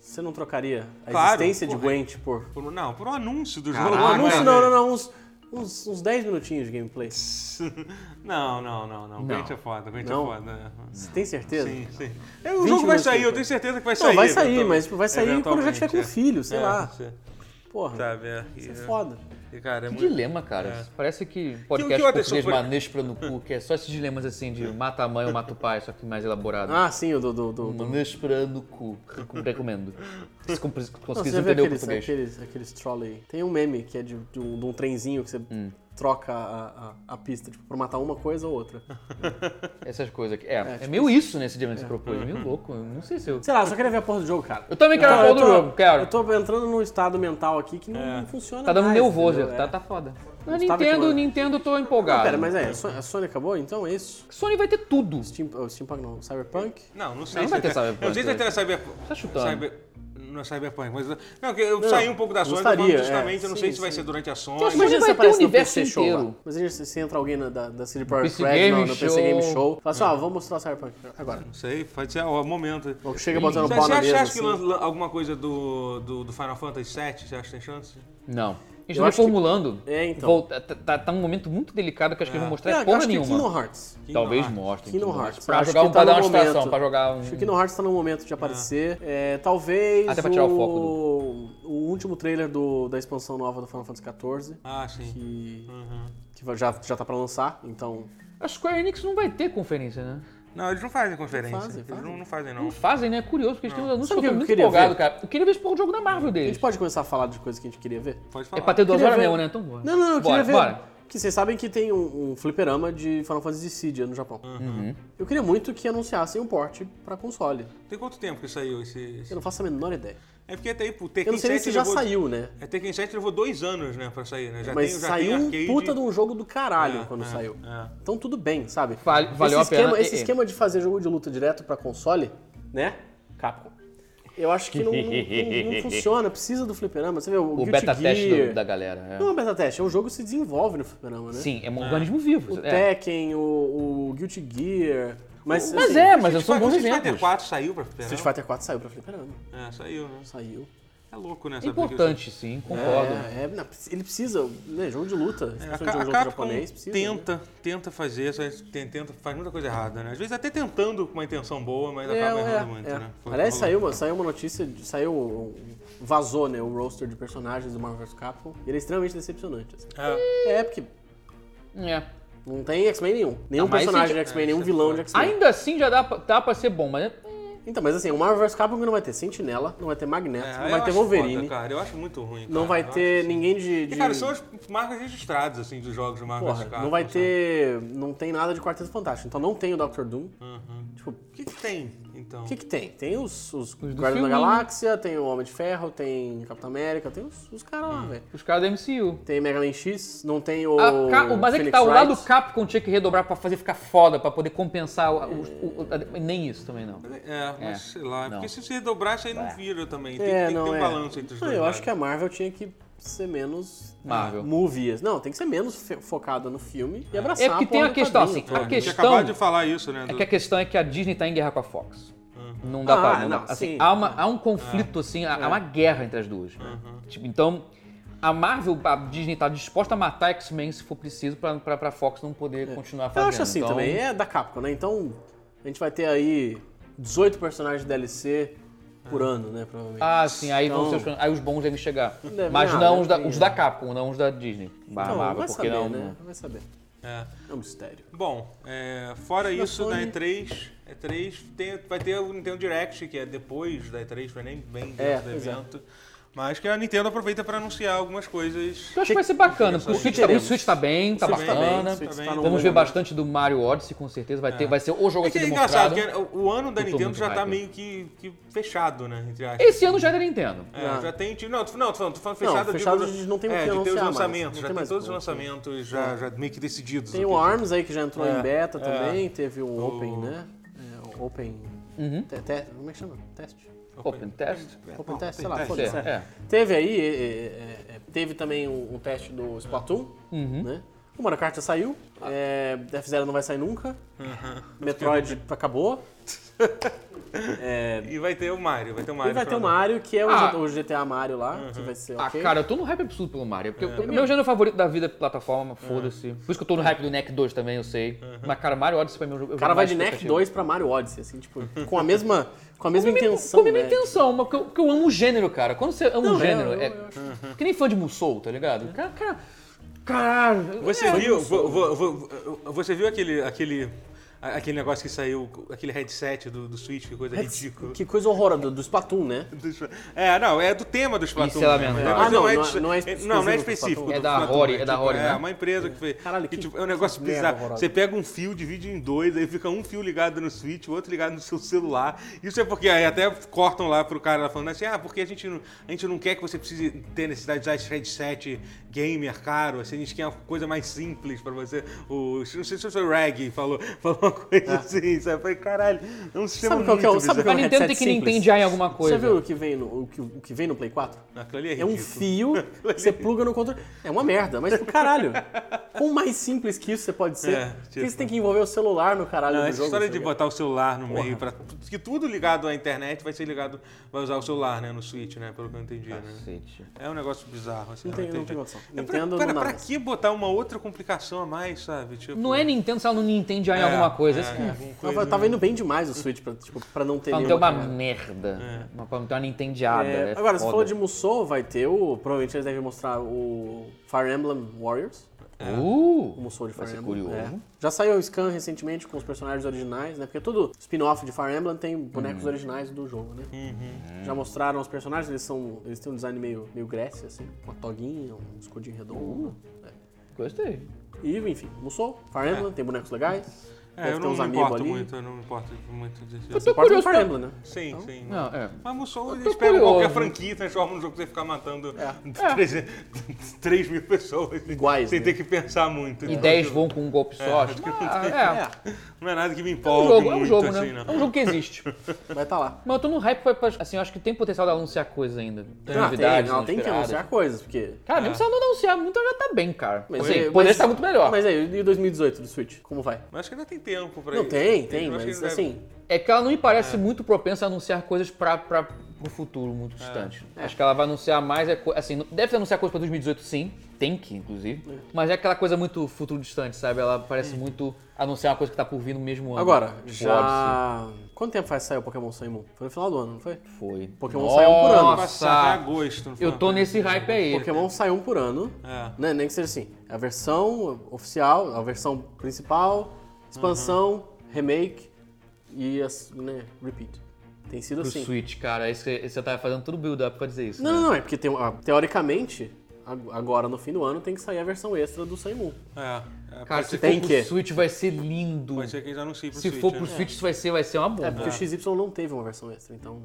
S3: você não trocaria a
S1: Claro,
S3: existência de
S1: porra.
S3: Gwent por.
S1: Por- não, por um anúncio do
S2: Caralho,
S1: jogo.
S3: Um anúncio,
S1: né?
S3: não, não, não, uns, uns, uns 10 minutinhos de gameplay. Você
S1: Não, não, não, não. Gwent é foda, Gwent é
S3: Não?
S1: foda. né?
S3: tem certeza?
S1: Sim, sim. É, o jogo
S3: 20
S1: vai
S3: minutos,
S1: sair, eu
S3: cara.
S1: tenho certeza que vai
S3: Não,
S1: sair.
S3: vai sair,
S1: eventualmente.
S3: mas tipo, vai sair quando eu já tiver com
S1: Eventualmente,
S3: um filho, sei
S1: é.
S3: lá.
S1: É, sim.
S3: Porra,
S1: Sabe, é.
S3: isso é
S1: E-
S3: foda.
S1: e, cara, é
S2: Que
S1: muito-
S2: um dilema, cara. Parece que podcast
S1: que o Anderson
S2: português
S1: foi-
S2: manespra no cu, que é só esses dilemas assim de mata a mãe ou mata o pai, só que mais elaborado.
S3: Ah, sim, o do. do, do, do...
S2: Manespra no cu. Recom- Recomendo. Se com- se
S3: Não, você
S2: conseguir
S3: já viu
S2: entender o
S3: aqueles,
S2: português.
S3: aqueles, aqueles trolley? Tem um meme que é de, de um, de um trenzinho que você
S2: Hum.
S3: troca a, a, a pista, tipo, pra matar uma coisa ou outra.
S2: Essas coisas aqui. É, é, meio isso nesse dilema que você propôs. Meio louco. Eu não sei se eu.
S3: Sei lá, eu só queria ver a porra do jogo, cara.
S2: Eu também quero
S3: Cara,
S2: ver a
S3: eu
S2: porra do
S3: tô-
S2: jogo, quero.
S3: Eu tô entrando num estado mental aqui que não,
S1: É.
S3: não funciona
S2: Tá dando
S3: mais,
S2: nervoso,
S3: entendeu?
S2: tá,
S3: É.
S2: tá foda. Não,
S3: Estava
S2: Nintendo,
S3: queimando.
S2: Nintendo, eu tô
S3: Não,
S2: empolgado.
S3: pera, mas é, a Sony- a Sony acabou? Então é isso?
S2: Sony vai ter tudo.
S3: Steam, oh, Steampunk não, Cyberpunk?
S1: Não, não sei
S2: Não
S1: se
S2: vai ter
S1: vai
S2: Cyberpunk
S1: Não
S3: né?
S1: sei se vai ter na Cyberpunk.
S2: Tá chutando.
S1: Cyber- Não é Cyberpunk, mas. Não, que eu saí um pouco da Sony, eu tô
S3: gostaria,
S1: falando justamente,
S3: é.
S1: eu não
S3: Sim,
S1: sei se vai
S3: sim.
S1: ser durante a Sony.
S2: Mas vai ter o
S3: aparece no
S2: universo
S3: PC Show
S2: inteiro.
S3: lá. Imagina se, se entra alguém na- da, da CD
S2: PC
S3: Projekt Red,
S2: Game
S3: no,
S2: Show.
S3: no
S2: É.
S3: PC Game Show, fala assim, ó, vamos mostrar Cyberpunk agora.
S1: Não sei, pode ser o momento.
S3: Ou Chega botando
S1: Você
S3: pau
S1: você
S3: na
S1: acha, você
S3: mesa,
S1: acha que
S3: assim.
S1: lan- lan- alguma coisa do, do, do Final Fantasy VII? Você acha que tem chance?
S2: Não. Eles
S3: Eu
S2: estão
S3: acho que-
S2: reformulando.
S3: É, então.
S2: Volta- tá- tá, tá um momento muito delicado que eu acho que eles vão
S3: É,
S2: mostrar
S3: eu
S2: porra
S3: acho que
S2: nenhuma.
S3: Kingdom Hearts.
S2: Talvez
S1: Kingdom
S2: mostrem.
S3: Kingdom
S2: tudo,
S3: Hearts.
S2: mas Pra
S3: Acho
S2: jogar
S3: que
S2: um,
S3: tá
S2: pra dar
S3: no
S2: uma distração,
S3: momento.
S2: pra jogar
S3: Acho que o
S2: um...
S3: Kingdom Hearts tá no momento de aparecer. É, talvez
S2: Até pra tirar o
S3: o,
S2: foco
S3: o último trailer do- da expansão nova do Final Fantasy XIV,
S1: Ah, sim. Uhum.
S3: que, que já, já tá pra lançar, então...
S2: A Square Enix não vai ter conferência, né?
S1: Não, eles não fazem conferência.
S3: Fazem,
S1: Eles
S3: fazem.
S1: não, não fazem, não.
S2: Não fazem, né? É curioso, porque eles têm uns anúncios
S3: Sabe
S2: que eu tô
S3: o
S2: muito
S3: que eu queria
S2: empolgado,
S3: ver?
S2: cara. Eu queria ver esse porra do jogo da Marvel
S3: A gente
S2: deles.
S3: pode começar a falar de coisas que a gente queria ver?
S1: Pode
S2: É
S1: falar.
S2: pra ter duas
S3: Queria
S2: horas
S3: ver-
S2: mesmo, né? Então bora.
S3: Não, não, eu
S2: bora,
S3: queria ver.
S2: Bora.
S3: Que vocês sabem que tem um, um fliperama de Final Fantasy Dissidia no Japão.
S2: Uhum.
S3: Eu queria muito que anunciassem um porte pra console.
S1: Tem quanto tempo que saiu esse... esse-
S3: Eu não faço a menor ideia.
S1: É porque até aí, pô, Tekken
S3: Eu não sei nem
S1: 7
S3: se já
S1: levou...
S3: saiu, né?
S1: É, Tekken 7 levou dois anos, né, pra sair, né? Já
S3: Mas
S1: tem, já
S3: saiu
S1: tem
S3: um
S1: arcade.
S3: puta de um jogo do caralho
S1: É,
S3: quando
S1: é,
S3: saiu.
S1: é.
S3: Então tudo bem, sabe?
S2: Vale- valeu a
S3: esse esquema,
S2: pena,
S3: Esse
S2: e- e.
S3: esquema de fazer jogo de luta direto pra console, né? Capcom. Eu acho que não, não- não- não funciona, precisa do fliperama. Você vê o,
S2: O
S3: Guilty
S2: beta
S3: Gear...
S2: teste do- da galera. é.
S3: Não é um beta teste, é um jogo que se desenvolve no fliperama, né?
S2: Sim, é um organismo vivo.
S3: O
S2: é.
S3: Tekken, o, o Guilty Gear... Mas,
S2: Mas
S3: assim,
S2: é, mas são
S1: Street
S2: bons
S1: Fighter
S2: exemplos.
S1: 4 saiu pra
S3: Street
S1: fliperama?
S3: Fighter 4 saiu pra fliperama.
S1: É, saiu, né?
S3: Saiu.
S1: É louco, né?
S2: É
S1: saber que isso-
S2: importante, sim, concordo.
S3: É, é, não, ele precisa, né, jogo de luta,
S1: É,
S3: é,
S1: A,
S3: de
S1: Ca-
S3: um
S1: a
S3: jogo
S1: Capcom
S3: japonês, precisa. né?
S1: tenta, tenta fazer, só que tem- tenta, faz muita coisa errada, né? Às vezes até tentando com uma intenção boa, mas
S3: É,
S1: acaba
S3: é,
S1: errando muito,
S3: é.
S1: né? Foi o que
S3: Aliás,
S1: rolou.
S3: saiu uma, saiu uma notícia, de- saiu, um- vazou, né, o roster de personagens do Marvel vs. Capcom, e ele é extremamente decepcionante, assim.
S1: É.
S3: É, porque
S2: É.
S3: não tem X-Men nenhum. Nenhum
S2: Ah, mas
S3: personagem
S2: esse-
S3: de X-Men,
S1: é,
S3: nenhum
S1: isso é
S3: vilão de
S1: foda.
S3: X-Men.
S2: Ainda assim já dá, pra- dá pra ser bom, mas
S3: Então, mas assim, o Marvel vs. Capcom não vai ter Sentinela, não vai ter Magneto,
S1: É,
S3: não
S1: eu
S3: vai ter
S1: acho
S3: Wolverine,
S1: foda, cara, eu acho muito ruim.
S3: não
S1: cara, eu
S3: vai
S1: acho
S3: ter
S1: assim.
S3: ninguém de...
S1: E,
S3: de-
S1: cara, são as marcas registradas, assim, dos jogos de Marvel
S3: Porra,
S1: vs. Capcom,
S3: não vai
S1: sabe?
S3: ter...
S1: né?
S3: Não tem nada de Quarteto Fantástico, então não tem o Doctor Doom.
S1: Uhum.
S3: Tipo,
S1: O que, que tem, então?
S3: o que que tem? Tem os, os
S2: do
S3: Guardiões da
S2: filminho.
S3: Galáxia, tem o Homem de Ferro, tem Capitão América, tem os, os caras
S1: Hum.
S3: lá, velho.
S2: os caras da MCU.
S3: Tem Mega Man X, não tem o.
S2: A Ca- o- mas é que
S3: Phoenix
S2: tá, o
S3: Wright.
S2: lado Capcom tinha que redobrar pra fazer ficar foda, pra poder compensar o, o- o- a- nem isso também não.
S1: É, mas
S2: É,
S1: sei lá.
S2: não.
S1: Porque se você dobrasse, aí não vira também. Tem,
S3: É,
S1: tem
S3: não
S1: que ter um
S3: é.
S1: balanço entre os
S3: Não,
S1: dois.
S3: eu
S1: lados.
S3: acho que é a Marvel tinha que ser menos.
S2: Marvel.
S3: Movies. Não, tem que ser menos fe- focada no filme e abraçar
S2: É porque
S3: a
S2: tem
S3: porra
S2: a
S3: do
S2: questão,
S3: quadrinho, tá?
S2: assim,
S3: cara.
S2: a
S1: É, A gente
S2: questão-
S1: acabou de falar isso, né?
S2: É
S1: do-
S2: que a questão é que a Disney tá em guerra com a Fox. Não dá
S3: Ah,
S2: pra. Não
S3: não,
S2: dá- assim,
S3: sim.
S2: há, uma- há um
S3: É.
S2: conflito, assim, há, há uma guerra entre as duas.
S3: Uhum.
S2: Tipo, então, a Marvel, a Disney tá disposta a matar X-Men se for preciso pra, pra, pra Fox não poder continuar
S3: Eu
S2: fazendo.
S3: acho assim
S2: Então,
S3: também, é da Capcom, né? Então a gente vai ter aí 18 personagens de DLC por ano, né? Provavelmente.
S2: É. Ah, sim, aí, vão
S3: Então-
S2: ser os, aí os bons devem chegar.
S3: Deve
S2: Mas
S3: nada,
S2: não os da,
S3: tem-
S2: os da Capcom, não os da Disney. Barra
S3: então,
S2: Marvel,
S3: vai
S2: porque
S3: saber,
S2: não.
S3: né? Vai saber.
S1: É.
S3: É um mistério.
S1: Bom, é, fora
S3: Da
S1: isso,
S3: Sony-
S1: da E3, E3 tem- vai ter o Nintendo Direct, que é depois da E3, foi nem bem dentro
S3: É,
S1: do
S3: pois é.
S1: evento. Mas que a Nintendo aproveita para anunciar algumas coisas.
S2: Eu acho que vai ser bacana, porque
S1: Teremos.
S2: o Switch, tá, o Switch tá bem, tá
S3: O Switch tá bem,
S2: bacana.
S3: o Switch
S1: tá
S3: tá
S1: bem.
S3: num
S2: Vamos ver
S3: bom
S2: bastante do Mario Odyssey, com certeza. Vai, ter, vai ser o jogo
S1: É
S2: a
S1: que
S2: ser
S1: é engraçado,
S2: demonstrado.
S1: que o o ano da
S2: Eu tô
S1: Nintendo
S2: muito
S1: já tá
S2: hype.
S1: meio que, que fechado, né? Entre aspas.
S2: Esse ano já é da Nintendo.
S1: É,
S3: Ah.
S1: já tem. Não, tô- não, tô falando, tô falando
S3: Não,
S1: fechado. eu
S3: fechado
S1: digo,
S3: a gente não tem o
S1: é,
S3: que
S1: de ter os
S3: anunciar mais,
S1: lançamentos,
S3: não
S1: já
S3: tem
S1: tem,
S3: mais
S1: todos os
S3: como.
S1: lançamentos já, já meio que decididos. né?
S3: Tem
S1: o
S3: o
S1: que-
S3: ARMS aí que já entrou
S1: É,
S3: em beta
S1: é.
S3: também, teve o Open,
S1: O-
S3: né? É, o open.
S2: Uhum.
S3: te- te- como é que chama? Teste.
S2: Open Test.
S3: Open Test, sei lá,
S1: Test,
S3: foda-se.
S2: é, é.
S3: Teve aí, é, é, é, é, teve também um, um teste do Splatoon,
S2: Uhum.
S3: né? O Mario Kart já saiu, é, F-Zero não vai sair nunca, Metroid acabou, é,
S1: E vai ter o Mario, vai ter o Mario.
S3: e vai ter o
S1: pra lá.
S3: Mario, que é o,
S2: Ah.
S3: G- o GTA Mario lá, que vai ser
S2: Ah,
S3: ok.
S2: cara, eu tô no hype absurdo pelo Mario. Porque o meu gênero favorito da vida é plataforma, foda-se. Por isso que eu tô no hype do NEC 2 também, eu sei. Mas, cara, Mario Odyssey pra mim é o jogo.
S3: o cara vai de NEC 2 pra Mario Odyssey, assim, tipo, com a mesma, com a mesma intenção,
S2: Com a mesma
S3: né?
S2: intenção, mas porque eu, porque eu amo o gênero, cara. Quando você ama um
S3: é,
S2: gênero,
S3: eu-
S2: é. Que nem fã de Musou, tá ligado? Cara, é, cara. Caralho.
S1: Você
S3: É.
S1: viu, vo- vo- vo- você viu aquele, aquele, a- aquele negócio que saiu, aquele headset do, do Switch, que coisa ridícula.
S3: Que coisa horrorosa, do, do Splatoon, né?
S1: É, não, é do tema do Splatoon.
S2: Isso é lamentável.
S1: né?
S2: Ah,
S1: Mas
S3: não,
S1: de-
S3: não é- não é
S1: não, não é
S3: exclusivo do
S1: específico.
S3: Splatoon.
S1: do
S2: É da
S1: Splatoon,
S2: Rory, é da
S1: tipo,
S2: Rory, né?
S1: É, uma empresa que fez.
S3: Caralho,
S1: que,
S3: que-
S1: tipo, é um negócio
S3: que merda
S1: bizarro.
S3: horrorosa.
S1: Você pega um fio, divide em dois, aí fica um fio ligado no Switch, o outro ligado no seu celular. Isso é porque aí até cortam lá pro cara lá falando assim, ah, porque a gente não, a gente não quer que você precise ter necessidade de usar esse headset gamer caro, assim, a gente quer uma coisa mais simples pra você. O, não sei se foi o Rag falou, falou uma coisa assim, sabe? Eu falei, caralho, é um sistema
S3: Ah. Sabe qual que é o-
S1: muito
S3: sabe
S2: A
S1: bizarro.
S3: qual é um
S2: Nintendo tem
S3: headset
S2: que
S3: simples.
S2: Nintendo em alguma
S3: Você
S2: coisa.
S3: viu o que vem no, o que, o que vem no Play 4?
S1: Aquilo ali é
S3: É um
S1: ridículo.
S3: fio que você pluga no controle. É uma merda, mas tipo, caralho. Quão mais simples que isso você pode ser?
S1: É,
S3: Por que
S1: tipo-
S3: você tem que envolver o celular no caralho
S1: Não,
S3: do
S1: essa
S3: jogo.
S1: história
S3: tá
S1: de
S3: ligado?
S1: botar o celular no meio pra. Que tudo ligado à internet vai ser ligado. Vai usar o celular, né? No Switch, né? Pelo que eu entendi, né?
S2: Cacete.
S1: É um negócio bizarro, assim.
S3: Não tem- não
S1: entendi.
S3: tem condição.
S1: É pra,
S3: Nintendo
S1: cara,
S3: não dá
S1: pra
S3: mais.
S1: que botar uma outra complicação a mais, sabe? Tipo,
S2: Não é Nintendo se ela não Nintendo já em alguma coisa.
S1: É,
S2: Isso que
S1: é,
S2: me
S1: alguma coisa,
S3: Tava, tava indo tá bem demais o Switch pra, tipo, pra não ter
S2: Pra não ter
S3: nenhuma
S2: é uma
S3: cagada.
S2: merda. Uma- Pra não ter uma nintendiada.
S3: É,
S2: É,
S3: agora, você
S2: foda.
S3: falou de Musou, vai ter o. Provavelmente eles devem mostrar o Fire Emblem Warriors.
S2: Uh!
S3: O Musou de Fire
S2: Vai ser
S3: Emblem.
S2: curioso.
S3: é. Já saiu o scan recentemente com os personagens originais, né? Porque todo spin-off de Fire Emblem tem bonecos
S2: Uhum.
S3: originais do jogo, né? Já mostraram os personagens, eles são. Eles têm um design meio, meio Grécia, assim, uma toguinha, um escudinho
S2: Uhum.
S3: redondo. né?
S2: Gostei.
S3: E, enfim, Musou, Fire Emblem, tem bonecos legais.
S1: É, eu
S3: ter
S1: não
S3: uns
S1: me
S3: amiibo
S1: importo
S3: ali.
S1: muito, eu não me importo muito disso.
S2: Eu
S3: Você
S2: tô
S3: importa com
S2: curioso
S3: Fire
S2: pra-
S3: Emblem, né?
S1: Sim, sim.
S2: Não, é.
S1: Mas Musou,
S2: tô
S1: eles pegam qualquer
S2: curioso.
S1: franquia e transformam num jogo que você ficar matando
S2: É.
S1: 3 mil pessoas.
S3: Iguais,
S1: Sem
S3: né?
S1: ter que pensar muito.
S2: E
S1: né?
S2: 10 vão com um golpe só. acho. Ah,
S3: É,
S1: Não é nada que me
S2: É. É um
S1: empolgue
S2: jogo, é um
S1: muito,
S2: jogo,
S1: assim,
S2: né?
S1: não.
S2: É um jogo que existe.
S3: vai estar lá.
S2: Mas eu tô num hype pra, pra- assim, eu acho que tem potencial de anunciar coisa ainda. Tem
S3: Ah, tem,
S2: novidades,
S3: ela tem que
S2: inesperadas.
S3: anunciar coisas, porque. é,
S2: Cara, nem precisa não anunciar, muito já tá bem, cara. Mas, assim,
S3: aí- é,
S2: poderia estar muito melhor.
S3: Mas aí, e 2018 do Switch? Como vai?
S1: Mas acho que ainda tem tempo pra
S3: Não,
S1: isso.
S3: tem, tem,
S1: Eu acho que
S3: mas
S1: eles devem-
S3: assim.
S2: É que ela não me parece muito propensa a anunciar coisas pra, pra, pro futuro
S3: É.
S2: muito distante. Acho que ela vai anunciar mais, é co- assim, não- deve anunciar coisa pra 2018 sim, tem que, inclusive. Mas é aquela coisa muito futuro distante, sabe? Ela parece muito anunciar uma coisa que tá por vir no mesmo ano.
S3: Agora,
S2: Tipo, óbvio,
S3: já. Quanto tempo faz que saiu o Pokémon Sun e Moon? Foi no final do ano, não foi?
S2: sim. Foi.
S3: Pokémon saiu por ano.
S1: Passar até
S2: Nossa,
S1: agosto. não foi?
S2: eu tô nesse hype aí.
S3: Pokémon saiu um por ano.
S1: É.
S3: Né? Nem que seja assim. A versão oficial, a versão principal, expansão,
S2: Uhum.
S3: remake e as, né, repeat. Tem sido
S2: Pro
S3: assim.
S2: Switch, cara, esse, esse você tá fazendo todo o build-up pra dizer isso.
S3: Não,
S2: né?
S3: não, não, é porque tem, ah, teoricamente, ag- agora no fim do ano tem que sair a versão extra do Sun e Moon.
S1: É, é,
S2: Cara,
S1: pode,
S2: se
S1: ser,
S2: for
S3: tem
S2: pro
S3: que.
S2: Switch vai ser lindo.
S1: pode ser que eles anunciem pro
S2: se
S1: Switch,
S2: for pro
S1: né?
S2: Switch, isso vai ser, vai ser uma bomba.
S3: É porque o XY não teve uma versão extra, então.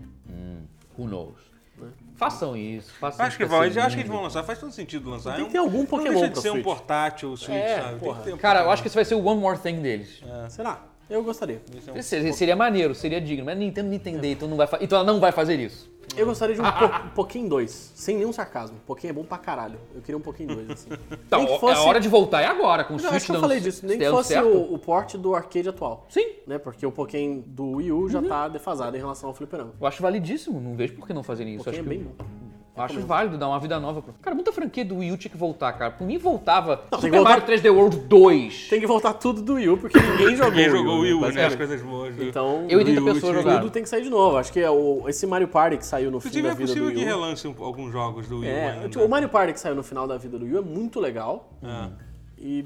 S2: Who knows? né? Façam isso, façam
S1: Acho
S2: isso
S1: que
S2: pra
S1: vão,
S2: ser
S1: eu acho que eles
S2: lindo.
S1: vão lançar, faz todo sentido lançar.
S3: Tem que
S1: É um-
S3: ter algum
S1: Não
S3: Pokémon
S1: deixa de
S3: pra
S1: ser um
S3: Switch.
S1: portátil o Switch,
S3: É,
S1: sabe?
S3: porra.
S1: Tem que ter um
S2: Cara, eu acho que esse vai ser o One More Thing deles.
S1: É,
S3: Será? Eu gostaria.
S1: um
S2: Seria, seria maneiro, seria digno, mas a Nintendo não entender, então, não vai fa- então ela não vai fazer isso.
S3: Eu gostaria de um
S2: Ah,
S3: po Pokémon 2, sem nenhum sarcasmo. Pokémon é bom pra caralho. Eu queria um Pokémon 2, assim.
S2: Então,
S3: Nem que
S2: é a hora de voltar é agora, com o
S3: Não,
S2: Switch
S3: acho que eu
S2: dando-
S3: falei disso. Nem que
S2: dando
S3: fosse
S2: certo.
S3: o, o porte do arcade atual.
S2: Sim,
S3: Né? Porque o Pokémon do Wii U
S1: Uhum.
S3: já tá defasado em relação ao fliperama.
S2: eu acho validíssimo, não vejo por que não fazerem
S3: O
S2: isso.
S3: Pokémon é
S2: acho que-
S3: bem bom.
S2: Acho válido dar uma vida nova. Pro... Cara, muita franquia do Wii U tinha que voltar, cara. Por mim, voltava
S3: Não, tem que
S2: Super Mario 3D World 2.
S3: Tem que voltar tudo do Wii U, porque ninguém
S2: é
S3: jogou
S1: Ninguém jogou o Wii U, né? As
S3: basicamente.
S1: coisas boas. né?
S3: Então,
S2: Eu e
S1: Wii
S2: 80
S1: U
S2: pessoas
S1: tinha-
S2: jogaram.
S3: tudo tem que sair de novo. Acho que é o, esse Mario Party que saiu no fim
S1: Inclusive,
S3: da
S1: é
S3: vida do
S1: possível que
S3: Wii U.
S1: relance um- alguns jogos do Wii U.
S3: É,
S1: ainda.
S3: tipo, o Mario Party que saiu no final da vida do Wii U é muito legal.
S1: É.
S3: E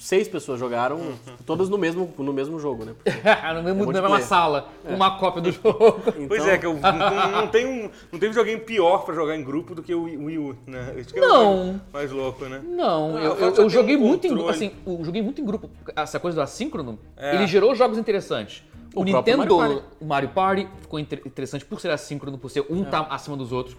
S3: seis pessoas jogaram,
S1: Uhum.
S3: tipo, todas no mesmo, no mesmo jogo, né? Porque-
S2: no mesmo, na mesma
S3: multiplayer.
S2: sala,
S3: É.
S2: com uma cópia do jogo.
S1: Pois
S3: então-
S1: é, que eu, não, não tem um, não tem um joguinho pior pra jogar em grupo do que o Wii- o Wii U, né? Isso que é o
S2: Não.
S1: mais- mais louco, né?
S2: Não,
S1: Ah,
S2: eu,
S1: o
S2: eu-
S1: fato de
S2: eu
S1: ter
S2: joguei
S1: um
S2: muito em grupo.
S1: controle.
S2: Assim, eu joguei muito em grupo. Essa coisa do assíncrono,
S1: É.
S2: ele gerou jogos interessantes. O,
S3: O próprio
S2: Nintendo,
S3: Mario
S2: o Mario Party ficou inter- interessante por ser assíncrono, por ser
S1: É.
S2: um tá acima dos outros.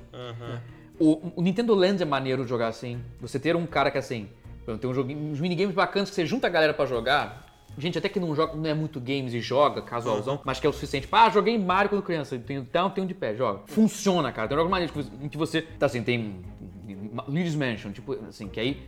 S2: O, o Nintendo Land é maneiro jogar assim. Você ter um cara que assim, por exemplo, tem um joguinho, uns minigames bacanas que você junta a galera pra jogar. Gente, até que não joga, não é muito games e joga, casualzão, mas que é o suficiente. Tipo, ah, joguei Mario quando criança, tem, então tem um de pé, joga. Funciona, cara. Tem jogos maneiros que você- em que você, tá assim, tem Luigi's Mansion, tipo assim, que aí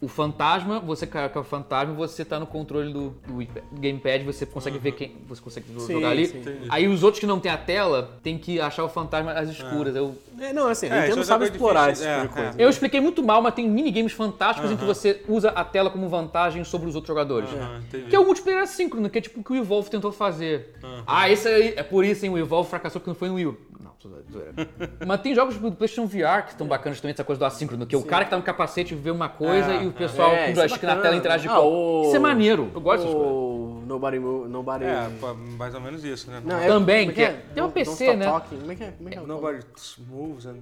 S2: o fantasma, você coloca o fantasma, você tá no controle do, do gamepad, você consegue ver quem você consegue
S3: Sim,
S2: jogar ali.
S3: sim.
S2: Aí os outros que não tem a tela, tem que achar o fantasma às escuras. Eu,
S3: É, não, assim,
S1: isso
S3: a
S1: é
S3: Nintendo
S1: uma
S3: sabe
S1: coisa
S3: explorar
S1: difícil,
S3: esse
S1: é,
S3: tipo de coisa.
S2: eu expliquei muito mal, mas tem minigames fantásticos em que você usa a tela como vantagem sobre os outros jogadores.
S1: Ah, entendi.
S2: Que é o multiplayer assíncrono, que é tipo o que o Evolve tentou fazer. Ah, esse aí é por isso, hein? O Evolve fracassou porque não foi no Wii. U. Não, tô zoeira. Mas tem jogos do PlayStation VR que estão bacanas também, essa coisa do assíncrono, que é o cara que tá no capacete vê uma coisa
S1: É,
S2: e o pessoal
S3: é. É,
S2: com
S3: isso é
S2: duas é na
S3: bacana.
S2: tela interage
S3: Ah,
S2: com
S3: o-
S2: Isso é maneiro. Eu gosto dessas coisas.
S3: Ou Nobody... Mo- nobody...
S1: É, pô, mais ou menos isso, né?
S3: Não,
S2: Também,
S3: como
S2: que é- tem um
S3: Don't- Don't
S2: PC,
S3: Stop
S2: né?
S3: Talking. Como é que é? Como é que é? o-
S1: Nobody moves and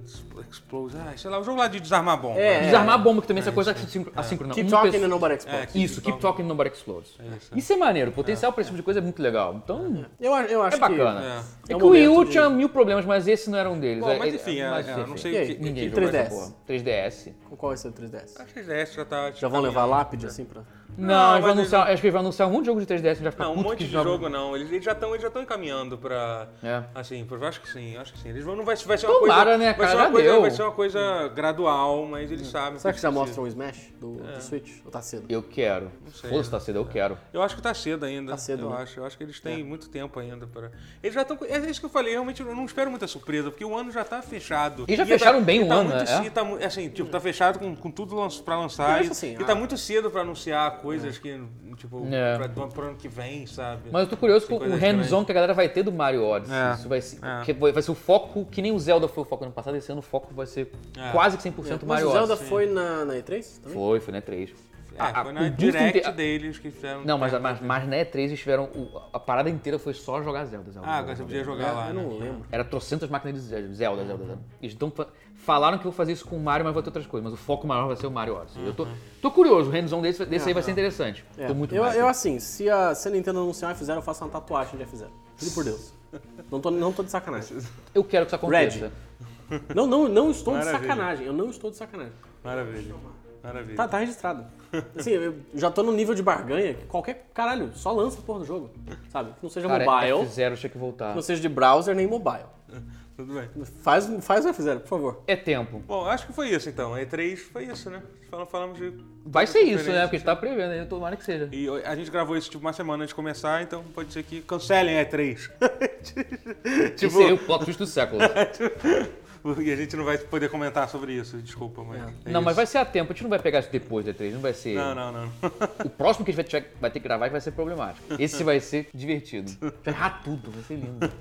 S1: explodes. Ah, sei lá, o jogo lá de desarmar bomba.
S3: É,
S1: né?
S2: Desarmar a bomba, que também é essa coisa assíncrona. assíncrona.
S3: Keep
S2: Uma
S3: Talking
S2: pessoa-
S3: and Nobody Explodes.
S1: É,
S2: Isso, Keep Talking Nobody Explodes.
S1: isso,
S2: Isso é maneiro. O potencial pra esse tipo de coisa é muito legal. Então,
S3: Eu, a- eu acho
S2: é bacana.
S3: que...
S2: É
S3: um
S2: que o Wii U
S3: momento de-
S2: tinha mil problemas, mas esse não era um deles.
S1: Bom,
S2: É-
S1: mas
S2: é-
S1: enfim, é,
S2: mas,
S1: é, eu não
S2: enfim.
S1: sei
S3: E
S1: o
S3: aí?
S1: que...
S2: Ninguém
S1: que-
S2: jogou
S3: 3DS.
S2: essa porra. 3DS.
S3: Qual vai ser o 3DS?
S1: Acho que o 3DS já tá...
S3: Já vão
S2: É
S3: levar lápide, assim, pra...
S1: Não,
S2: Não, eles
S1: mas
S2: vão anunciar, acho que eles vão anunciar um monte de jogo de 3DS já ficar
S1: Não, um
S2: puto
S1: monte
S2: que
S1: de
S2: joga-
S1: jogo não. Eles, eles já estão eles já estão encaminhando pra.
S2: É.
S1: Assim, eu acho que sim, acho que sim. Eles vão, não vai, vai ser uma
S2: Tomara,
S1: coisa.
S2: né,
S1: vai,
S2: cara?
S1: ser uma
S2: Já
S1: coisa
S2: deu.
S1: vai ser uma coisa gradual, mas eles sabem.
S3: Será que já
S1: precisa.
S3: mostram o Smash do, do Switch? Ou tá cedo?
S2: Eu quero.
S1: sei. é.
S2: Foda-se, tá cedo, eu quero.
S1: Eu acho que tá cedo ainda.
S3: Tá cedo,
S1: eu
S3: né?
S1: acho. Eu acho que eles
S2: É.
S1: têm muito tempo ainda para. Eles já estão. É isso que eu falei, realmente eu não espero muita surpresa, porque o ano já tá fechado.
S2: E já
S1: tá-
S2: fecharam bem
S1: e
S2: o
S1: tá
S2: ano,
S1: muito
S2: né?
S1: ce- e tá mu- assim, tipo, tá fechado com, com tudo lan- pra lançar.
S3: Eu
S1: e,
S3: acho assim,
S1: e
S3: ah.
S1: tá muito cedo pra anunciar coisas que, tipo,
S2: É.
S1: pra, pro ano que vem, sabe?
S2: Mas eu tô curioso com
S1: Tem
S2: o
S1: coisas
S2: hands-on que a galera vai ter do Mario Odyssey.
S1: É,
S2: Isso vai ser,
S1: é.
S2: que vai vai ser o foco, que nem o Zelda foi o foco ano passado, esse ano o foco vai ser
S1: É.
S2: quase que 100%
S3: Mas
S2: Mario
S3: o Zelda
S2: Odyssey.
S3: foi na, na E3 também?
S2: Foi, foi na E3.
S1: É, foi
S2: Ah, o
S1: na
S2: boost
S1: direct
S2: inte-
S1: deles que fizeram.
S2: Não, mas, mas, mas na E3 eles tiveram. o- a parada inteira foi só jogar Zelda. Zelda
S1: Ah,
S2: Zelda,
S1: agora você
S2: Zelda.
S1: podia jogar lá.
S3: É, Eu
S1: né?
S3: não lembro.
S2: Era trocentas máquinas de Zelda, Zelda, Zelda. Zelda. Eles tão, fa- falaram que vou fazer isso com o Mario, mas vai ter outras coisas. Mas o foco maior vai ser o Mario Odyssey. Eu tô, tô curioso, o hands-on desse, desse aí vai ser interessante.
S3: É.
S2: Tô muito
S3: eu,
S2: mais.
S3: eu, assim, se a, se a Nintendo anunciar F0, eu faço uma tatuagem de F0. Juro por Deus. Não tô, não tô de sacanagem.
S2: Eu quero que isso aconteça.
S3: Red. Não, não, não estou
S1: Maravilha.
S3: de sacanagem. Eu não estou de sacanagem.
S1: Maravilha. Maravilha.
S3: Tá, tá registrado. Assim, eu já tô num nível de barganha que qualquer caralho, só
S1: é
S3: lança a porra do jogo. Sabe? Que não seja
S2: Cara,
S3: mobile,
S2: F0 tinha que voltar.
S3: não seja de browser nem mobile.
S1: Tudo bem.
S3: Faz, faz o que fizeram, por favor.
S2: É tempo.
S1: Bom, acho que foi isso então. A E3 foi isso, né? Fal- Falamos de. é
S2: Vai ser isso,
S1: Conferência.
S2: né? Porque a gente tá prevendo, né? tomara que seja.
S1: E a gente gravou isso tipo uma semana antes de começar, então pode ser que cancelem a E3.
S2: Esse seria o plot twist do século.
S1: E a gente não vai poder comentar sobre isso, desculpa, mas. é
S2: não, mas
S1: isso.
S2: vai ser a tempo. A gente não vai pegar isso depois da E3. Não vai ser...
S1: Não, não, não.
S2: O próximo que a gente vai ter, vai ter que gravar que vai ser problemático. Esse vai ser divertido. Vai errar tudo, vai ser lindo.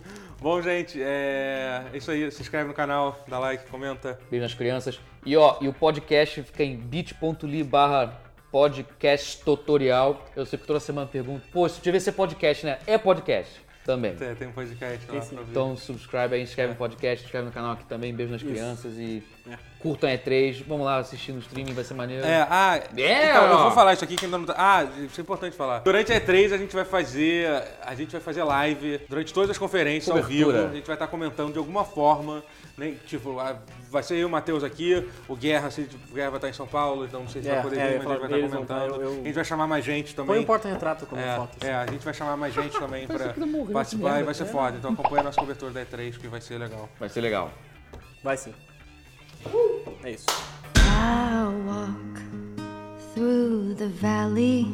S1: Bom, gente, é é isso aí. Se inscreve no canal, dá like, comenta.
S2: Beijo nas crianças. E ó, e o podcast fica em bit.ly barra podcast tutorial. Eu sei que toda semana eu pergunto, pô, isso devia ser podcast, né? É podcast também.
S1: Tem tem um podcast lá pra ouvir.
S2: Então subscribe aí, inscreve no podcast, inscreve no canal aqui também, beijo nas crianças e curtam E3. Vamos lá assistir no streaming, vai ser maneiro.
S1: É, ah,
S2: É,
S1: então, eu
S2: ó.
S1: vou falar isso aqui que ainda não tá. Ah, isso é importante falar. Durante a E3 a gente vai fazer, a gente vai fazer live durante todas as conferências ao
S2: Cobertura.
S1: vivo. A gente vai estar comentando de alguma forma, né? Tipo, ah, vai ser eu, o Matheus aqui, o Guerra, se o Guerra vai estar em São Paulo, então não sei se
S3: É,
S1: vai poder
S3: é, eu
S1: vir,
S3: ia
S1: mas a
S3: falar,
S1: gente vai
S3: eles
S1: estar
S3: vão estar,
S1: comentando.
S3: eu- eu-
S1: A gente vai chamar mais gente também.
S3: Põe um porta-retrato como
S1: É,
S3: foto.
S1: é, a gente vai chamar mais gente também pra
S2: aquilo morreu,
S1: participar e
S2: merda.
S1: vai ser foda. Então acompanha a nossa cobertura da E3 que vai ser legal.
S2: Vai ser legal.
S3: Vai sim. É isso.
S5: I walk through the valley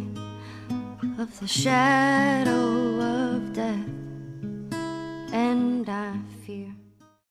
S5: of the shadow of death, and I fear.